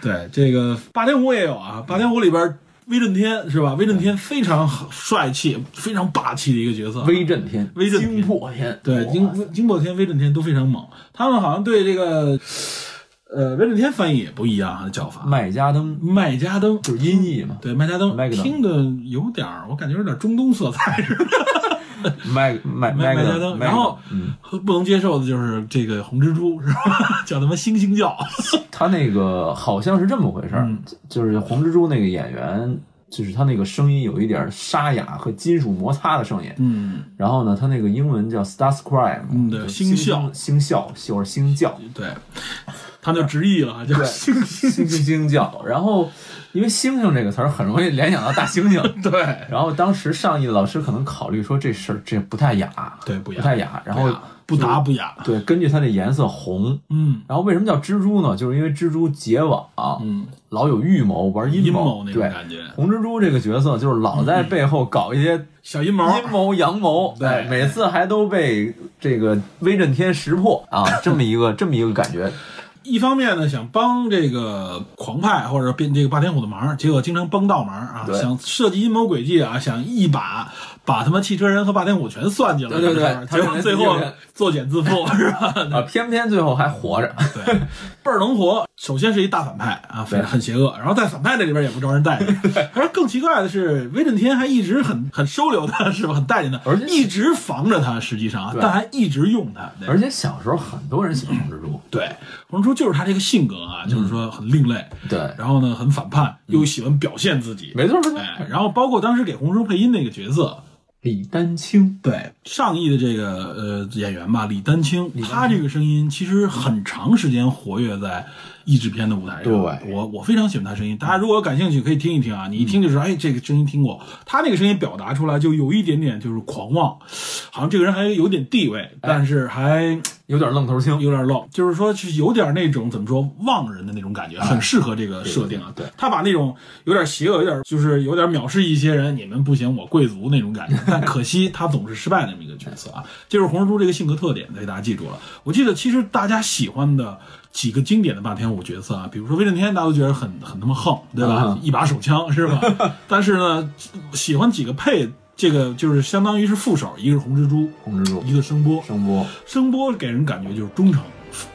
S1: 对，这个霸天虎也有啊，霸天虎里边威震天是吧？威震天非常好帅气、非常霸气的一个角色。
S2: 威震天、
S1: 啊威震天
S2: 惊破天，
S1: 对
S2: 哇
S1: 惊惊破天、威震天都非常猛，他们好像对这个呃威震天翻译也不一样啊，叫法。
S2: 麦加登
S1: 麦加登
S2: 就是音译嘛，
S1: 对麦加登
S2: 麦加登
S1: 听着有点儿，我感觉有点中东色彩似的。
S2: 麦
S1: 麦
S2: 麦麦
S1: 麦
S2: 加
S1: 加登，
S2: 麦
S1: 然后
S2: 嗯，
S1: 不能接受的就是这个红蜘蛛是吧？叫他妈猩猩叫，
S2: 他那个好像是这么回事儿、
S1: 嗯
S2: 就是红蜘蛛那个演员，就是他那个声音有一点沙哑和金属摩擦的声音。
S1: 嗯，
S2: 然后呢，他那个英文叫 Star Scream，
S1: 嗯对
S2: 就
S1: 星
S2: 星星笑，或者星叫，
S1: 对， (laughs) 他们就直译了，叫
S2: 对
S1: 猩猩，，
S2: 星星星叫。然后因为星星这个词儿很容易联想到大猩猩
S1: (laughs) 对
S2: 然后当时上一老师可能考虑说这事儿这不太雅，
S1: 对，不一
S2: 不
S1: 样，
S2: 太雅，然后
S1: 不打不雅，
S2: 对，根据它的颜色红。
S1: 嗯
S2: 然后为什么叫蜘蛛呢？就是因为蜘蛛结网，
S1: 嗯，
S2: 老有预谋，玩
S1: 阴
S2: 谋，
S1: 谋那种
S2: 对，
S1: 感觉，
S2: 红蜘蛛这个角色就是老在背后搞一些
S1: 小阴谋，
S2: 阴谋阳谋，
S1: 对
S2: 哎每次还都被这个威震天识破啊，这么一个这么一个
S1: (laughs)
S2: 感觉，
S1: 一方面呢想帮这个狂派或者变这个霸天虎的忙，结果经常帮倒忙啊，
S2: 对
S1: 想设计阴谋诡计啊，想一把把他妈汽车人和霸天虎全算进来，
S2: 对对对
S1: 这事儿
S2: 他
S1: 结果
S2: 认为
S1: 最
S2: 自己
S1: 后
S2: 人
S1: 作茧自缚是吧？
S2: 啊，偏偏最后还活着，
S1: 对，倍儿能活。首先是一大反派啊，非
S2: 对
S1: 很邪恶，然后在反派那里边也不招人待见。而更奇怪的是，威震天还一直很很收留他，是吧？很待见他，
S2: 而且
S1: 一直防着他，实际上啊
S2: 对
S1: 但还一直用他。对
S2: 而且小时候很多人喜欢红蜘蛛，
S1: 对，红蜘蛛就是他这个性格啊，就是说很另类，
S2: 对，
S1: 然后呢很反叛，又喜欢表现自己。
S2: 嗯没错没错，
S1: 哎，然后包括当时给红蜘蛛配音那个角色，
S2: 李丹青，
S1: 对上亿的这个呃演员吧，李丹青，他这个声音其实很长时间活跃在译制片的舞台上。
S2: 对
S1: 我我非常喜欢他声音，大家如果有感兴趣可以听一听啊，你一听就是、哎，这个声音听过。他那个声音表达出来就有一点点就是狂妄，好像这个人还有点地位，但是还
S2: 有点愣头青，
S1: 有点 low，就是说是有点那种怎么说忘人的那种感觉，很适合这个设定啊。
S2: 哎对对
S1: 他把那种有点邪恶、有点就是有点藐视一些人，你们不行，我贵族那种感觉。但可惜他总是失败的那么一个角色啊，这是红蜘蛛这个性格特点，被大家记住了。我记得其实大家喜欢的。几个经典的霸天虎角色啊，比如说威震天，大家都觉得很很他妈横，对吧？
S2: 嗯
S1: 一把手枪是吧？ (laughs) 但是呢，喜欢几个配，这个就是相当于是副手，一个是红蜘蛛，
S2: 红蜘蛛
S1: 一个声波，
S2: 声波，
S1: 声波给人感觉就是忠诚，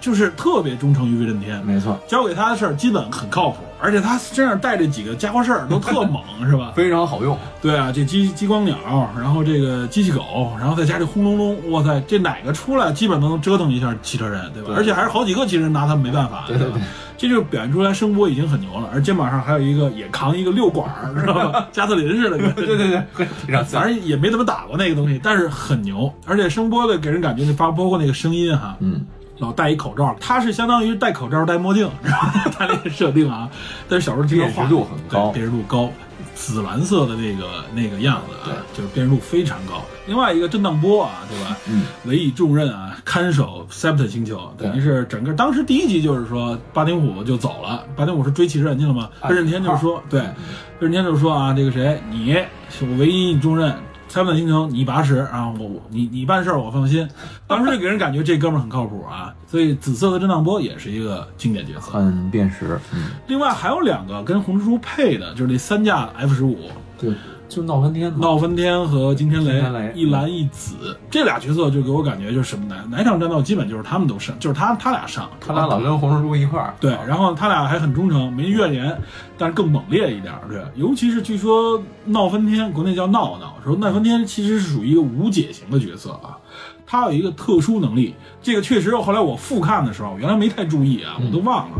S1: 就是特别忠诚于威震天。
S2: 没错，
S1: 交给他的事儿基本很靠谱，而且他身上带着几个家伙事儿都特猛，是
S2: (laughs)
S1: 吧？
S2: 非常好用，
S1: 对啊，这激激光鸟，然后这个机器狗，然后再加这轰隆隆，哇塞，这哪个出来基本都能折腾一下汽车人，对吧？
S2: 对
S1: 而且还是好几个汽车人拿他们没办法，
S2: 对对
S1: 吧？这就表现出来声波已经很牛了，而肩膀上还有一个也扛一个六管儿，知道
S2: (laughs)
S1: 吧？加特林似的，对
S2: 对对对，非常自
S1: 反
S2: 然，
S1: 正也没怎么打过那个东西，但是很牛，而且声波的给人感觉，那包包括那个声音哈，
S2: 嗯，
S1: 老戴一口罩，他是相当于戴口罩戴墨镜，然后 (laughs) 他那个设定啊，但是小时候听说画
S2: 辨识度很高
S1: 对辨识度高，紫蓝色的那个那个样子啊，就是辨识度非常高。另外一个震荡波啊，对吧？
S2: 嗯，
S1: 委以重任啊，看守 Sept 星球，等于
S2: 对
S1: 是整个当时第一集就是说巴丁虎就走了，巴丁虎是追骑士人去了嘛？
S2: 啊
S1: 任天就说，对，任天就说啊，这个谁，你是我唯一重任。三本星球，你把屎啊！我我你你办事儿，我放心。 (laughs) 当时就给人感觉这哥们儿很靠谱啊，所以紫色的震荡波也是一个经典角色。
S2: 很辨识，嗯。
S1: 另外还有两个跟红蜘蛛配的，就是那三架 F 十五，
S2: 对，就闹翻天嘛。
S1: 闹翻天和惊天雷，
S2: 惊天雷
S1: 一蓝一紫这俩角色就给我感觉就是什么呢？哪场战斗基本就是他们都上，就是他他俩上，
S2: 他俩老跟红蜘蛛一块儿，
S1: 对，然后他俩还很忠诚，没怨言，但是更猛烈一点儿。对，尤其是据说闹翻天，国内叫闹闹，说闹翻天其实是属于一个无解型的角色啊。他有一个特殊能力，这个确实后来我复看的时候，我原来没太注意啊，我都忘了。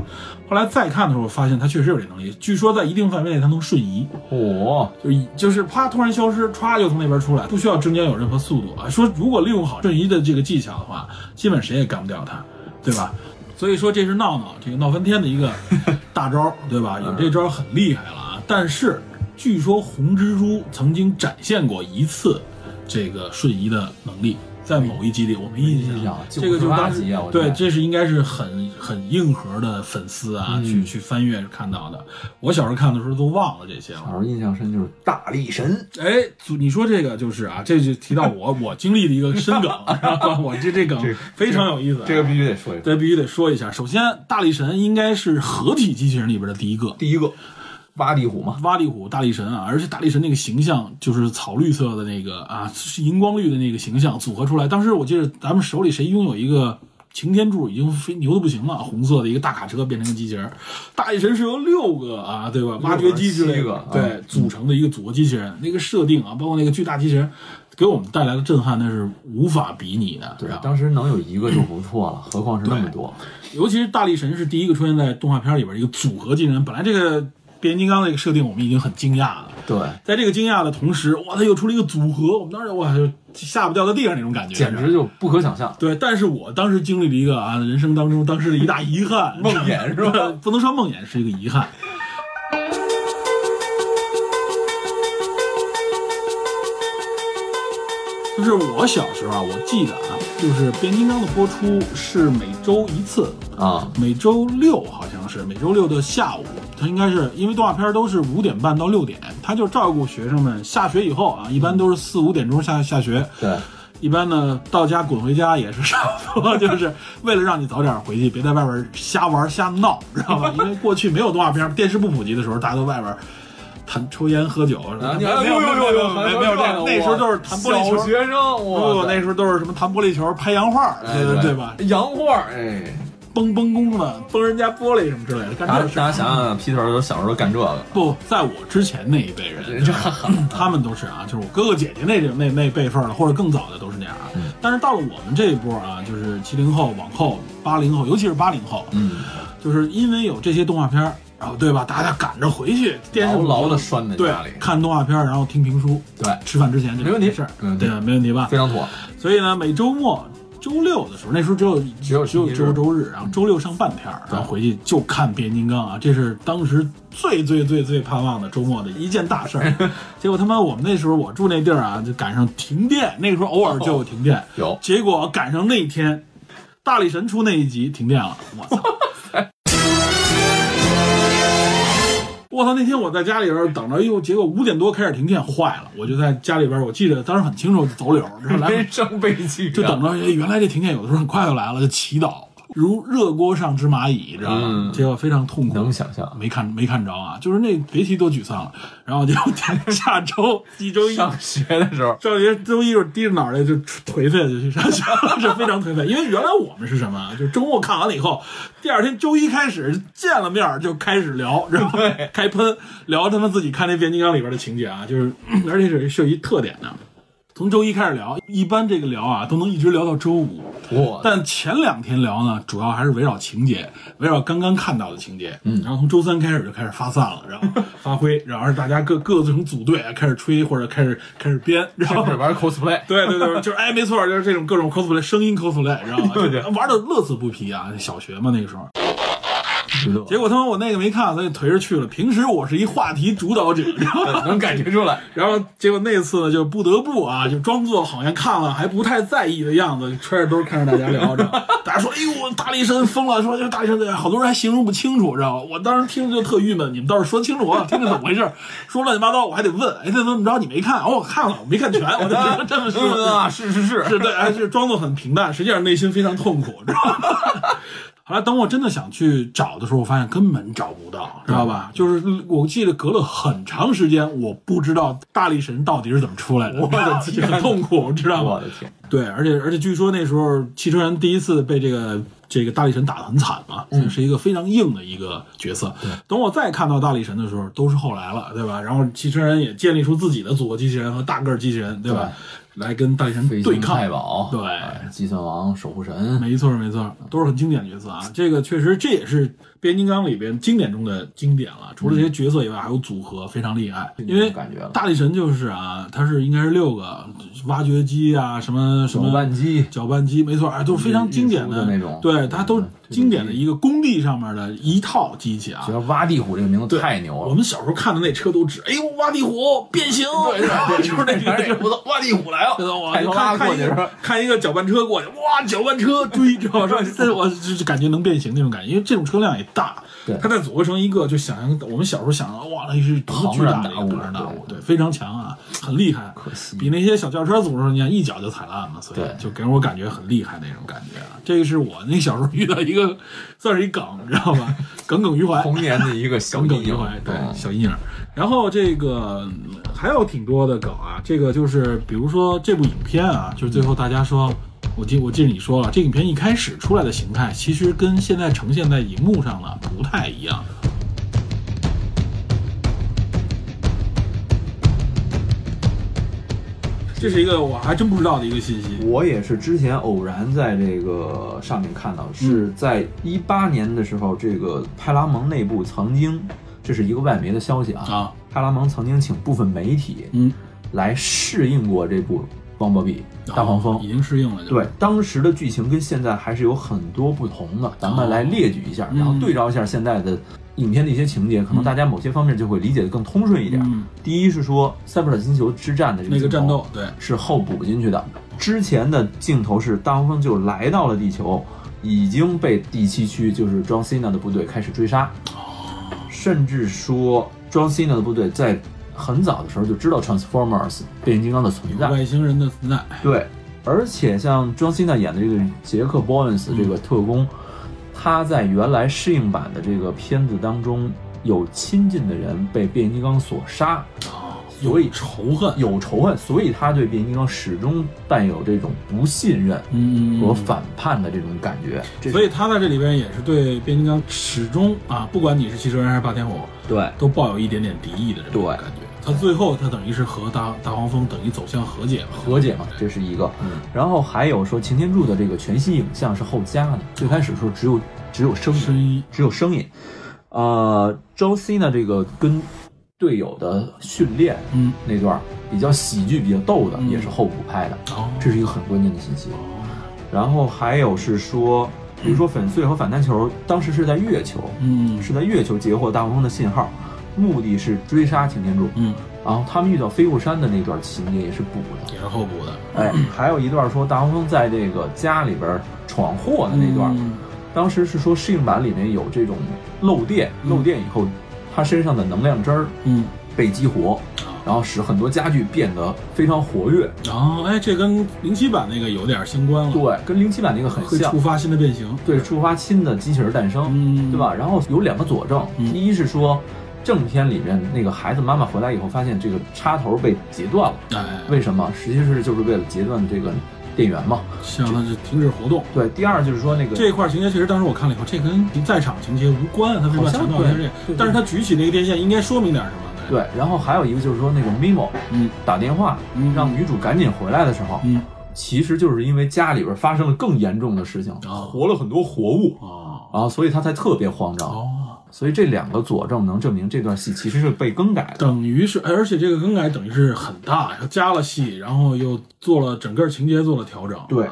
S1: 后来再看的时候，发现他确实有这能力。据说在一定范围内，他能瞬移，
S2: 嚯、
S1: 就一就是啪突然消失，歘就从那边出来，不需要中间有任何速度啊。说如果利用好瞬移的这个技巧的话，基本谁也干不掉他，对吧？所以说这是闹闹这个闹翻天的一个大招，对吧？有这招很厉害了啊。但是据说红蜘蛛曾经展现过一次这个瞬移的能力。在某一集里，我没印
S2: 没印
S1: 象
S2: 象，
S1: 这个就是当时
S2: 98集啊我觉得
S1: 对，这是应该是很很硬核的粉丝啊，去去翻阅看到的。我小时候看的时候都忘了这些了
S2: 小。时候印象深就是大力神，
S1: 哎，祖你说这个就是啊，这就提到我 (laughs) 我经历的一个深梗，知道吧？我这这梗
S2: 这
S1: 非常有意思啊、
S2: 这个必须得说一说。
S1: 对必须得说一下。首先，大力神应该是合体机器人里边的第一个，
S2: 第一个挖力虎嘛，
S1: 挖力虎、大力神啊，而且大力神那个形象就是草绿色的那个啊，是荧光绿的那个形象组合出来。当时我记得咱们手里谁拥有一个擎天柱，已经飞牛的不行了，红色的一个大卡车变成个机器人儿。大力神是由六个啊，对吧？挖掘机之类
S2: 七个
S1: 的
S2: 啊，
S1: 对，组成的一个组合机器人。那个设定啊，包括那个巨大机器人，给我们带来的震撼那是无法比拟的。
S2: 对
S1: 是吧，
S2: 当时能有一个就不错了，何况是那么多。
S1: 尤其是大力神是第一个出现在动画片里边一个组合技能。本来这个变形金刚的这个设定我们已经很惊讶了，
S2: 对，
S1: 在这个惊讶的同时，哇，他又出了一个组合，我们当时哇就下巴掉到地上那种感觉，
S2: 简直就不可想象。
S1: 对。但是我当时经历了一个啊，人生当中当时的一大遗憾，
S2: 梦魇是吧？
S1: (laughs) 不能说梦魇是一个遗憾。就是我小时候啊，我记得啊，就是变形金刚的播出是每周一次，
S2: 啊，
S1: 每周六好像是每周六的下午，它应该是因为动画片都是五点半到六点，它就照顾学生们下学以后啊，一般都是四五点钟下下学，
S2: 对，
S1: 一般呢到家滚回家也是差不多，就是为了让你早点回去，别在外边瞎玩瞎闹，知道吧？因为过去没有动画片，电视不普及的时候，大家都外边。谈抽烟喝酒，
S2: 啊
S1: 没
S2: 你
S1: 有没有没有没有没有没有这个，那时候都是弹玻璃球，
S2: 小学生，
S1: 不
S2: 我
S1: 那时候都是什么弹玻璃球、拍洋画，对对对吧？
S2: 洋画，哎，
S1: 崩崩弓子、崩人家玻璃什么之类的，干
S2: 大家
S1: 这
S2: 大
S1: 事儿
S2: 家想想，Peter 都小时候干这个，
S1: 不，在我之前那一辈人，嗯他们都是啊，就是我哥哥姐姐那那那辈分儿了，或者更早的都是那样啊。
S2: 嗯
S1: 但是到了我们这一波啊，就是七零后往后、八零后，尤其是八零后，
S2: 嗯，
S1: 就是因为有这些动画片儿，然后对吧？大家赶着回去，电视
S2: 嗯牢牢的拴在
S1: 对
S2: 家里，
S1: 看动画片儿，然后听评书，
S2: 对
S1: 吃饭之前这
S2: 没问题嗯
S1: 事儿
S2: 没问，题
S1: 对吧，没问题吧
S2: 非？常妥。
S1: 所以呢，每周末周六的时候，那时候只有
S2: 只有
S1: 只有
S2: 星期
S1: 周
S2: 日
S1: 周日，然后周六上半天儿，然后回去就看变形金刚啊，这是当时最最最最盼望的周末的一件大事
S2: (laughs)
S1: 儿。结果他妈我们那时候我住那地儿啊，就赶上停电，那个时候偶尔就有停电，
S2: (laughs) 有
S1: 结果赶上那天。大力神出那一集停电了，我操！
S2: (laughs)
S1: 我操！那天我在家里边等着，哟，结果五点多开始停电，坏了，我就在家里边，我记得当时很清楚，走柳，然后来
S2: 人生悲剧啊，
S1: 就等着，哎原来这停电有的时候很快就来了，就祈祷，如热锅上之蚂蚁，知道吗？
S2: 嗯
S1: 结果非常痛苦，
S2: 能想象
S1: 没看没看着啊，就是那别提多沮丧了。然后就 (laughs) 下周一周一。
S2: 上学的时候，
S1: 上学周一就低着脑袋就颓废就去上学了，是非常颓废。因为原来我们是什么啊，就周末看完了以后，第二天周一开始见了面儿就开始聊，然后开喷聊他们自己看那变形金刚里边的情节啊，就是而且是是有一特点的，从周一开始聊，一般这个聊啊都能一直聊到周五。
S2: 我
S1: 但前两天聊呢，主要还是围绕情节，围绕刚刚看到的情节。嗯，然后从周三开始就开始发散了，然后发挥，然后大家各各自成组队开始吹或者开始开始编，然后
S2: 开始。玩 cosplay，
S1: 对对对，就是哎，没错，就是这种各种 cosplay，声音 cosplay，知道
S2: (laughs)
S1: 吗？
S2: 对对
S1: 就玩的乐此不疲啊！小学嘛那个时候，结果他妈我那个没看，所以颓着去了。平时我是一话题主导者，然后
S2: 能感觉出 (laughs) 来，
S1: (laughs) 然后结果那次呢，就不得不啊，就装作好像看了还不太在意的样子，揣着兜看着大家聊着。 (laughs) 大家说：“哎呦，大力神疯了！”说这大力神，好多人还形容不清楚，知道吧？我当时听着就特郁闷，你们倒是说清楚，我啊想听听怎么回事。说乱七八糟，我还得问：“哎，这怎么着？你没看？”哦，我看了，我没看全，我就只能这么说。
S2: (laughs) 嗯啊，是是是，
S1: 是对，还是装作很平淡，实际上内心非常痛苦，知道吗？ (laughs) 后来等我真的想去找的时候，我发现根本找不到，知道吧？就是我记得隔了很长时间，我不知道大力神到底是怎么出来的，我的天，很痛苦，知道吗
S2: 我？的天，
S1: 对，而且而且据说那时候汽车人第一次被这个这个大力神打得很惨嘛，嗯、是一个非常硬的一个角色。等我再看到大力神的时候，都是后来了，对吧？然后汽车人也建立出自己的组合机器人和大个儿机器人，对吧？来跟大力神
S2: 飞
S1: 对
S2: 行
S1: 抗
S2: 太。保，
S1: 对
S2: 哎计算王守护神，
S1: 没错，没错，都是很经典的角色啊。这个确实，这也是变形金刚里边经典中的经典了。除了这些角色以外，还有组合非常厉害。因为
S2: 嗯感觉了
S1: 大力神就是啊，他是应该是六个挖掘机啊，什么什
S2: 手
S1: 么
S2: 办机，
S1: 搅拌机，没错，哎，都是非常经典
S2: 运输的那种
S1: 对，它都是
S2: 嗯对
S1: 经典的一个工地上面的一套机器啊
S2: 只。要挖地虎这个名字太牛
S1: 我
S2: 了，
S1: 们小时候看的那车都指，哎呦，挖地虎变形，对 (laughs)
S2: (laughs)
S1: 就是那
S2: 边
S1: 个。
S2: 不错，挖地虎来了，
S1: (laughs) 我
S2: 太
S1: 就
S2: 多
S1: 看
S2: 拉
S1: 看
S2: 过
S1: 一
S2: 去是
S1: 个
S2: 吧？
S1: 看一个搅拌车 (laughs) 过去，哇，搅拌车追，知道吧？这我就是感觉能变形那种感觉，因为这种车辆也大，
S2: 对
S1: 它再组合成一个，就想象我们小时候想象，哇，那是多巨大的一个庞然大物，对，非常强啊，很厉害，
S2: 可惜
S1: 比那些小轿车组成，你看一脚就踩烂了，所以
S2: 对
S1: 就给我感觉很厉害那种感觉啊。这个是我那小时候遇到一个算是一梗，你知道吧？耿耿于怀，
S2: 童年的一个小
S1: 耿耿
S2: 阴
S1: 于
S2: 影
S1: 怀，，对，
S2: 嗯
S1: 小阴影。然后这个嗯还有挺多的梗啊，这个就是比如说这部影片啊，就是最后大家说，我记我记得你说了，这个影片一开始出来的形态，其实跟现在呈现在荧幕上呢不太一样。这是一个我还真不知道的一个信息，
S2: 我也是之前偶然在这个上面看到，是在一八年的时候，这个派拉蒙内部曾经，这是一个外媒的消息啊，
S1: 啊
S2: 派拉蒙曾经请部分媒体
S1: 嗯，
S2: 来适应过这部《邦博比
S1: 啊
S2: 大黄蜂》
S1: 已经适应了，就
S2: 对，当时的剧情跟现在还是有很多不同
S1: 啊
S2: 的，咱们来列举一
S1: 嗯
S2: 下，然后对照一下现在的影片的一些情节，可能大家某些方面就会理解的更通顺一点。
S1: 嗯
S2: 第一是说塞伯尔金球之战的这
S1: 那个
S2: 镜
S1: 战
S2: 头
S1: 斗，对，
S2: 是后补进去的，之前的镜头是大黄蜂就来到了地球，已经被第七区就是 John Cena 的部队开始追杀，甚至说 John Cena 的部队在很早的时候就知道 Transformers 变形金刚的存在，
S1: 外星人的存在，
S2: 对，而且像 John Cena 演的这个杰克·鲍恩斯这个特工，他在原来适应版的这个片子当中，有亲近的人被变形金刚所杀，所以
S1: 有仇恨，
S2: 有仇恨，所以他对变形金刚始终伴有这种不信任
S1: 嗯，嗯嗯
S2: 和反叛的这种感觉。这是
S1: 所以他在这里边也是对变形金刚始终啊，不管你是汽车人还是霸天虎，
S2: 对
S1: 都抱有一点点敌意的这种
S2: 对
S1: 感觉。他最后他等于是和大大黄蜂等于走向和解嘛，
S2: 和解嘛，这是一个。然后还有说擎天柱的这个全息影像是后加的，最开始说只有只有声音，
S1: 声音
S2: 只有声音。呃，周 C 呢，这个跟队友的训练，
S1: 嗯，
S2: 那段儿比较喜剧、比较逗的，
S1: 嗯
S2: 也是后补拍的，
S1: 哦
S2: 这是一个很关键的信息。然后还有是说，比如说粉碎和反弹球，当时是在月球，
S1: 嗯
S2: 是在月球截获大黄蜂的信号，目的是追杀擎天柱。
S1: 嗯，
S2: 然后他们遇到飞过山的那段情节也是补的，
S1: 也是后补的
S2: 哎，还有一段说大黄蜂在这个家里边儿闯祸的那段儿，
S1: 嗯
S2: 当时是说适应版里面有这种漏电，漏电以后，他身上的能量汁儿
S1: 嗯，
S2: 被激活，然后使很多家具变得非常活跃。
S1: 然后哎，这跟零七版那个有点相关了，
S2: 对，跟零七版那个很
S1: 会
S2: 像
S1: 触。发新的变形，
S2: 对，触发新的机器人诞生，
S1: 嗯
S2: 对吧？然后有两个佐证，
S1: 嗯
S2: 第一是说正片里面那个孩子妈妈回来以后，发现这个插头被截断了，
S1: 哎，
S2: 为什么？实际是就是为了截断这个电源嘛。
S1: 像它就停止活动。
S2: 对，第二就是说那个
S1: 这一块情节其实当时我看了以后，这跟在场情节无关，他为什么要
S2: 好像
S1: 强调一下这
S2: 对
S1: 个
S2: 对对？
S1: 但是他举起那个电线应该说明点什么？，
S2: 对，然后还有一个就是说那个 Mimo，
S1: 嗯，
S2: 打电话
S1: 嗯
S2: 让女主赶紧回来的时候，
S1: 嗯，
S2: 其实就是因为家里边发生了更严重的事情，
S1: 哦
S2: 活了很多活物，
S1: 哦
S2: 然后所以他才特别慌张。
S1: 哦。
S2: 所以这两个佐证能证明这段戏其实是被更改的。
S1: 等于是，哎而且这个更改等于是很大，又加了戏，然后又做了整个情节做了调整。啊
S2: 对，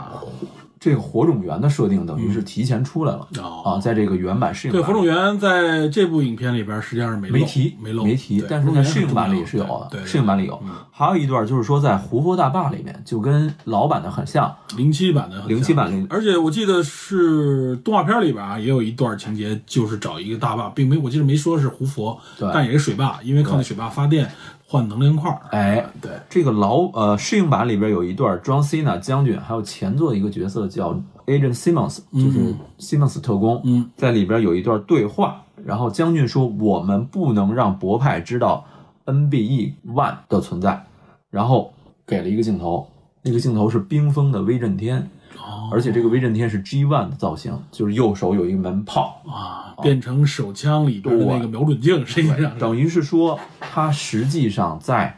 S2: 这个火种源的设定等于是提前出来了、
S1: 嗯哦
S2: 啊，在这个原版适应
S1: 对，
S2: 版
S1: 火种源在这部影片里边实际上是没
S2: 没
S1: 没
S2: 提
S1: 没漏
S2: 没提
S1: 对，
S2: 但是
S1: 火种
S2: 在
S1: 源
S2: 适应
S1: 很
S2: 版
S1: 重
S2: 里
S1: 要
S2: 是有的，
S1: 对，对嗯
S2: 适应版里有。还有一段就是说在胡佛大坝里面，就跟老版的很像，
S1: 零七版的很像
S2: 零七版里
S1: 而且我记得是动画片里边啊，也有一段情节，就是找一个大坝，并没我记得没说是胡佛，
S2: 对
S1: 但也是水坝，因为靠那水坝发电换能量块。
S2: 哎，
S1: 对，
S2: 这个老呃适应版里边有一段 John Cena 将军，还有前作的一个角色叫 Agent Simmons，就是
S1: 嗯
S2: Simmons 特工，
S1: 嗯，
S2: 在里边有一段对话，然后将军说我们不能让博派知道 NBE One 的存在，然后给了一个镜头，那个镜头是冰封的威震天，
S1: 哦
S2: 而且这个威震天是 G One 的造型，就是右手有一个门炮，
S1: 啊，变成手枪里边的那个瞄准镜，实际上是
S2: 等于是说它实际上在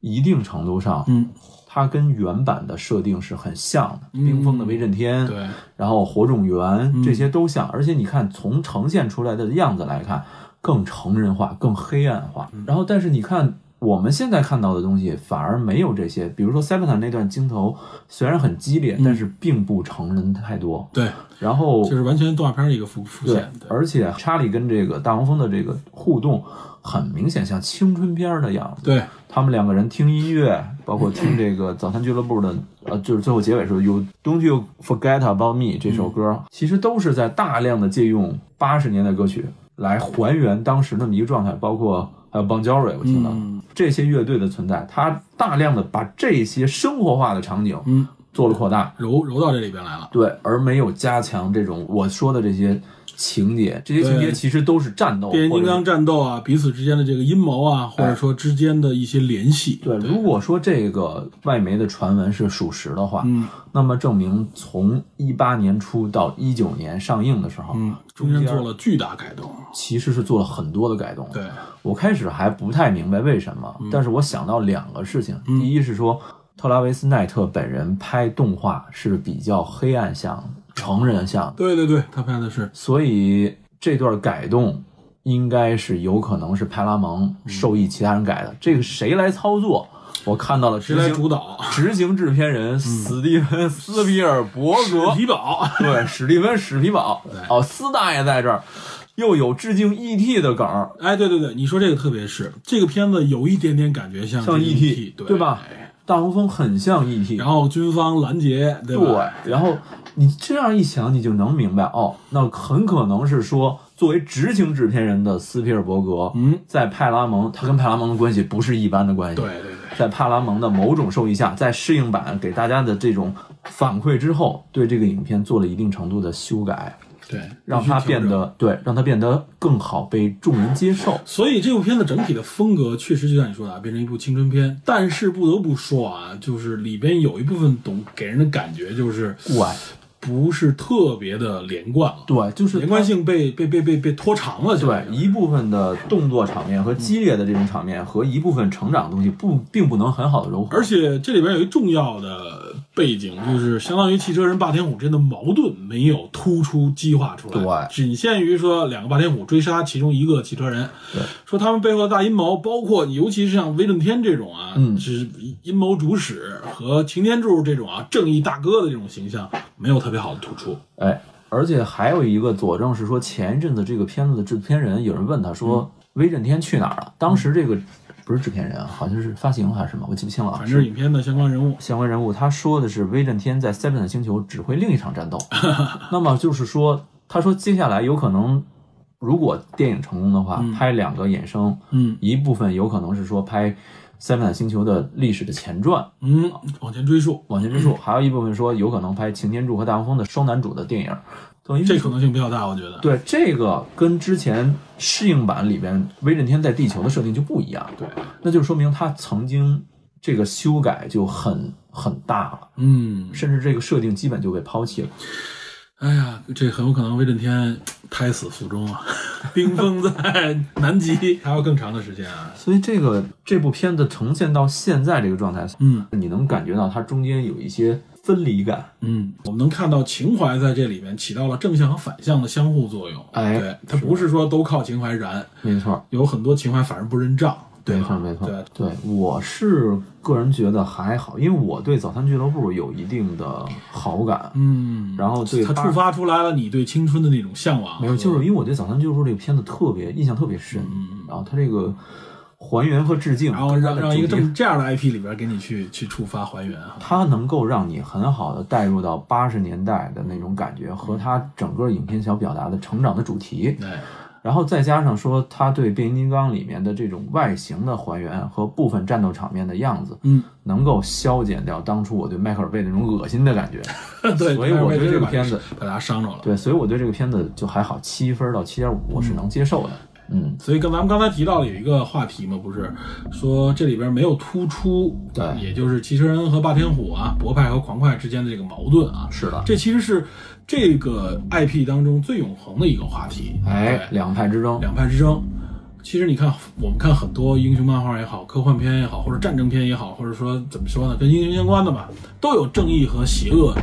S2: 一定程度上，
S1: 嗯，
S2: 它跟原版的设定是很像的，冰封的威震天，
S1: 对，
S2: 然后火种源
S1: 嗯
S2: 这些都像，而且你看从呈现出来的样子来看，更成人化，更黑暗化。然后，但是你看我们现在看到的东西反而没有这些，比如说 s e v e n 那段镜头虽然很激烈，但是并不成人太多。
S1: 对，
S2: 然后
S1: 嗯就是完全动画片的一个复复
S2: 对
S1: 现。，对
S2: 而且查理跟这个大黄蜂的这个互动，很明显像青春片儿的样子。
S1: 对，
S2: 他们两个人听音乐，包括听这个早餐俱乐部的，呃，就是最后结尾时候有《
S1: 嗯
S2: Don't You Forget About Me》这首歌，其实都是在大量的借用八十年代歌曲，来还原当时那么一个状态，包括还有 Bon Jovi，我听到、
S1: 嗯
S2: 这些乐队的存在，它大量的把这些生活化的场景
S1: 嗯，
S2: 做了扩大，
S1: 揉揉到这里边来了。
S2: 对，而没有加强这种我说的这些情节，这些情节
S1: 对
S2: 其实都是战斗，
S1: 变形金
S2: 或者是
S1: 刚战斗啊，彼此之间的这个阴谋啊，或者说之间的一些联系，
S2: 对，如果说这个外媒的传闻是属实的话，
S1: 嗯，
S2: 那么证明从一八年初到一九年上映的时候，
S1: 嗯，中间做了巨大改动，
S2: 其实是做了很多的改动。
S1: 对，嗯
S2: 我开始还不太明白为什么，但是我想到两个事情，第一是说特拉维斯奈特本人拍动画是比较黑暗向的、成人向的，
S1: 对对对，他拍的是，
S2: 所以这段改动。应该是有可能是派拉蒙
S1: 嗯
S2: 受益其他人改的，这个谁来操作？我看到了
S1: 谁
S2: 执
S1: 来
S2: 行
S1: 主嗯导？
S2: 执行制片人史蒂芬·斯皮尔伯格，
S1: 皮宝，
S2: 对，史蒂芬·史皮堡，哦，斯大爷在这儿，又有致敬 E.T. 的梗儿，
S1: 哎，对对对，你说这个特别是这个片子有一点点感觉像
S2: 像
S1: E.T.
S2: E.T.
S1: E 对哎
S2: 对吧？大黄蜂很像 E E.T.
S1: 然后军方拦截，对吧？
S2: 对，然后你这样一想，你就能明白哦，那很可能是说，作为执行制片人的斯皮尔伯格，
S1: 嗯，
S2: 在派拉蒙，他跟派拉蒙的关系不是一般的关系，
S1: 对对对
S2: 在帕拉蒙的某种受益下，在适应版给大家的这种反馈之后，对这个影片做了一定程度的修改，
S1: 对，
S2: 让它
S1: 必须调
S2: 变
S1: 整。
S2: 得对，让它变得更好被众人接受。
S1: 所以这部片子整体的风格确实就像你说的，啊，变成一部青春片。但是不得不说啊，就是里边有一部分懂给人的感觉就是
S2: 对，
S1: 不是特别的连贯了，
S2: 对，就是
S1: 连贯性被被被被被拖长了，
S2: 对，一部分的动作场面和激烈的这种场面，和一部分成长的东西不并不能很好的柔合。
S1: 而且这里边有一重要的背景，就是相当于汽车人霸天虎之间的矛盾没有突出激化出来，
S2: 对
S1: 仅限于说两个霸天虎追杀其中一个汽车人，说他们背后的大阴谋，包括尤其是像威震天这种啊，
S2: 嗯
S1: 是阴谋主使和擎天柱这种啊正义大哥的这种形象，没有特别好的突出。
S2: 哎，而且还有一个佐证是说，前一阵子这个片子的制片人有人问他
S1: 嗯
S2: 说，威震天去哪儿了？当时这个不是制片人啊，好像是发行还是什么，我记不清了啊。
S1: 反正是影片的相关人物，
S2: 相关人物，他说的是威震天在塞本的星球指挥另一场
S1: (laughs)
S2: 战斗。那么就是说，他说接下来有可能，如果电影成功的话，拍两个衍生，
S1: 嗯
S2: 一部分有可能是说拍塞本星球的历史的前传，
S1: 嗯，往前追溯，
S2: 往前追溯；还有一部分说有可能拍擎天柱和大黄蜂的双男主的电影，等于
S1: 这
S2: 是
S1: 可能性比较大，我觉得。
S2: 对这个跟之前适应版里边威震天在地球的设定就不一样，
S1: 对，
S2: 那就说明他曾经这个修改就很很大了。
S1: 嗯，
S2: 甚至这个设定基本就被抛弃了。
S1: 哎呀，这很有可能威震天胎死腹中啊，冰封在南极 (laughs) 还要更长的时间啊。
S2: 所以这个这部片子呈现到现在这个状态，
S1: 嗯
S2: 你能感觉到它中间有一些分离感。
S1: 嗯，我们能看到情怀在这里面起到了正向和反向的相互作用。
S2: 哎
S1: 对，它不是说都靠情怀燃，
S2: 没错，
S1: 有很多情怀反而不认账，对
S2: 没
S1: 吧？
S2: 错，没错。
S1: 对，啊
S2: 我是个人觉得还好，因为我对早餐俱乐部有一定的好感。
S1: 嗯，
S2: 然后对
S1: 它
S2: 八
S1: 触发出来了你对青春的那种向往。
S2: 没有，就是因为我对早餐俱乐部这个片子特别印象特别深，然后它这个还原和致
S1: 嗯
S2: 敬，
S1: 然后让
S2: 它的
S1: 让一个
S2: 主
S1: 这
S2: 题
S1: 么这样的 IP 里边给你去去触发还原啊。
S2: 它能够让你很好的带入到八十年代的那种感觉，
S1: 嗯
S2: 和它整个影片想表达的成长的主题，
S1: 对，
S2: 然后再加上说它对变形金刚里面的这种外形的还原和部分战斗场面的样子，
S1: 嗯，
S2: 能够消减掉当初我对迈克尔贝那种恶心
S1: (laughs)
S2: 的感觉。
S1: 对，
S2: 所以我觉得这个片子
S1: 把它伤着了。
S2: 对，所以我对这个片子就还好，七分到七点五我是能接受的。嗯，
S1: 所以跟咱们刚才提到的有一个话题嘛，不是说这里边没有突出，
S2: 对
S1: 也就是汽车人和霸天虎啊、博派和狂快之间的这个矛盾啊，
S2: 是的
S1: 这其实是这个 IP 当中最永恒的一个话题，
S2: 哎，
S1: 对
S2: 两派之争，
S1: 两派之争。其实你看，我们看很多英雄漫画也好，科幻片也好，或者战争片也好，或者说怎么说呢，跟英雄相关的吧，都有正义和邪恶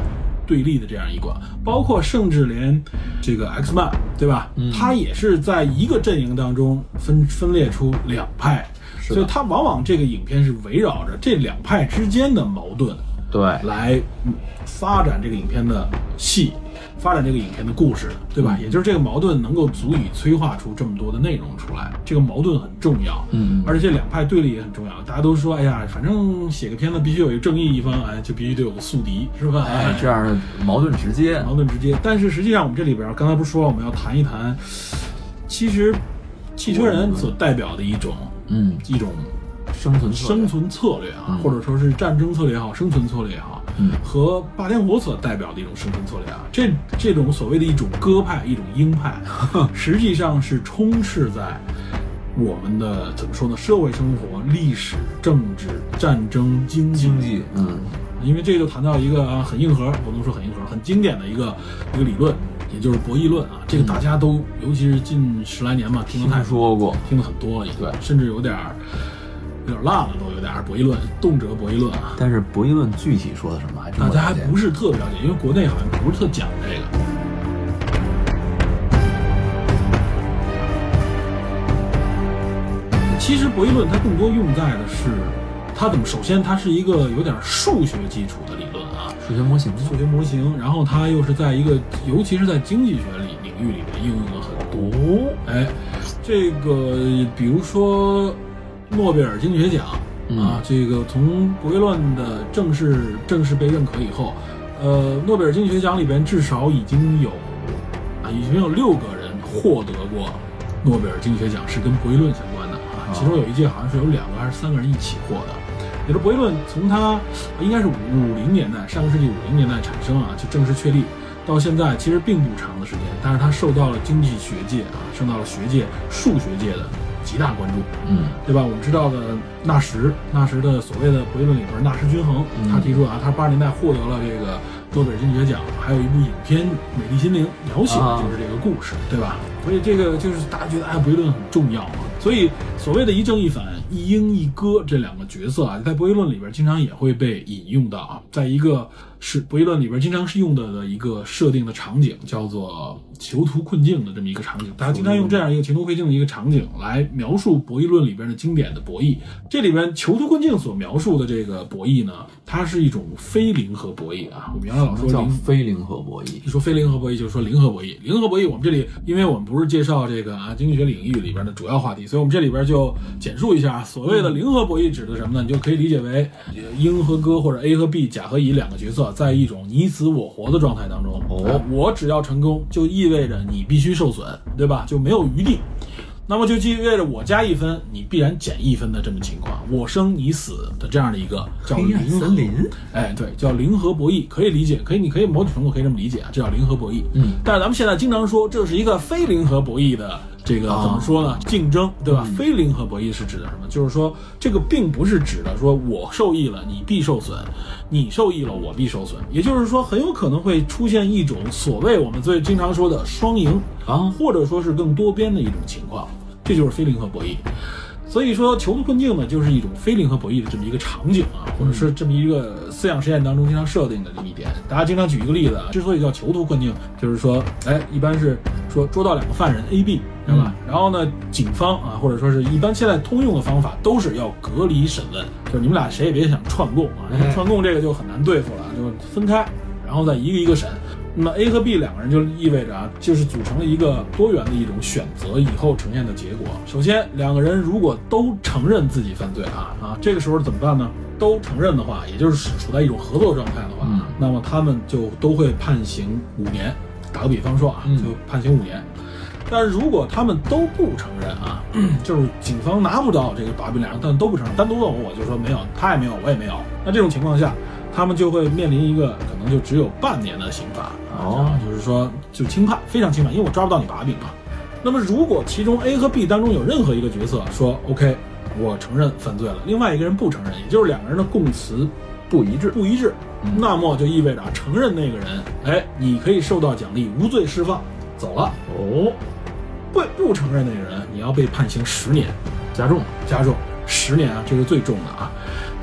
S1: 对立的这样一关，包括甚至连这个 X Man，对吧？他也是在一个阵营当中分分裂出两派，
S2: 的
S1: 所以它往往这个影片是围绕着这两派之间的矛盾
S2: 对，
S1: 来嗯发展这个影片的戏，发展这个影片的故事，对
S2: 嗯
S1: 吧？也就是这个矛盾能够足以催化出这么多的内容出来，这个矛盾很重要。
S2: 嗯
S1: 而且这两派对立也很重要。大家都说，哎呀，反正写个片子必须有一个正义一方，哎，就必须得有个宿敌，是吧？
S2: 哎，这样的矛盾直接，
S1: 矛盾直接。但是实际上，我们这里边儿刚才不是说了，我们要谈一谈其实汽车人所代表的一种
S2: 嗯，
S1: 一种
S2: 生存策略
S1: 生存策略啊
S2: 嗯，
S1: 或者说是战争策略也好，生存策略也好
S2: 嗯，
S1: 和霸天虎所代表的一种生存策略啊，这这种所谓的一种鸽派、一种鹰
S2: (laughs)
S1: 派，实际上是充斥在我们的怎么说呢？社会生活、历史、政治、战争、经济
S2: 经济，嗯
S1: 因为这就谈到一个啊很硬核，不能说很硬核，很经典的一个一个理论，也就是博弈论啊。这个大家都，尤其是近十来年嘛，听得太
S2: 嗯听说过，
S1: 听得很多了，已经
S2: 对
S1: 甚至有点儿有点儿烂了，都有点儿博弈论，动辄博弈论啊。
S2: 但是博弈论具体说的什啊么还真
S1: 大
S2: 不
S1: 家还
S2: 了解
S1: 不是特别了解，因为国内好像不是特讲这个。其实博弈论它更多用在的是，它怎么？首先，它是一个有点数学基础的理论啊，
S2: 数学模型，
S1: 数学模型，然后它又是在一个，尤其是在经济学里领域里面应用了很多。
S2: 哦，
S1: 哎，这个比如说诺贝尔经济学奖、
S2: 嗯
S1: 啊，这个从博弈论的正式正式被认可以后，呃，诺贝尔经济学奖里边至少已经有啊，已经有六个人获得过诺贝尔经济学奖，是跟博弈论相关的啊。其中有一届好像是有两个还是三个人一起获得。也就是博弈论从它应该是五零年代上个世纪五零年代产生啊，就正式确立，到现在其实并不长的时间，但是它受到了经济学界啊，受到了学界、数学界的极大关注，
S2: 嗯
S1: 对吧？我们知道的纳什，纳什的所谓的博弈论里边纳什均衡，他提出啊，他八十年代获得了这个诺贝尔经济学奖，还有一部影片《美丽心灵》，描写的就是这个故事，对吧？所以这个就是大家觉得哎，博弈论很重要嘛。所以所谓的一正一反、一鹰一鸽这两个角色啊，在博弈论里边经常也会被引用到啊，在一个是博弈论里边经常是用的的一个设定的场景，叫做囚徒困境的这么一个场景，大家经常用这样一个囚徒困境的一个场景来描述博弈论里边的经典的博弈。这里边囚徒困境所描述的这个博弈呢，它是一种非零和博弈啊，我们原来老说
S2: 叫
S1: 零
S2: 非零和博弈
S1: 一，说非零和博弈，就是说零和博弈。零和博弈，我们这里因为我们不是介绍这个啊经济学领域里边的主要话题，所以我们这里边就简述一下啊所谓的零和博弈指的什么呢？你就可以理解为呃鹰和鸽或者 A 和 B、甲和乙两个角色在一种你死我活的状态当中。
S2: 哦
S1: 啊我只要成功，就意味着你必须受损，对吧？就没有余地。那么就意味着我加一分，你必然减一分的这么情况，我生你死的这样的一个叫
S2: 黑暗
S1: 零和
S2: 森林
S1: 哎，对，叫零和博弈，可以理解，可以，你可以某种程度可以这么理解啊，这叫零和博弈。
S2: 嗯，
S1: 但是咱们现在经常说这是一个非零和博弈的这个
S2: 啊
S1: 怎么说呢？竞争，对吧？非零和博弈是指的什么？就是说这个并不是指的说我受益了你必受损，你受益了我必受损，也就是说很有可能会出现一种所谓我们最经常说的双赢
S2: 啊
S1: 或者说是更多边的一种情况，这就是非零和博弈。所以说，囚徒困境呢，就是一种非零和博弈的这么一个场景啊，或者是这么一个思想实验当中经常设定的这么一点。大家经常举一个例子啊，之所以叫囚徒困境，就是说，哎，一般是说捉到两个犯人 A、B，对吧？然后呢，警方啊，或者说是一般现在通用的方法都是要隔离审问，就是你们俩谁也别想串供啊，
S2: 哎
S1: 串供这个就很难对付了，就分开，然后再一个一个审。那么 A 和 B 两个人就意味着啊，就是组成了一个多元的一种选择以后呈现的结果。首先，两个人如果都承认自己犯罪啊啊，这个时候怎么办呢？都承认的话，也就是处在一种合作状态的话，
S2: 嗯
S1: 那么他们就都会判刑五年。打个比方说啊，
S2: 嗯
S1: 就判刑五年。但是如果他们都不承认啊， (clears throat) 就是警方拿不到这个把柄，两人但都不承认，单独问我，我就说没有，他也没有，我也没有。那这种情况下，他们就会面临一个可能就只有半年的刑罚
S2: 哦
S1: 啊，就是说就轻判，非常轻判，因为我抓不到你把柄嘛。那么如果其中 A 和 B 当中有任何一个角色说 OK，我承认犯罪了，另外一个人不承认，也就是两个人的供词
S2: 不一致，
S1: 不一致，那么就意味着啊承认那个人，哎，你可以受到奖励，无罪释放，走了。
S2: 哦，
S1: 不不承认那个人，你要被判刑十年，
S2: 加重，
S1: 加重十年啊，这是最重的啊。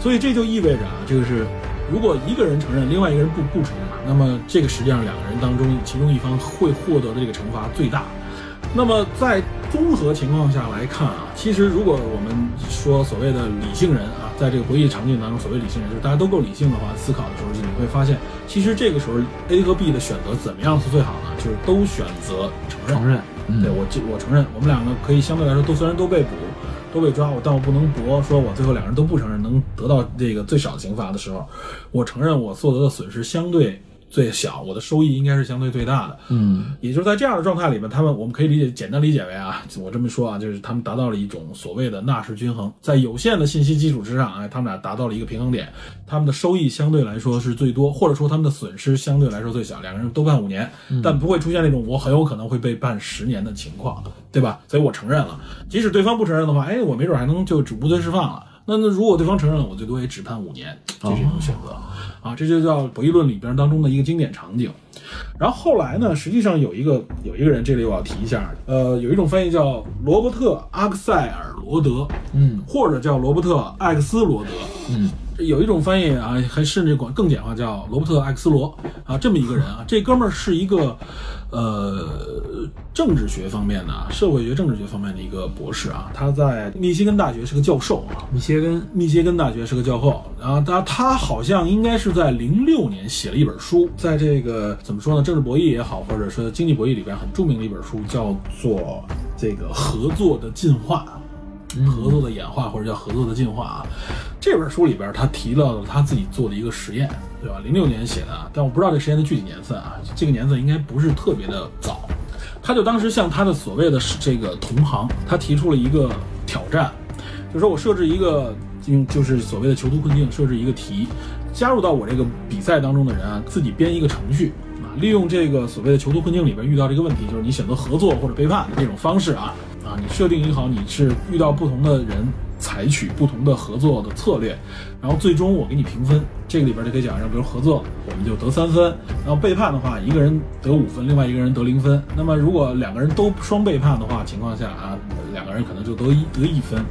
S1: 所以这就意味着啊，这个是如果一个人承认，另外一个人不不承认，啊那么这个实际上两个人当中，其中一方会获得的这个惩罚最大。那么在综合情况下来看啊，其实如果我们说所谓的理性人啊，在这个博弈场景当中，所谓理性人就是大家都够理性的话，思考的时候，就你会发现，其实这个时候 A 和 B 的选择怎么样是最好呢？就是都选择承认。
S2: 承认，嗯
S1: 对我这我承认，我们两个可以相对来说都虽然都被捕，都被抓，我但我不能驳说我最后两人都不承认，能得到这个最少的刑罚的时候，我承认我所得的损失相对最小，我的收益应该是相对最大的。
S2: 嗯
S1: 也就是在这样的状态里面，他们我们可以理解，简单理解为啊，我这么说啊，就是他们达到了一种所谓的纳什均衡，在有限的信息基础之上，哎，他们俩达到了一个平衡点，他们的收益相对来说是最多，或者说他们的损失相对来说最小，两个人都判五年，但不会出现那种我很有可能会被判十年的情况，对吧？所以我承认了，即使对方不承认的话，哎，我没准还能就无罪释放了。那那如果对方承认了，我最多也只判五年，这是一种选择、啊，这就叫博弈论里边当中的一个经典场景。然后后来呢，实际上有一个有一个人，这里我要提一下，呃，有一种翻译叫罗伯特·阿克塞尔罗德，
S2: 嗯，
S1: 或者叫罗伯特·艾克斯罗德，
S2: 嗯，
S1: 有一种翻译啊，还甚至管更简化叫罗伯特·艾克斯罗啊，这么一个人
S2: (laughs)
S1: 啊，这哥们儿是一个呃政治学方面的啊，社会学、政治学方面的一个博士啊，他在密西根大学是个教授啊，
S2: 密歇根，
S1: 密歇根大学是个教授，然后他他好像应该是在零六年写了一本书，在这个怎么说呢，政治博弈也好，或者说经济博弈里边很著名的一本书，叫做这个合作的进化。合作的演化，或者叫合作的进化啊。这本书里边他提到了他自己做的一个实验，对吧？零六年写的啊，但我不知道这实验的具体年份啊，这个年份应该不是特别的早。他就当时向他的所谓的这个同行，他提出了一个挑战，就说我设置一个，嗯，就是所谓的囚徒困境，设置一个题，加入到我这个比赛当中的人啊，自己编一个程序。啊，利用这个所谓的囚徒困境里边遇到这个问题，就是你选择合作或者背叛的这种方式啊啊，你设定好你是遇到不同的人采取不同的合作的策略，然后最终我给你评分。这个里边就可以讲，比如合作我们就得三分，然后背叛的话，一个人得五分，另外一个人得零分。那么如果两个人都双背叛的话情况下啊，两个人可能就得一得一分，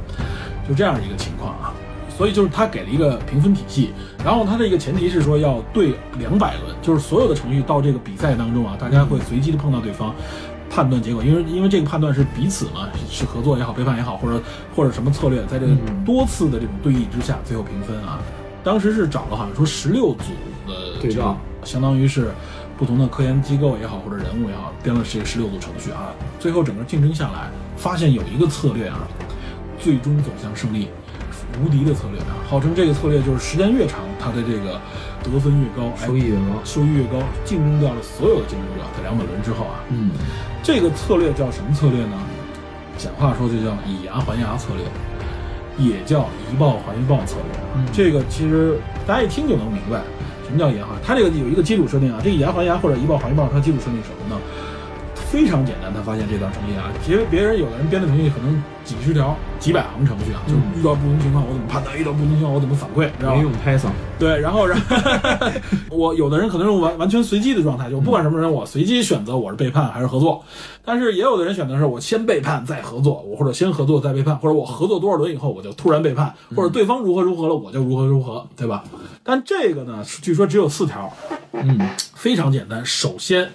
S1: 就这样一个情况啊。所以就是他给了一个评分体系，然后他的一个前提是说要对两百轮，就是所有的程序到这个比赛当中啊，大家会随机的碰到对方，判断结果，因为因为这个判断是彼此嘛，是合作也好，背叛也好，或者或者什么策略，在这个多次的这种对弈之下，最后评分啊，当时是找了好像说十六组的
S2: 对
S1: 这个
S2: 照
S1: 相当于是不同的科研机构也好，或者人物也好，编了这十六组程序啊。最后整个竞争下来，发现有一个策略啊，最终走向胜利，无敌的策略啊，号称这个策略就是时间越长，它的这个得分越高，哎
S2: 收益越高
S1: 收益越高，竞争掉了所有的竞争者，在两百轮之后啊，
S2: 嗯，
S1: 这个策略叫什么策略呢？简化说就叫以牙还牙策略，也叫以暴还暴策略。
S2: 嗯
S1: 这个其实大家一听就能明白什么叫以牙还。它这个有一个基础设定啊，这个以牙还牙或者以暴还暴，它基础设定是什么呢？非常简单，他发现这道程序啊，别别人有的人编的程序可能几十条、几百行程序啊，就是遇到不同情况我怎么判断，遇到不同情况我怎么反馈，知道吧
S2: 没用？Python，
S1: 对，然后然后我有的人可能是完完全随机的状态，就不管什么人，我随机选择我是背叛还是合作。但是也有的人选择是我先背叛再合作，我或者先合作再背叛，或者我合作多少轮以后我就突然背叛，或
S2: 嗯
S1: 者对方如何如何了我就如何如何，对吧？但这个呢，据说只有四条，
S2: 嗯，
S1: 非常简单。首先，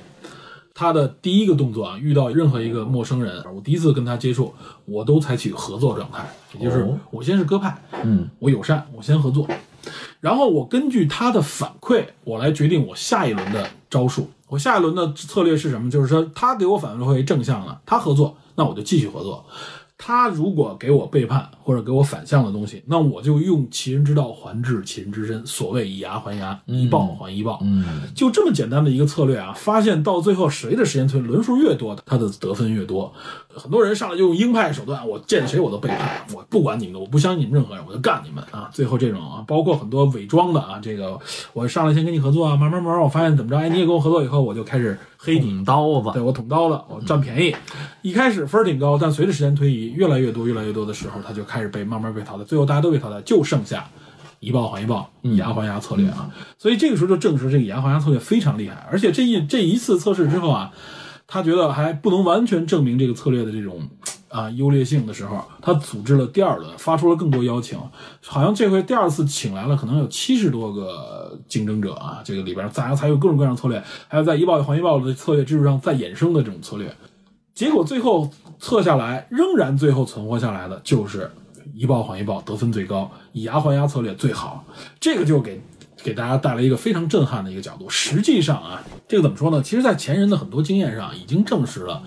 S1: 他的第一个动作啊，遇到任何一个陌生人，我第一次跟他接触，我都采取合作状态，也就是
S2: 哦
S1: 我先是鸽派，
S2: 嗯，
S1: 我友善，我先合作，然后我根据他的反馈，我来决定我下一轮的招数。我下一轮的策略是什么？就是说他给我反馈正向了，他合作，那我就继续合作。他如果给我背叛或者给我反向的东西，那我就用其人之道还治其人之身，所谓以牙还牙，以暴还以暴。
S2: 嗯，
S1: 就这么简单的一个策略啊，发现到最后谁的时间推轮数越多，他的得分越多。很多人上来就用鹰派手段，我见谁我都背叛，我不管你们的，我啊不相信你们任何人，我就干你们啊！最后这种啊，包括很多伪装的啊，这个我上来先跟你合作啊，慢慢慢慢我发现怎么着，哎，你也跟我合作以后，我就开始黑你，
S2: 捅刀
S1: 对
S2: 子，
S1: 我捅刀了，我占便宜。一开始分儿挺高，但随着时间推移，越来越多，越来越多的时候，他就开始被慢慢被淘汰，最后大家都被淘汰，就剩下一报还一报，以牙还牙策略啊。所以这个时候就证实这个以牙还牙策略非常厉害，而且这一这一次测试之后啊，他觉得还不能完全证明这个策略的这种。啊，优劣性的时候，他组织了第二轮，发出了更多邀请，好像这回第二次请来了，可能有七十多个竞争者啊。这个里边大家采取各种各样的策略，还有在一报还一报的策略基础上再衍生的这种策略。结果最后测下来，仍然最后存活下来的就是一报还一报，得分最高，以牙还牙策略最好。这个就给给大家带来一个非常震撼的一个角度。实际上啊，这个怎么说呢？其实，在前人的很多经验上已经证实了，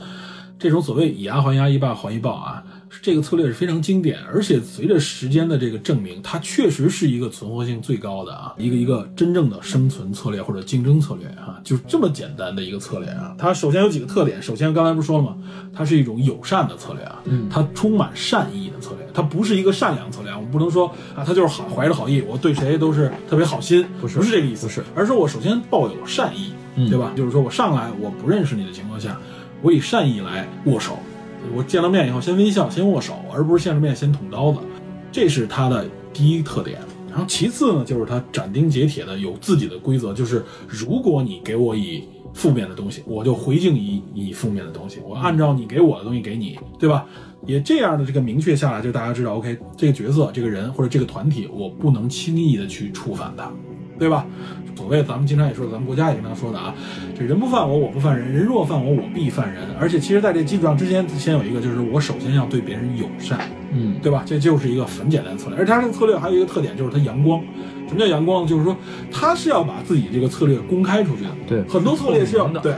S1: 这种所谓以牙还牙，以暴还一暴啊，这个策略是非常经典，而且随着时间的这个证明，它确实是一个存活性最高的啊，一个一个真正的生存策略或者竞争策略啊，就是这么简单的一个策略啊。它首先有几个特点，首先刚才不是说了吗？它是一种友善的策略啊，
S2: 嗯
S1: 它充满善意的策略，它不是一个善良策略啊。我们不能说啊，它就是好，怀着好意，我对谁都是特别好心，不
S2: 是
S1: 不是这个意思，
S2: 不是，嗯
S1: 而是我首先抱有善意，对吧？就是说我上来我不认识你的情况下，我以善意来握手，我见了面以后先微笑，先握手，而不是见了面先捅刀子，这是它的第一特点。然后其次呢，就是它斩钉截铁的有自己的规则，就是如果你给我以负面的东西，我就回敬以以负面的东西，我按照你给我的东西给你，对吧？也这样的这个明确下来，就大家知道，OK，这个角色、这个人或者这个团体，我不能轻易的去触犯他。对吧？所谓咱们经常也说，咱们国家也经常说的啊，这人不犯我，我不犯人；人若犯我，我必犯人。而且其实在这基础上之前，先有一个就是我首先要对别人友善，
S2: 嗯，
S1: 对吧？这就是一个很简单的策略。而它这个策略还有一个特点就是它阳光。什么叫阳光？就是说它是要把自己这个策略公开出去的。
S2: 对
S1: 很多策略是要
S2: 透明的
S1: 对，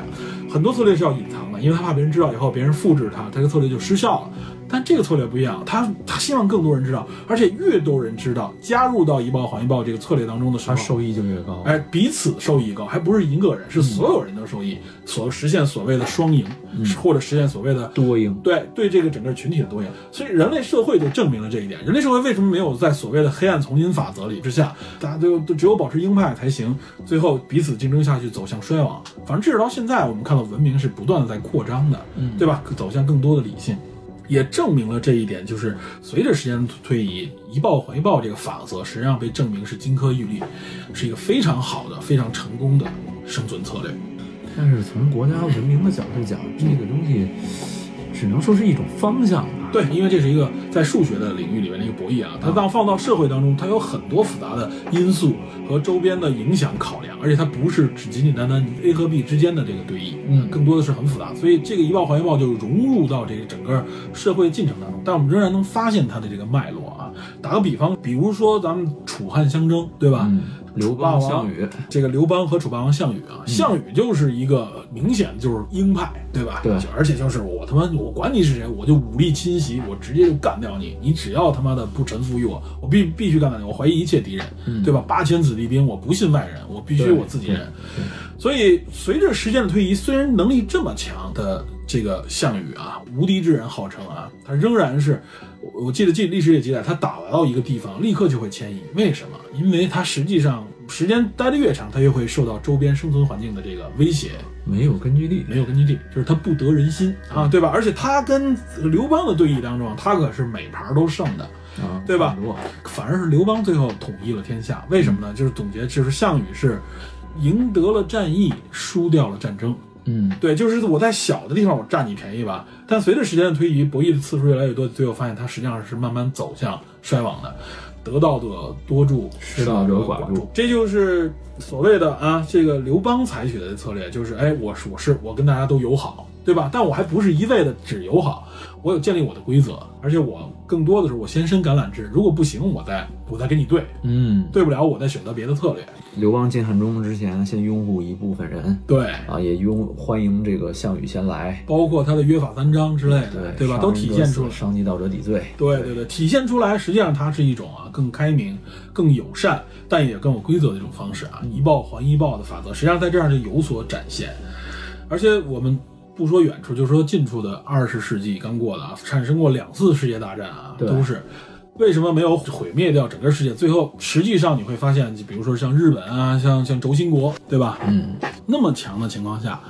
S1: 很多策略是要隐藏的，因为他怕别人知道以后，别人复制它，他这个策略就失效了。但这个策略不一样，他他希望更多人知道，而且越多人知道，加入到一报还一报这个策略当中的时
S4: 它
S1: 候，
S4: 收益就越
S2: 哦
S4: 高。
S1: 哎，彼此受益高，还不是一个人，是所有人的受益，所实现所谓的双赢，是或者实现所谓的
S2: 多赢，
S1: 对对这个整个群体的多赢。所以人类社会就证明了这一点。人类社会为什么没有在所谓的黑暗丛林法则里之下，大家都都只有保持鹰派才行，最后彼此竞争下去走向衰亡？反正至少到现在，我们看到文明是不断的在扩张的，对吧？走向更多的理性。也证明了这一点，就是随着时间推移，一报还一报这个法则，实际上被证明是金科玉律，是一个非常好的、非常成功的生存策略。
S2: 但是从国家文明的角度讲，这个东西只能说是一种方向吧。
S1: 对，因为这是一个在数学的领域里面的一个博弈啊，它当放到社会当中，它有很多复杂的因素和周边的影响考量，而且它不是只简简单单 A 和 B 之间的这个对弈，
S2: 嗯
S1: 更多的是很复杂，所以这个一报还一报就融入到这个整个社会进程当中，但我们仍然能发现它的这个脉络啊。打个比方，比如说咱们楚汉相争，对吧？
S2: 嗯，刘邦、
S1: 楚霸王
S2: 项羽，
S1: 这个刘邦和楚霸王项羽啊，
S2: 嗯
S1: 项羽就是一个明显就是鹰派，对吧？
S2: 对
S1: 就而且就是我他妈我管你是谁，我就武力侵袭，我直接就干掉你，你只要他妈的不臣服于我，我必必须干掉你，我怀疑一切敌人，对吧？八千子弟兵，我不信外人，我必须
S2: 嗯对
S1: 我自己人。所以随着时间的推移，虽然能力这么强的这个项羽啊，无敌之人号称啊，他仍然是，我我记得记历史也记载，他打到一个地方立刻就会迁移，为什么？因为他实际上时间待得越长，他越会受到周边生存环境的这个威胁，
S2: 没有根据地，
S1: 没有根据地，就是他不得人心啊，对吧？而且他跟刘邦的对弈当中，啊他可是每盘都胜的，
S2: 啊，
S1: 对吧
S2: 很多
S1: 反而是刘邦最后统一了天下。为什么呢？就是总结，就是项羽是赢得了战役，输掉了战争。
S2: 嗯，
S1: 对，就是我在小的地方我占你便宜吧，但随着时间的推移，博弈的次数越来越多，最后发现它实际上是慢慢走向衰亡的。得道者多助，失
S2: 道者
S1: 者
S2: 寡助
S1: 助，这就是所谓的啊，这个刘邦采取的策略，就是哎，我是我是我跟大家都友好，对吧？但我还不是一味的只友好，我有建立我的规则，而且我更多的是我先伸橄榄枝，如果不行，我再我再跟你对，
S2: 嗯，
S1: 对不了我再选择别的策略。
S2: 刘邦进汉中之前，先拥护一部分人
S1: 对，
S2: 啊，也拥欢迎这个项羽先来，
S1: 包括他的约法三章之类的，对吧？
S2: 伤
S1: 都
S2: 人
S1: 体
S2: 者
S1: 现
S2: 死
S1: 出来。
S2: 伤及道者抵罪，
S1: 对对对，体现出来，实际上它是一种啊更开明、更友善，但也更有规则的一种方式啊，一报还一报的法则，实际上在这样就有所展现。而且我们不说远处，就说近处的二十世纪刚过的啊，产生过两次世界大战啊，
S2: 对
S1: 都是。为什么没有毁灭掉整个世界？最后实际上你会发现，就比如说像日本啊，像像轴心国，对吧？
S2: 嗯，
S1: 那么强的情况下，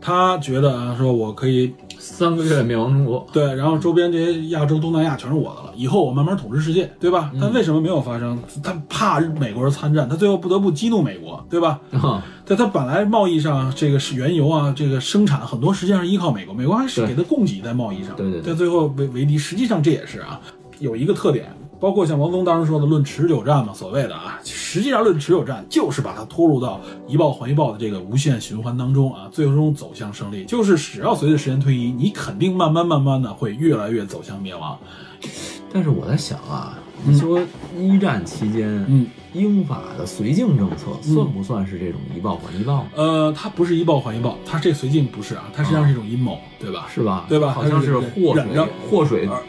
S1: 他觉得啊，说我可以
S2: 三个月灭亡中国，
S1: 对，然后周边这些亚洲、东南亚全是我的了，以后我慢慢统治世界，对吧？但为什么没有发生？他怕美国人参战，他最后不得不激怒美国，对吧？
S2: (laughs) 啊，
S1: 在他本来贸易上，这个是原油啊，这个生产很多实际上是依靠美国，美国还是给
S2: 对
S1: 他供给在贸易上，
S2: 对对对
S1: 但最后为为敌，实际上这也是啊，有一个特点。包括像王峰当时说的“论持久战”嘛，所谓的啊，实际上论持久战就是把它拖入到一报还一报的这个无限循环当中啊，最终走向胜利。就是只要随着时间推移，你肯定慢慢慢慢的会越来越走向灭亡。
S2: 但是我在想啊，你说一战期间，
S1: 嗯，
S2: 英法的绥靖政策算不算是这种一报还一报呢？
S1: 呃，它不是一报还一报，它这绥靖不是啊，它实际上是一种阴谋，对吧？
S2: 是吧？
S1: 对吧
S2: 好像是祸
S1: 忍着
S2: 水，祸水
S1: 而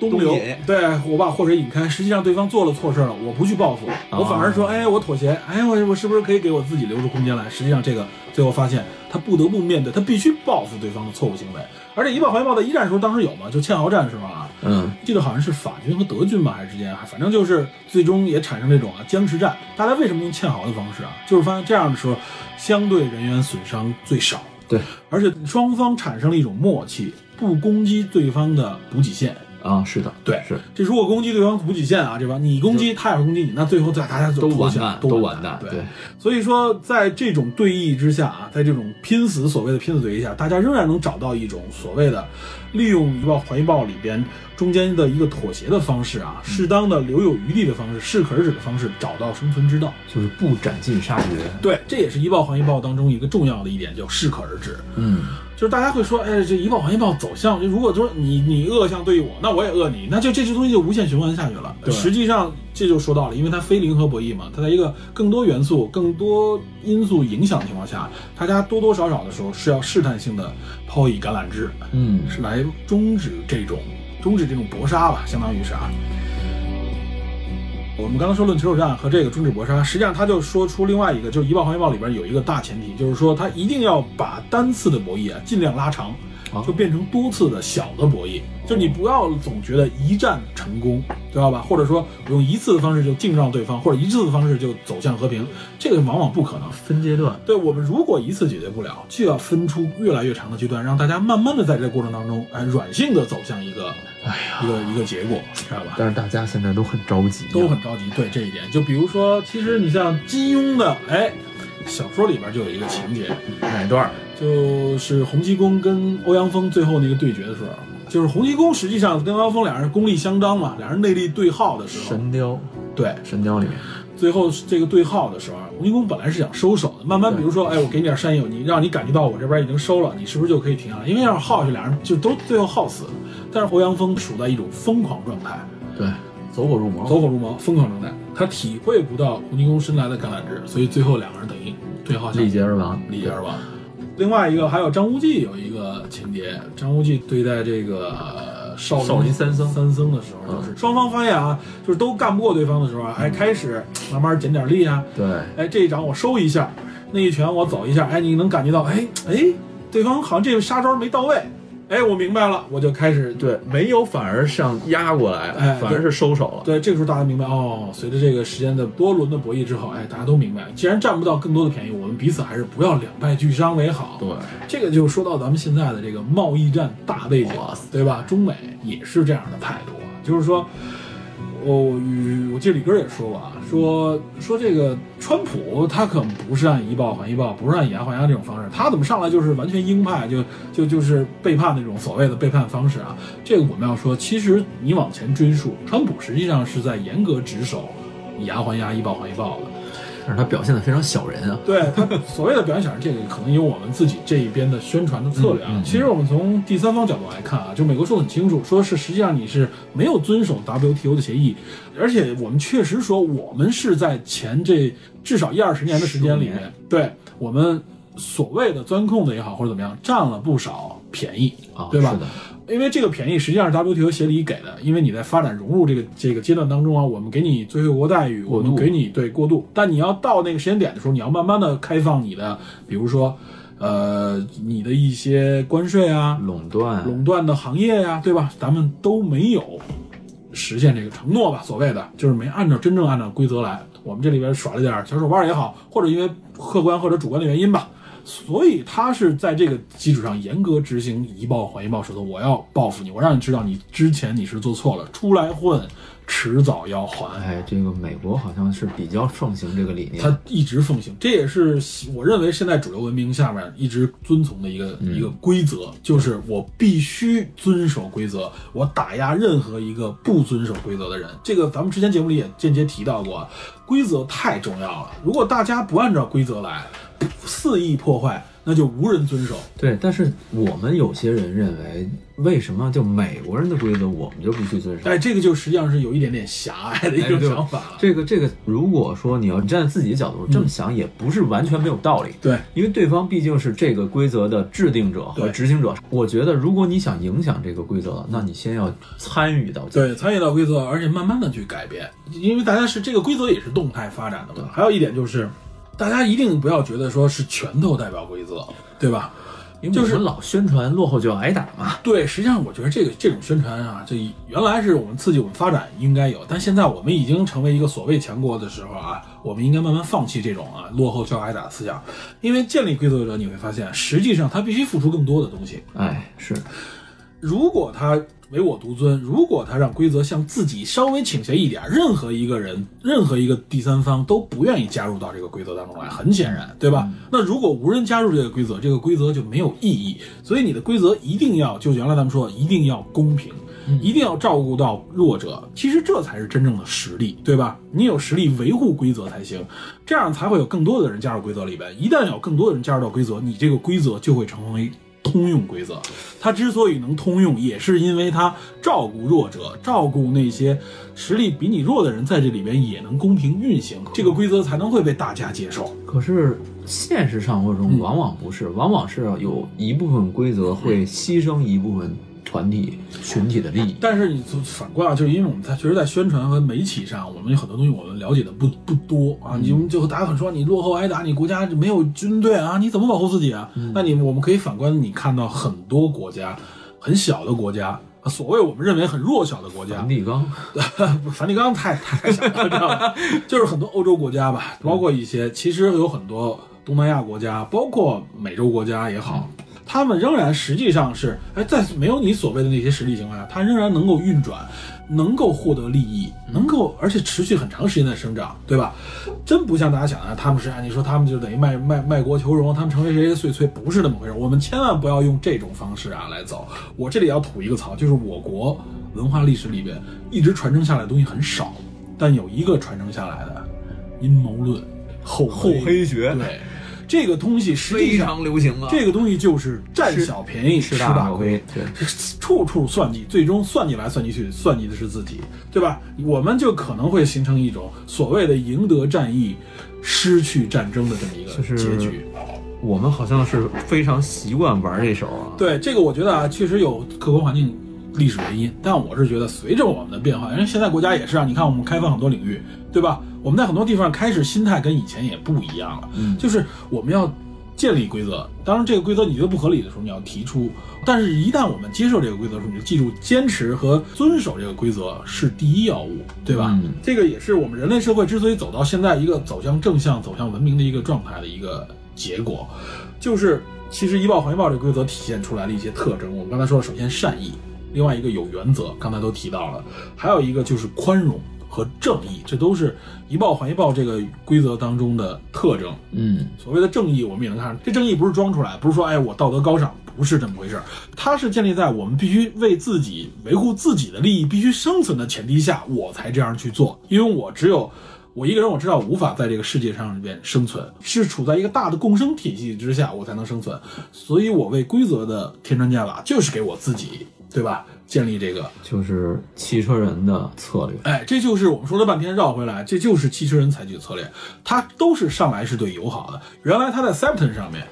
S1: 东流
S5: 东引，
S1: 对我把祸水引开。实际上对方做了错事了，我不去报复，我反而说，哎，我妥协，哎，我我是不是可以给我自己留出空间来？实际上这个最后发现他不得不面对，他必须报复对方的错误行为。而且一报还一报的一战时候，当时有嘛，就堑壕战时候啊，
S2: 嗯，
S1: 记得好像是法军和德军吧，还是之间，反正就是最终也产生这种啊僵持战。大家为什么用堑壕的方式啊？就是发现这样的时候，相对人员损伤最少，
S2: 对，
S1: 而且双方产生了一种默契，不攻击对方的补给线。
S2: 啊，是的，
S1: 对
S2: 是，
S1: 这如果攻击对方补给线啊，这帮你攻击，他也会攻击你，那最后大家就
S2: 都
S1: 脱
S2: 完
S1: 险
S2: 蛋，
S1: 都
S2: 都
S1: 完
S2: 完蛋，
S1: 对
S2: 对，
S1: 所以说，在这种对弈之下啊，在这种拼死所谓的拼死对弈下，大家仍然能找到一种所谓的利用一报还一报里边中间的一个妥协的方式
S2: 嗯
S1: 啊，适当的留有余地的方式，适可而止的方式，找到生存之道。
S2: 就是不斩尽杀绝，
S1: 对，这也是一报还一报当中一个重要的一点，叫适可而止。
S2: 嗯，
S1: 就是大家会说，哎，这一报还一报走向，如果说你你恶向对我，那我也恶你，那就这些东西就无限循环下去了。
S2: 对
S1: 实际上这就说到了，因为它非零和博弈嘛，它在一个更多元素、更多因素影响的情况下，大家多多少少的时候是要试探性的抛以橄榄枝，
S2: 嗯
S1: 是来终止这种终止这种搏杀吧，相当于是啊。我们刚才说论持久战和这个终止搏杀，实际上他就说出另外一个，就是《一报还一报》里边有一个大前提，就是说他一定要把单次的博弈啊尽量拉长
S2: 啊，
S1: 就变成多次的小的博弈，就是你不要总觉得一战成功，知道吧？或者说我用一次的方式就敬让对方，或者一次的方式就走向和平，这个往往不可能。
S2: 分阶段，
S1: 对我们如果一次解决不了，就要分出越来越长的阶段，让大家慢慢的在这个过程当中，哎，软性的走向一个，哎呀，一个一个结果，知道吧？
S2: 但是大家现在都很着急，啊
S1: 都很着急。对这一点，就比如说，其实你像金庸的，哎，小说里边就有一个情节，
S2: 哪段儿？
S1: 就是洪七公跟欧阳锋最后那个对决的时候，就是洪七公实际上跟欧阳锋俩人功力相当嘛，俩人内力对耗的时候，
S2: 神雕，
S1: 对，
S2: 神雕里面，
S1: 最后这个对号的时候，洪七公本来是想收手的，慢慢比如说，哎，我给你点山药，你让你感觉到我这边已经收了，你是不是就可以停下来？啊因为要是耗下去，俩人就都最后耗死了。但是欧阳锋处在一种疯狂状态，
S2: 对，走火入魔，
S1: 走火入魔，疯狂状态，他体会不到洪七公伸来的橄榄枝，所以最后两个人等于对号下
S2: 力竭而亡，
S1: 李二王。另外一个还有张无忌有一个情节，张无忌对待这个呃少
S2: 少林三僧
S1: 三僧的时候，就是双方发现啊，就是都干不过对方的时候啊，哎，开始慢慢减点力啊，
S2: 对，
S1: 哎，这一掌我收一下，那一拳我走一下，哎，你能感觉到，哎哎，对方好像这个杀招没到位，哎，我明白了，我就开始
S2: 对，没有反而上压过来，
S1: 哎
S2: 反而是收手了。
S1: 对，这个时候大家明白哦，随着这个时间的多轮的博弈之后，哎，大家都明白，既然占不到更多的便宜，我们彼此还是不要两败俱伤为好。
S2: 对，
S1: 这个就说到咱们现在的这个贸易战大背景
S2: 哇塞，
S1: 对吧？中美也是这样的态度，啊，就是说，我我记得李根儿也说过啊，说说这个川普他可不是按一报还一报，不是按以牙还牙这种方式，他怎么上来就是完全鹰派，就就就是背叛那种所谓的背叛方式啊？这个我们要说，其实你往前追溯，川普实际上是在严格值守以牙还牙、以暴还一暴的。
S2: 但是他表现的非常小人啊，
S1: 对他所谓的表演小人，这个可能有我们自己这一边的宣传的策略啊。其实我们从第三方角度来看啊，就美国说得很清楚，说是实际上你是没有遵守 WTO 的协议，而且我们确实说我们是在前这至少一二十年的时间里
S2: 15
S1: 面
S2: 年，
S1: 对我们所谓的钻空子也好或者怎么样，占了不少便宜
S2: 啊
S1: 对吧？
S2: 是的
S1: 因为这个便宜实际上是 WTO 协议给的，因为你在发展融入这个这个阶段当中啊，我们给你最惠国待遇，我
S2: 过渡
S1: 们给你对过渡，但你要到那个时间点的时候，你要慢慢的开放你的，比如说，呃，你的一些关税啊，
S2: 垄断，
S1: 垄断的行业呀、对吧？咱们都没有实现这个承诺吧，所谓的就是没按照真正按照规则来。我们这里边耍了点小手腕也好，或者因为客观或者主观的原因吧，所以他是在这个基础上严格执行以暴还一暴，说的我要报复你，我让你知道你之前你是做错了，出来混，迟早要还。
S2: 哎，这个美国好像是比较奉行这个理念，
S1: 他一直奉行，这也是我认为现在主流文明下面一直遵从的一个、
S2: 嗯
S1: 一个规则，就是我必须遵守规则，我打压任何一个不遵守规则的人。这个咱们之前节目里也间接提到过，规则太重要了。如果大家不按照规则来，肆意破坏，那就无人遵守。
S2: 对，但是我们有些人认为，为什么就美国人的规则我们就必须遵守？
S1: 哎，这个就实际上是有一点点狭隘的一
S2: 哎
S1: 种
S2: 对
S1: 想法了。
S2: 这个这个，如果说你要站在自己的角度这么想，也不是完全没有道理。
S1: 对，
S2: 因为对方毕竟是这个规则的制定者和
S1: 对
S2: 执行者。我觉得，如果你想影响这个规则，那你先要参与到
S1: 对，参与到规则，而且慢慢的去改变，因为大家是这个规则也是动态发展的嘛。还有一点就是，大家一定不要觉得说是拳头代表规则，对吧？
S2: 因为
S1: 就
S2: 我
S1: 是
S2: 们老宣传落后就要挨打嘛。
S1: 对，实际上我觉得这个这种宣传啊，这原来是我们刺激我们发展应该有，但现在我们已经成为一个所谓强国的时候啊，我们应该慢慢放弃这种啊落后就要挨打的思想，因为建立规则者你会发现，实际上他必须付出更多的东西。
S2: 哎，是
S1: 如果他唯我独尊，如果他让规则向自己稍微倾斜一点，任何一个人、任何一个第三方都不愿意加入到这个规则当中来，很显然，对吧？那如果无人加入这个规则，这个规则就没有意义。所以你的规则一定要，就原来咱们说，一定要公平。一定要照顾到弱者，其实这才是真正的实力，对吧？你有实力维护规则才行，这样才会有更多的人加入规则里边。一旦有更多的人加入到规则，你这个规则就会成为通用规则。它之所以能通用，也是因为它照顾弱者，照顾那些实力比你弱的人，在这里边也能公平运行，这个规则才能会被大家接受。
S2: 可是现实生活中
S1: 嗯
S2: 往往不是，往往是有一部分规则会牺牲一部分团体、群体的利益。
S1: 但是你从反观啊，就是因为我们在确实，在宣传和媒体上，我们有很多东西我们了解的不不多啊。你们就大家很说你落后挨打，你国家没有军队啊，你怎么保护自己啊？那你我们可以反观，你看到很多国家，很小的国家，啊所谓我们认为很弱小的国家
S2: 梵，蒂冈，
S1: 不 (laughs) 梵蒂冈太太太小了，知道吧？就是很多欧洲国家吧，包括一些其实有很多东南亚国家，包括美洲国家也好，他们仍然实际上是哎，在没有你所谓的那些实力情况下，它仍然能够运转，能够获得利益，
S2: 嗯
S1: 能够而且持续很长时间的生长，对吧？真不像大家想的，他们是啊，你说他们就等于卖卖卖国求荣，他们成为谁谁谁碎催，不是那么回事。我们千万不要用这种方式啊来走。我这里要吐一个槽，就是我国文化历史里边一直传承下来的东西很少，但有一个传承下来的阴谋论、厚
S2: 厚黑学
S1: 对，这个东西实际
S2: 非
S1: 上
S2: 常流行啊。
S1: 这个东西就是占小便宜吃
S2: 大
S1: 大
S2: 口
S1: 亏。，
S2: 对，
S1: 处处算计，最终算计来算计去，算计的是自己，对吧？我们就可能会形成一种所谓的赢得战役，失去战争的这么一
S2: 就
S1: 个
S2: 是
S1: 结局。
S2: 我们好像是非常习惯玩这手啊。
S1: 对这个，我觉得啊，确实有客观环境、历史原因，但我是觉得随着我们的变化，因为现在国家也是啊，你看我们开放很多领域，对吧？我们在很多地方开始心态跟以前也不一样了，
S2: 嗯
S1: 就是我们要建立规则。当然，这个规则你觉得不合理的时候，你要提出；但是，一旦我们接受这个规则的时候，你就记住，坚持和遵守这个规则是第一要务，对吧？
S2: 嗯
S1: 这个也是我们人类社会之所以走到现在一个走向正向、走向文明的一个状态的一个结果，就是其实以暴还暴这个规则体现出来的一些特征。我们刚才说了，首先善意，另外一个有原则，刚才都提到了，还有一个就是宽容和正义，这都是一暴还一暴这个规则当中的特征。
S2: 嗯，
S1: 所谓的正义，我们也能看出，这正义不是装出来，不是说哎我道德高尚，不是这么回事儿，它是建立在我们必须为自己维护自己的利益、必须生存的前提下，我才这样去做，因为我只有。我一个人我知道无法在这个世界上里边生存，是处在一个大的共生体系之下，我才能生存。所以，我为规则的添砖加瓦，就是给我自己，对吧？建立这个
S2: 就是汽车人的策略。
S1: 哎，这就是我们说了半天绕回来，这就是汽车人采取的策略，它都是上来是对友好的。原来它在 Septon 上面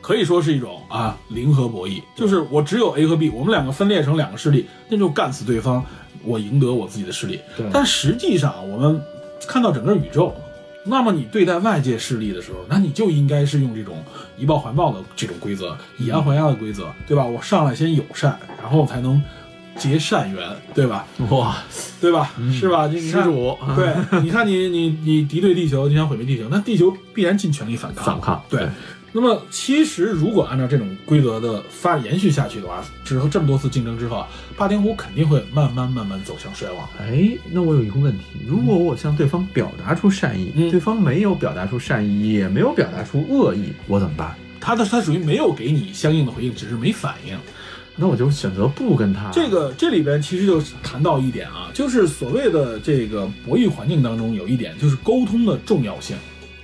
S1: 可以说是一种啊零和博弈，就是我只有 A 和 B，我们两个分裂成两个势力，那就干死对方，我赢得我自己的势力
S2: 对。
S1: 但实际上，我们看到整个宇宙。那么你对待外界势力的时候，那你就应该是用这种以暴还暴的这种规则，以牙还牙的规则，对吧？我上来先友善，然后才能结善缘，对吧？
S2: 哇，
S1: 对吧？是吧？你你看
S2: 嗯施主 (laughs)
S1: 对，你看你你你敌对地球，你想毁灭地球，那地球必然尽全力反抗。
S2: 反抗
S1: 对
S2: 对。
S1: 那么，其实如果按照这种规则的发延续下去的话，之后这么多次竞争之后啊，霸天虎肯定会慢慢慢慢走向衰亡。
S2: 哎，那我有一个问题：如果我向对方表达出善意，
S1: 嗯
S2: 对方没有表达出善意，也没有表达出恶意，我怎么办？
S1: 它的它属于没有给你相应的回应，只是没反
S2: 啊
S1: 应。
S2: 那我就选择不跟他。
S1: 这个这里边其实就谈到一点啊，就是所谓的这个博弈环境当中有一点就是沟通的重要性。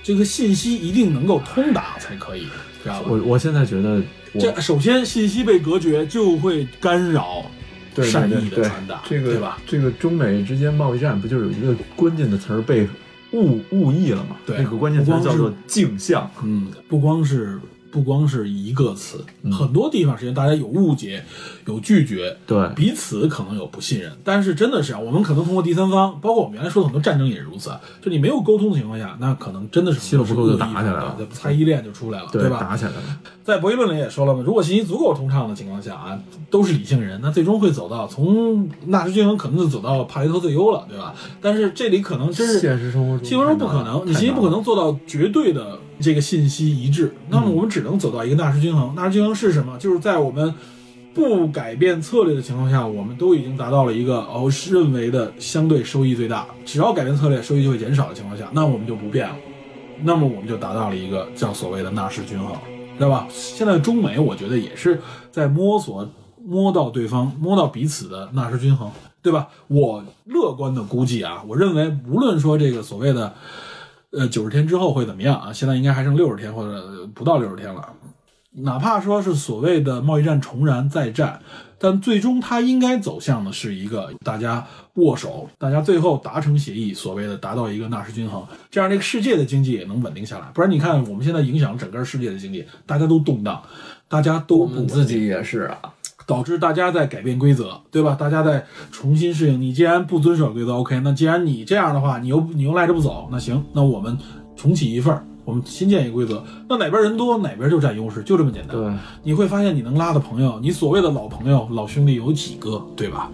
S1: 这个信息一定能够通达才可以，知道吧
S2: 我？我现在觉得我
S1: 这首先信息被隔绝就会干扰
S2: 对
S1: 善
S2: 对
S1: 意
S2: 对
S1: 的传达，
S2: 这个
S1: 对吧？
S2: 这个中美之间贸易战不就是有一个关键的词儿被误误译了吗？
S1: 对
S2: 那个关键词儿叫做镜像。
S1: 嗯，不光是不光是一个词，
S2: 嗯
S1: 很多地方实际上大家有误解，有拒绝，
S2: 对
S1: 彼此可能有不信任，但是真的是啊，我们可能通过第三方，包括我们原来说的很多战争也是如此，啊就你没有沟通的情况下，那可能真的是
S2: 稀里糊涂就打起来了
S1: 对猜疑链就出来了，
S2: 对，
S1: 吧？
S2: 打起来了。
S1: 在博弈论里也说了嘛，如果信息足够通畅的情况下啊，都是理性人，那最终会走到从纳什均衡可能就走到帕雷托最优了，对吧？但是这里可能真是
S2: 现实生活中，
S1: 信息中不可能，你信息不可能做到绝对的这个信息一致。那么我们只能走到一个纳什均衡。纳什均衡是什么？就是在我们不改变策略的情况下，我们都已经达到了一个哦是认为的相对收益最大。只要改变策略，收益就会减少的情况下，那我们就不变了。那么我们就达到了一个叫所谓的纳什均衡，对吧？现在中美我觉得也是在摸索，摸到对方，摸到彼此的纳什均衡，对吧？我乐观的估计啊，我认为无论说这个所谓的呃九十天之后会怎么样啊，现在应该还剩六十天或者不到六十天了，哪怕说是所谓的贸易战重燃再战，但最终它应该走向的是一个大家握手，大家最后达成协议，所谓的达到一个纳什均衡，这样这个世界的经济也能稳定下来。不然你看我们现在影响整个世界的经济，大家都动荡，大家都
S5: 我
S1: 不
S5: 们
S1: 稳
S5: 自
S1: 定
S5: 己也是啊，
S1: 导致大家在改变规则，对吧？大家在重新适应。你既然不遵守规则，OK，那既然你这样的话，你又你又赖着不走，那行，那我们重启一份儿，我们新建一个规则。那哪边人多，哪边就占优势，就这么简单。
S2: 对，
S1: 你会发现你能拉的朋友，你所谓的老朋友、老兄弟有几个，对吧？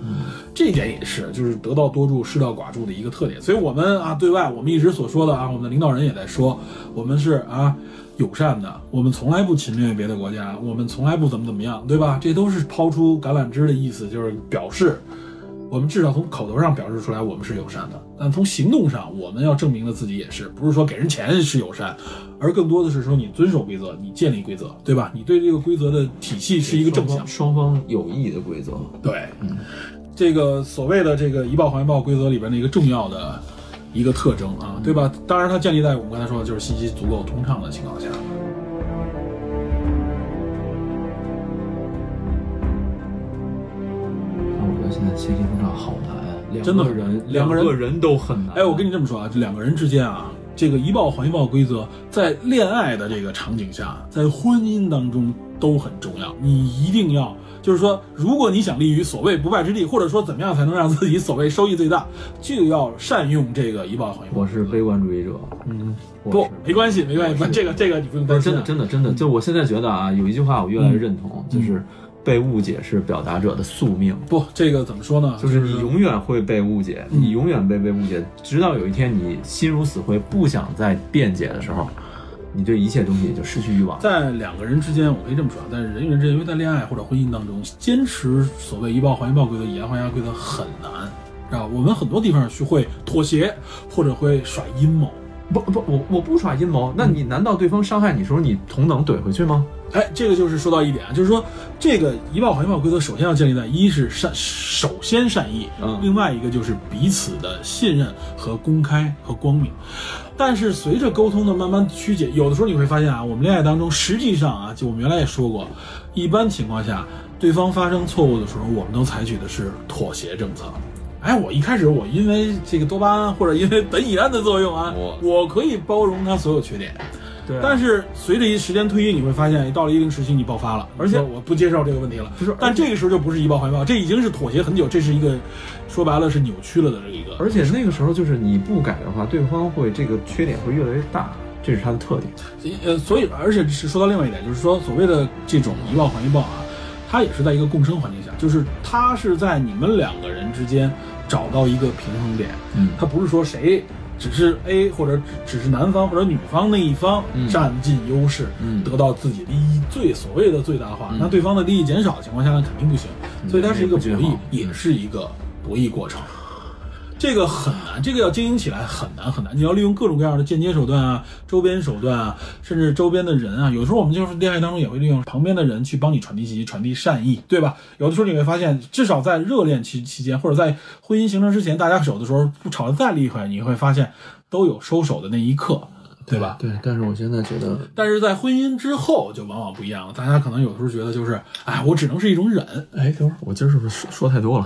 S1: 这一点也是，就是得道多助、失道寡助的一个特点。所以，我们啊，对外我们一直所说的啊，我们的领导人也在说，我们是啊友善的，我们从来不侵略别的国家，我们从来不怎么怎么样，对吧？这都是抛出橄榄枝的意思，就是表示我们至少从口头上表示出来我们是友善的，但从行动上我们要证明了自己也是，不是说给人钱是友善，而更多的是说你遵守规则，你建立规则，对吧？你对这个规则的体系是一个正向。
S2: 双方有益的规则。
S1: 对，这个所谓的这个以暴还暴规则里边的一个重要的一个特征啊，对吧？当然，它建立在我们刚才说的就是信息足够通畅的情况下。
S5: 那我觉得现在信息通畅好难，
S1: 真的
S5: 两个人
S1: 两个人
S2: 人都很难。
S1: 哎，我跟你这么说啊，这两个人之间啊，这个一报还一报规则，在恋爱的这个场景下，在婚姻当中都很重要。你一定要，就是说，如果你想立于所谓不败之地，或者说怎么样才能让自己所谓收益最大，就要善用这个一报还一报。
S2: 我是悲观主义者。
S1: 嗯，
S2: 我
S1: 不
S2: 是，
S1: 没关系，没关系，这个这个你不用
S2: 不
S1: 担
S2: 是
S1: 心
S2: 真
S1: 啊、
S2: 的，真的，真的，就我现在觉得啊，有一句话我越来越认同，就是被误解是表达者的宿命。
S1: 不，这个怎么说呢？
S2: 就是嗯你永远会被误解，你永远被被误解，直到有一天你心如死灰，不想再辩解的时候，你对一切东西就失去欲望。
S1: 在两个人之间，我可以这么说，在人与人之间，因为在恋爱或者婚姻当中，坚持所谓一报还一报规则，以牙还牙规则很难，知道吧我们很多地方是会妥协，或者会耍阴谋。
S2: 不不，我我不耍阴谋，那你难道对方伤害你的时候，你同等怼回去吗？
S1: 哎，这个就是说到一点，就是说这个一报还一报规则，首先要建立在一是善，首先善意，
S2: 嗯
S1: 另外一个就是彼此的信任和公开和光明。但是随着沟通的慢慢曲解，有的时候你会发现啊，我们恋爱当中，实际上啊，就我们原来也说过，一般情况下，对方发生错误的时候，我们都采取的是妥协政策。哎，我一开始我因为这个多巴胺或者因为苯乙胺的作用啊，
S2: 我
S1: 我可以包容他所有缺点，
S2: 对啊
S1: 但是随着一时间推移，你会发现，到了一定时期，你爆发了，而且我不接受这个问题了。
S2: 不是
S1: 但这个时候就不是一报还报，这已经是妥协很久，这是一个说白了是扭曲了的这一个。
S2: 而且那个时候就是你不改的话，对方会这个缺点会越来越大，这是他的特点。
S1: 呃，所以而且是说到另外一点，就是说所谓的这种一报还一报啊，它也是在一个共生环境下，就是它是在你们两个人之间找到一个平衡点，
S2: 嗯
S1: 它不是说谁只是 A 或者只只是男方或者女方那一方占尽优势，
S2: 嗯
S1: 得到自己利益最所谓的最大化，那对方的利益减少的情况下，那肯定不行，所以它是一个博
S2: 嗯那也
S1: 弈
S2: 不嗯均衡，
S1: 也是一个博弈过程。这个很难，这个要经营起来很难很难。你要利用各种各样的间接手段啊、周边手段啊，甚至周边的人啊。有时候我们就是恋爱当中也会利用旁边的人去帮你传递信息、传递善意，对吧？有的时候你会发现，至少在热恋期期间，或者在婚姻形成之前，大家手的时候不吵得再厉害，你会发现都有收手的那一刻。对
S2: 啊
S1: 吧？
S5: 对，但是我现在觉得，
S1: 但是在婚姻之后就往往不一样了，大家可能有时候觉得就是，哎，我只能是一种忍
S5: 哎，等会儿我今儿是不是说说太
S2: (laughs)
S5: 多了？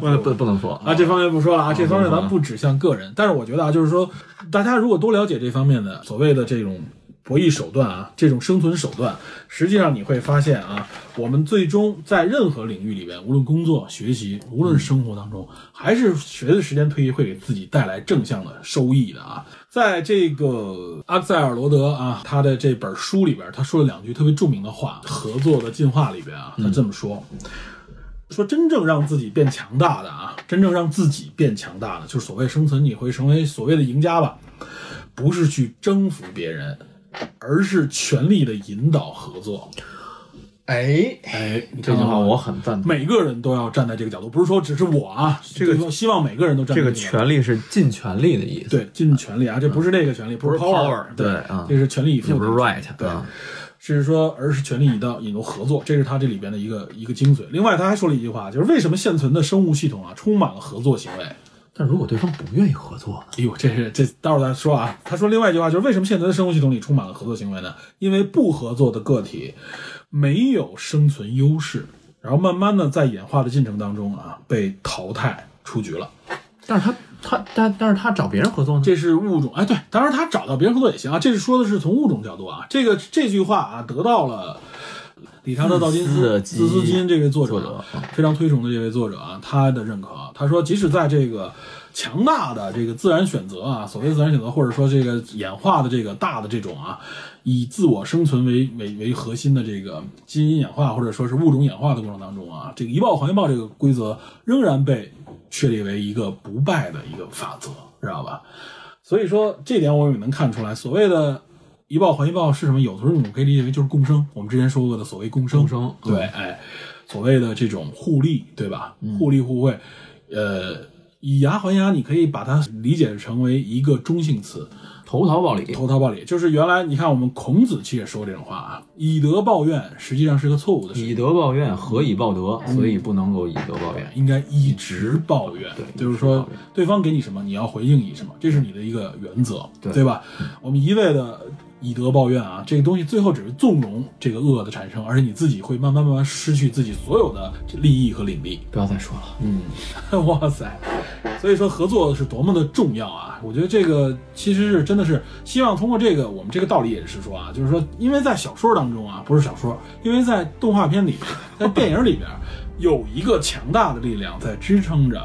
S5: 不不不能说
S1: 啊，这方面不说了啊，这方面咱们不指向个人，但是我觉得啊，就是说，大家如果多了解这方面的所谓的这种博弈手段啊，这种生存手段，实际上你会发现啊，我们最终在任何领域里边，无论工作、学习，无论生活当中，还是随着时间推移，会给自己带来正向的收益的啊。在这个阿塞尔罗德啊，他的这本书里边，他说了两句特别著名的话，《合作的进化》里边啊，他这么说。说真正让自己变强大的啊，真正让自己变强大的，就是所谓生存，你会成为所谓的赢家吧？不是去征服别人，而是全力的引导合作。
S5: 哎，
S1: 哎，你
S2: 这
S1: 看
S2: 句
S1: 到吗
S2: 话我很赞同。
S1: 每个人都要站在这个角度，不是说只是我啊，这
S2: 个
S1: 希望每个人都站在
S2: 这个
S1: 角度
S2: 权利是尽全力的意思，
S1: 对尽全力啊，这不是那个权利，不是
S2: 不是
S1: power，
S2: power，
S1: 对
S2: 对啊
S1: 这是全力以赴
S2: 也
S1: 的，
S2: 不是 right，
S1: 对
S2: 啊
S1: 是说，而是全力以到引入合作，这是他这里边的一个一个精髓。另外，他还说了一句话，就是为什么现存的生物系统啊，充满了合作行为。
S5: 但如果对方不愿意合作呢？
S1: 哎呦，这是这待会儿再说啊。他说另外一句话就是为什么现在的生物系统里充满了合作行为呢？因为不合作的个体没有生存优势，然后慢慢的在演化的进程当中啊被淘汰出局了。
S5: 但是他他但但是他找别人合作呢？
S1: 这是物种，哎，对，当然他找到别人合作也行啊。这是说的是从物种角度啊，这个这句话啊得到了。理查德·道金
S2: 自
S1: 斯、
S2: 私的基因
S1: 自私基因这位作者啊
S2: 作者
S1: 非常推崇的这位作者啊，他的认可，他说，即使在这个强大的这个自然选择啊，所谓的自然选择，或者说这个演化的这个大的这种啊，以自我生存为为为核心的这个基因演化或者说是物种演化的过程当中啊，这个一报还一报这个规则仍然被确立为一个不败的一个法则，知道吧？所以说这点我也能看出来，所谓的一报还一报是什么？有的时候我们可以理解为就是共生，我们之前说过的所谓共生。
S2: 共生嗯
S1: 对，哎，所谓的这种互利，对吧？互利互惠，呃，以牙还牙，你可以把它理解成为一个中性词，
S2: 投桃报李，
S1: 投桃报李。就是原来你看我们孔子其实也说过这种话啊，以德报怨实际上是个错误的事情。
S2: 以德报怨，何以报德？所以不能够以德报怨。
S1: 应该一直抱怨，
S2: 对
S1: 就是
S2: 一直
S1: 说
S2: 抱怨
S1: 对方给你什么，你要回应以什么，这是你的一个原则，
S2: 对
S1: 吧？我们一味的以德报怨啊，这个东西最后只是纵容这个恶的产生，而且你自己会慢慢慢慢失去自己所有的利益和领地。
S5: 不要再说了，
S1: (laughs)
S2: 嗯
S1: 哇塞！所以说合作是多么的重要啊！我觉得这个其实是真的是希望通过这个，我们这个道理也是说啊，就是说，因为在小说当中啊，不是小说，因为在动画片里，在电影里边， (laughs) 有一个强大的力量在支撑着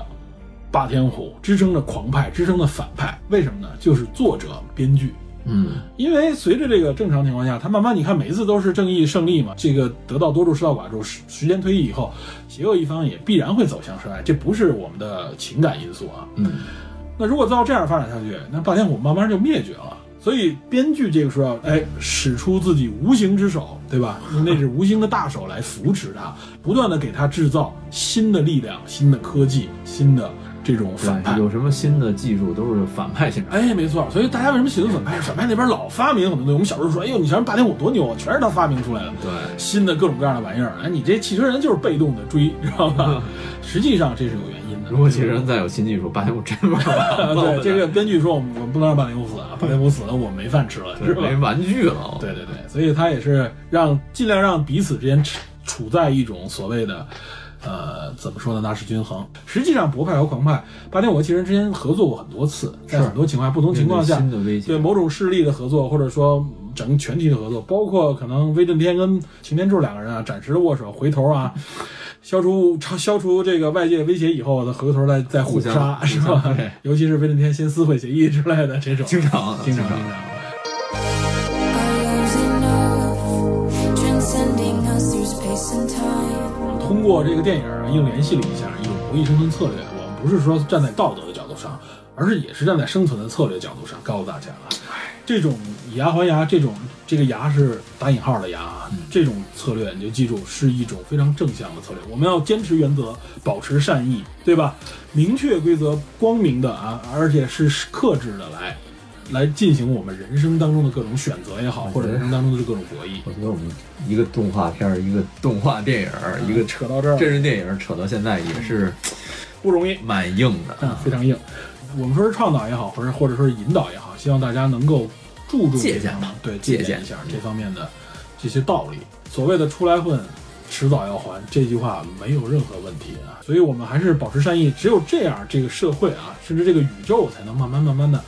S1: 霸天虎，支撑着狂派，支撑着反派。为什么呢？就是作者、编剧。
S2: 嗯，
S1: 因为随着这个正常情况下，他慢慢你看每一次都是正义胜利嘛，这个得到多数失到寡数，时时间推移以后，邪恶一方也必然会走向衰败，这不是我们的情感因素啊。
S2: 嗯，
S1: 那如果照这样发展下去，那霸天虎慢慢就灭绝了。所以编剧这个时候要哎使出自己无形之手，对吧？用那只无形的大手来扶持他，不断的给他制造新的力量、新的科技、新的这种反派
S2: 对，。有什么新的技术都是反派先生。
S1: 哎，没错，所以大家为什么喜欢反派？反派那边老发明很多东西。我们小时候说，哎呦，你瞧霸天虎多牛啊，全是他发明出来的。
S2: 对，
S1: 新的各种各样的玩意儿，哎，你这汽车人就是被动的追，知道
S2: 嗯
S1: 吧？实际上这是有原因的。
S2: (laughs) 如
S1: (laughs)
S2: 果其实再有新技术，霸天虎真玩
S1: 啊
S2: 完
S1: (laughs) 对
S2: 了，嗯
S1: 这个编剧说，我们我们不能让霸天虎死啊，霸天虎死了我没饭吃了，是
S2: 对
S1: 吧？
S2: 没玩具了。，哦
S1: 对对对，所以他也是让尽量让彼此之间处处在一种所谓的。呃，怎么说呢？那是均衡。实际上，博派和狂派，霸天虎和其实之间合作过很多次，在很多情况下、不同情况下，
S2: 面对新的威胁
S1: 对某种势力的合作，或者说整个全体的合作，包括可能威震天跟擎天柱两个人啊，暂时的握手，回头
S2: (laughs)
S1: 啊，消除超消除这个外界威胁以后，再回头再再互
S2: 互
S1: 杀，
S2: 相
S1: 啊是
S2: 互
S1: 吧
S2: 相对？
S1: (laughs) 尤其是威震天先撕毁协议之类的这种，
S2: 经常啊
S1: 经常，
S2: 经常
S1: 经常。
S6: transcending us through space and time.
S1: 通过这个电影又联系了一下一种博弈生存策略。我们不是说站在道德的角度上，而是也是站在生存的策略角度上告诉大家啊，这种以牙还牙，这种这个牙是打引号的牙，啊，这种策略你就记住是一种非常正向的策略。我们要坚持原则，保持善意，对吧？明确规则，光明的啊，而且是克制的来。来进行我们人生当中的各种选择也好，或者人生当中的各种博弈。
S2: 我觉得我们一个动画片儿，一个动画电影儿，一个
S1: 扯
S2: 扯
S1: 到这儿
S2: 真人电影儿扯到现在也是
S1: 不容易，
S2: 蛮硬的。
S1: 嗯啊，非常硬。我们说是倡导也好，或者或者说是引导也好，希望大家能够注重这
S2: 借鉴
S1: 方面
S2: 吧
S1: 对，借
S2: 借
S1: 鉴
S2: 鉴
S1: 一下这方面的这些道理。所谓的出来混，迟早要还，这句话没有任何问题啊。所以我们还是保持善意，只有这样，这个社会啊，甚至这个宇宙才能慢慢慢慢的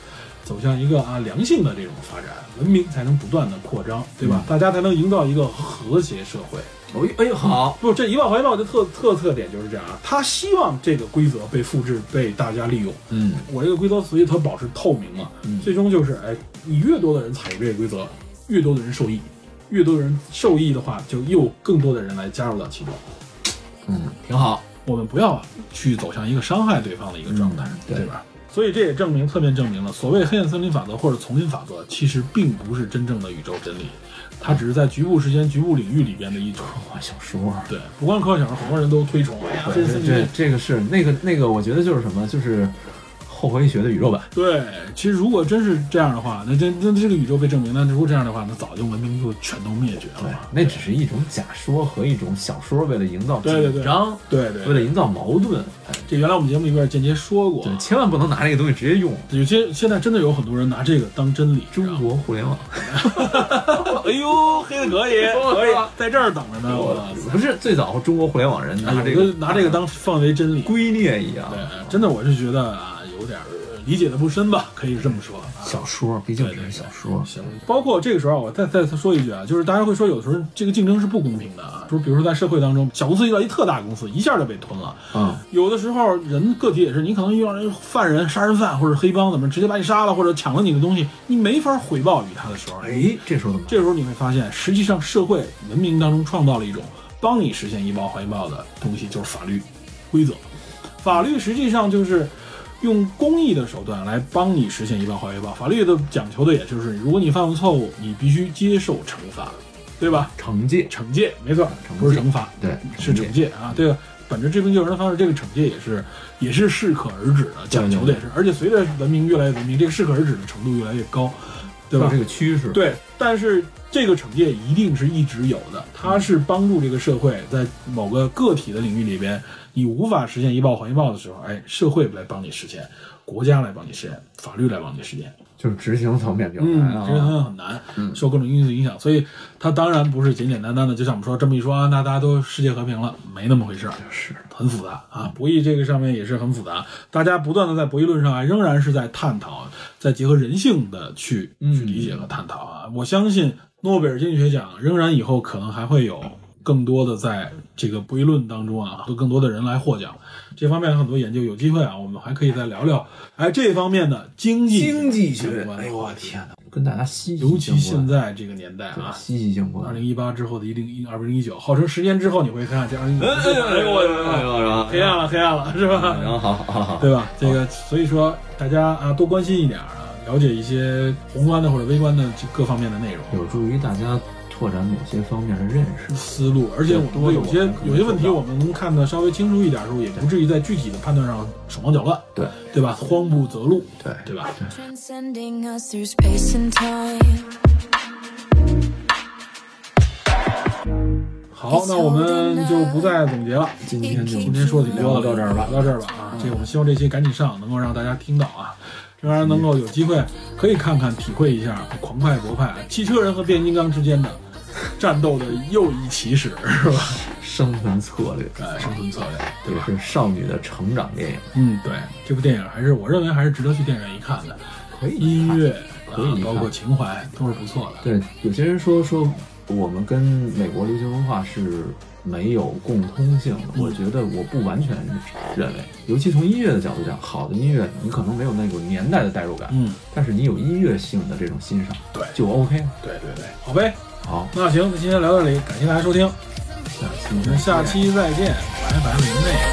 S1: 走向一个啊良性的这种发展，文明才能不断的扩张，对
S2: 嗯
S1: 吧？大家才能营造一个和谐社会。
S2: 哦，哎呦好，
S1: 不，这一万还一万的特特特点就是这样啊，他希望这个规则被复制，被大家利用。
S2: 嗯，
S1: 我这个规则，所以它保持透明嘛，最终就是，哎，你越多的人采用这个规则，越多的人受益，越多的人受益的话，就又更多的人来加入到其中。
S2: 挺好，
S1: 我们不要去走向一个伤害对方的一个状态，
S2: 嗯对
S1: 吧？所以这也证明，侧面证明了，所谓黑暗森林法则或者丛林法则，其实并不是真正的宇宙真理，
S2: 嗯
S1: 它只是在局部时间、局部领域里边的一种。
S2: 哇，啊小说。
S1: 对，不光是科幻小说，很多人都推崇。哎呀，黑暗
S2: 这
S1: 森林
S2: 这这个是那个那个，我觉得就是什么，就是后回学的宇宙版。
S1: 对，其实如果真是这样的话，那这那这个宇宙被证明，那如果这样的话，那早就文明就全都灭绝了
S2: 对
S1: 嘛。，
S2: 那只是一种假说和一种小说，为了营造
S1: 对对对
S2: 紧张，
S1: 对对
S2: 为了
S1: 对，
S2: 营造矛盾，哎，
S1: 这原来我们节目里边间接说过，
S2: 对，千万不能拿这个东西直接用。
S1: 有些现在真的有很多人拿这个当真理。
S2: 中国互联网
S1: (laughs) 哎呦，黑的可以， (laughs) 可以，在这儿等着呢。我操
S2: 不是最早中国互联网人拿这
S1: 有
S2: 个
S1: 的拿这个当放为真理。
S2: 圭臬一样
S1: 对，，真的我是觉得啊，有点儿理解的不深吧，可以这么说啊。
S2: 小说毕竟只是小说，
S1: 行，包括这个时候啊，我再再说一句啊，就是大家会说，有时候这个竞争是不公平的啊，就是比如说在社会当中，小公司遇到一特大公司，一下就被吞了。
S2: 嗯，
S1: 有的时候人个体也是，你可能遇到人犯人、杀人犯或者黑帮怎么直接把你杀了，或者抢了你的东西，你没法回报于他的时候，
S2: 哎，这时候怎么办？
S1: 这时候你会发现，实际上社会文明当中创造了一种帮你实现以暴还暴的东西，就是法律规则。法律实际上就是用公益的手段来帮你实现以暴还暴。法律的讲求的也就是，如果你犯了错误，你必须接受惩罚，对吧？
S2: 惩戒，
S1: 惩戒，没错，
S2: 惩戒嗯
S1: 不是惩罚，
S2: 对，
S1: 是惩戒啊。这个本着治病救人的方式，这个惩戒也是也是适可而止的，讲求的也是。而且随着文明越来越文明，这个适可而止的程度越来越高，对吧
S2: 有？这个趋势，，
S1: 对，但是这个惩戒一定是一直有的，它是帮助这个社会在某个个体的领域里边，你无法实现一报还一报的时候，哎，社会来帮你实现，国家来帮你实现，法律来帮你实现。哎
S2: 就是执行层面比较难
S1: 这个
S2: 啊。
S1: 很很难，受各种因素影响，所以它当然不是简简单单的，就像我们说这么一说啊，那大家都世界和平了，没那么回事儿，
S2: 是
S1: 很复杂啊。博弈这个上面也是很复杂，大家不断的在博弈论上啊，仍然是在探讨，在结合人性的去去理解和探讨啊。我相信诺贝尔经济学奖仍然以后可能还会有更多的在这个博弈论当中啊，和更多的人来获奖。这方面有很多研究，有机会啊，我们还可以再聊聊，哎，这方面的经济
S2: 经济学
S1: 相，关的
S2: 哎呦
S1: 话
S2: 我
S1: 题
S2: 天哪，跟大家息息
S1: 尤其
S2: 相
S1: 现
S2: 关，
S1: 在这个年代
S2: 对
S1: 啊，
S2: 息息相关
S1: 二。零一八之后的一零一二零一九，号称十年之后你会看这二零一九，
S2: 哎呦，然后
S1: 黑暗了，黑暗了，是
S2: 然
S1: 吧？
S2: 后好好好，
S1: 对吧？这个所以说大家啊多关心一点啊，了解一些宏观的或者微观的这各方面的内容。
S2: 有助于大家拓展某些方面的认识。
S1: 思路，而且我们对有些有些问题我们能看得稍微清楚一点的时候，也不至于在具体的判断上手忙脚乱，
S2: 对
S1: 对吧？慌不择路，
S2: 对
S1: 对吧？
S6: Transcending us through space and time.
S1: 好，那我们就不再总结了，今天就今天说的
S2: 嗯
S1: 挺多的，到这儿吧，到这儿吧啊！这个我们希望这期赶紧上，能够让大家听到啊，仍然能够有机会可以看看、体会一下狂派博派啊汽车人和变形金刚之间的战斗的又一起始，是吧？
S2: 生存策略，
S1: 呃，生存策略，对
S2: 也
S1: 吧？
S2: 是少女的成长电影，
S1: 嗯，对，这部电影还是我认为还是值得去电影院一看的，
S2: 可以
S1: 音乐啊
S2: 可以，看
S1: 包括情怀都是不错的。
S2: 对，有些人说说我们跟美国流行文化是没有共通性的，我觉得我不完全认为，尤其从音乐的角度讲，好的音乐你可能没有那种年代的代入感，
S1: 嗯，
S2: 但是你有音乐性的这种欣赏，
S1: 对
S2: 就 OK 了。
S1: 对对对，好呗，
S2: 好，
S1: 那行，那今天聊到这里，感谢大家收听，
S2: 下期
S1: 我们下期再见，拜拜，林妹。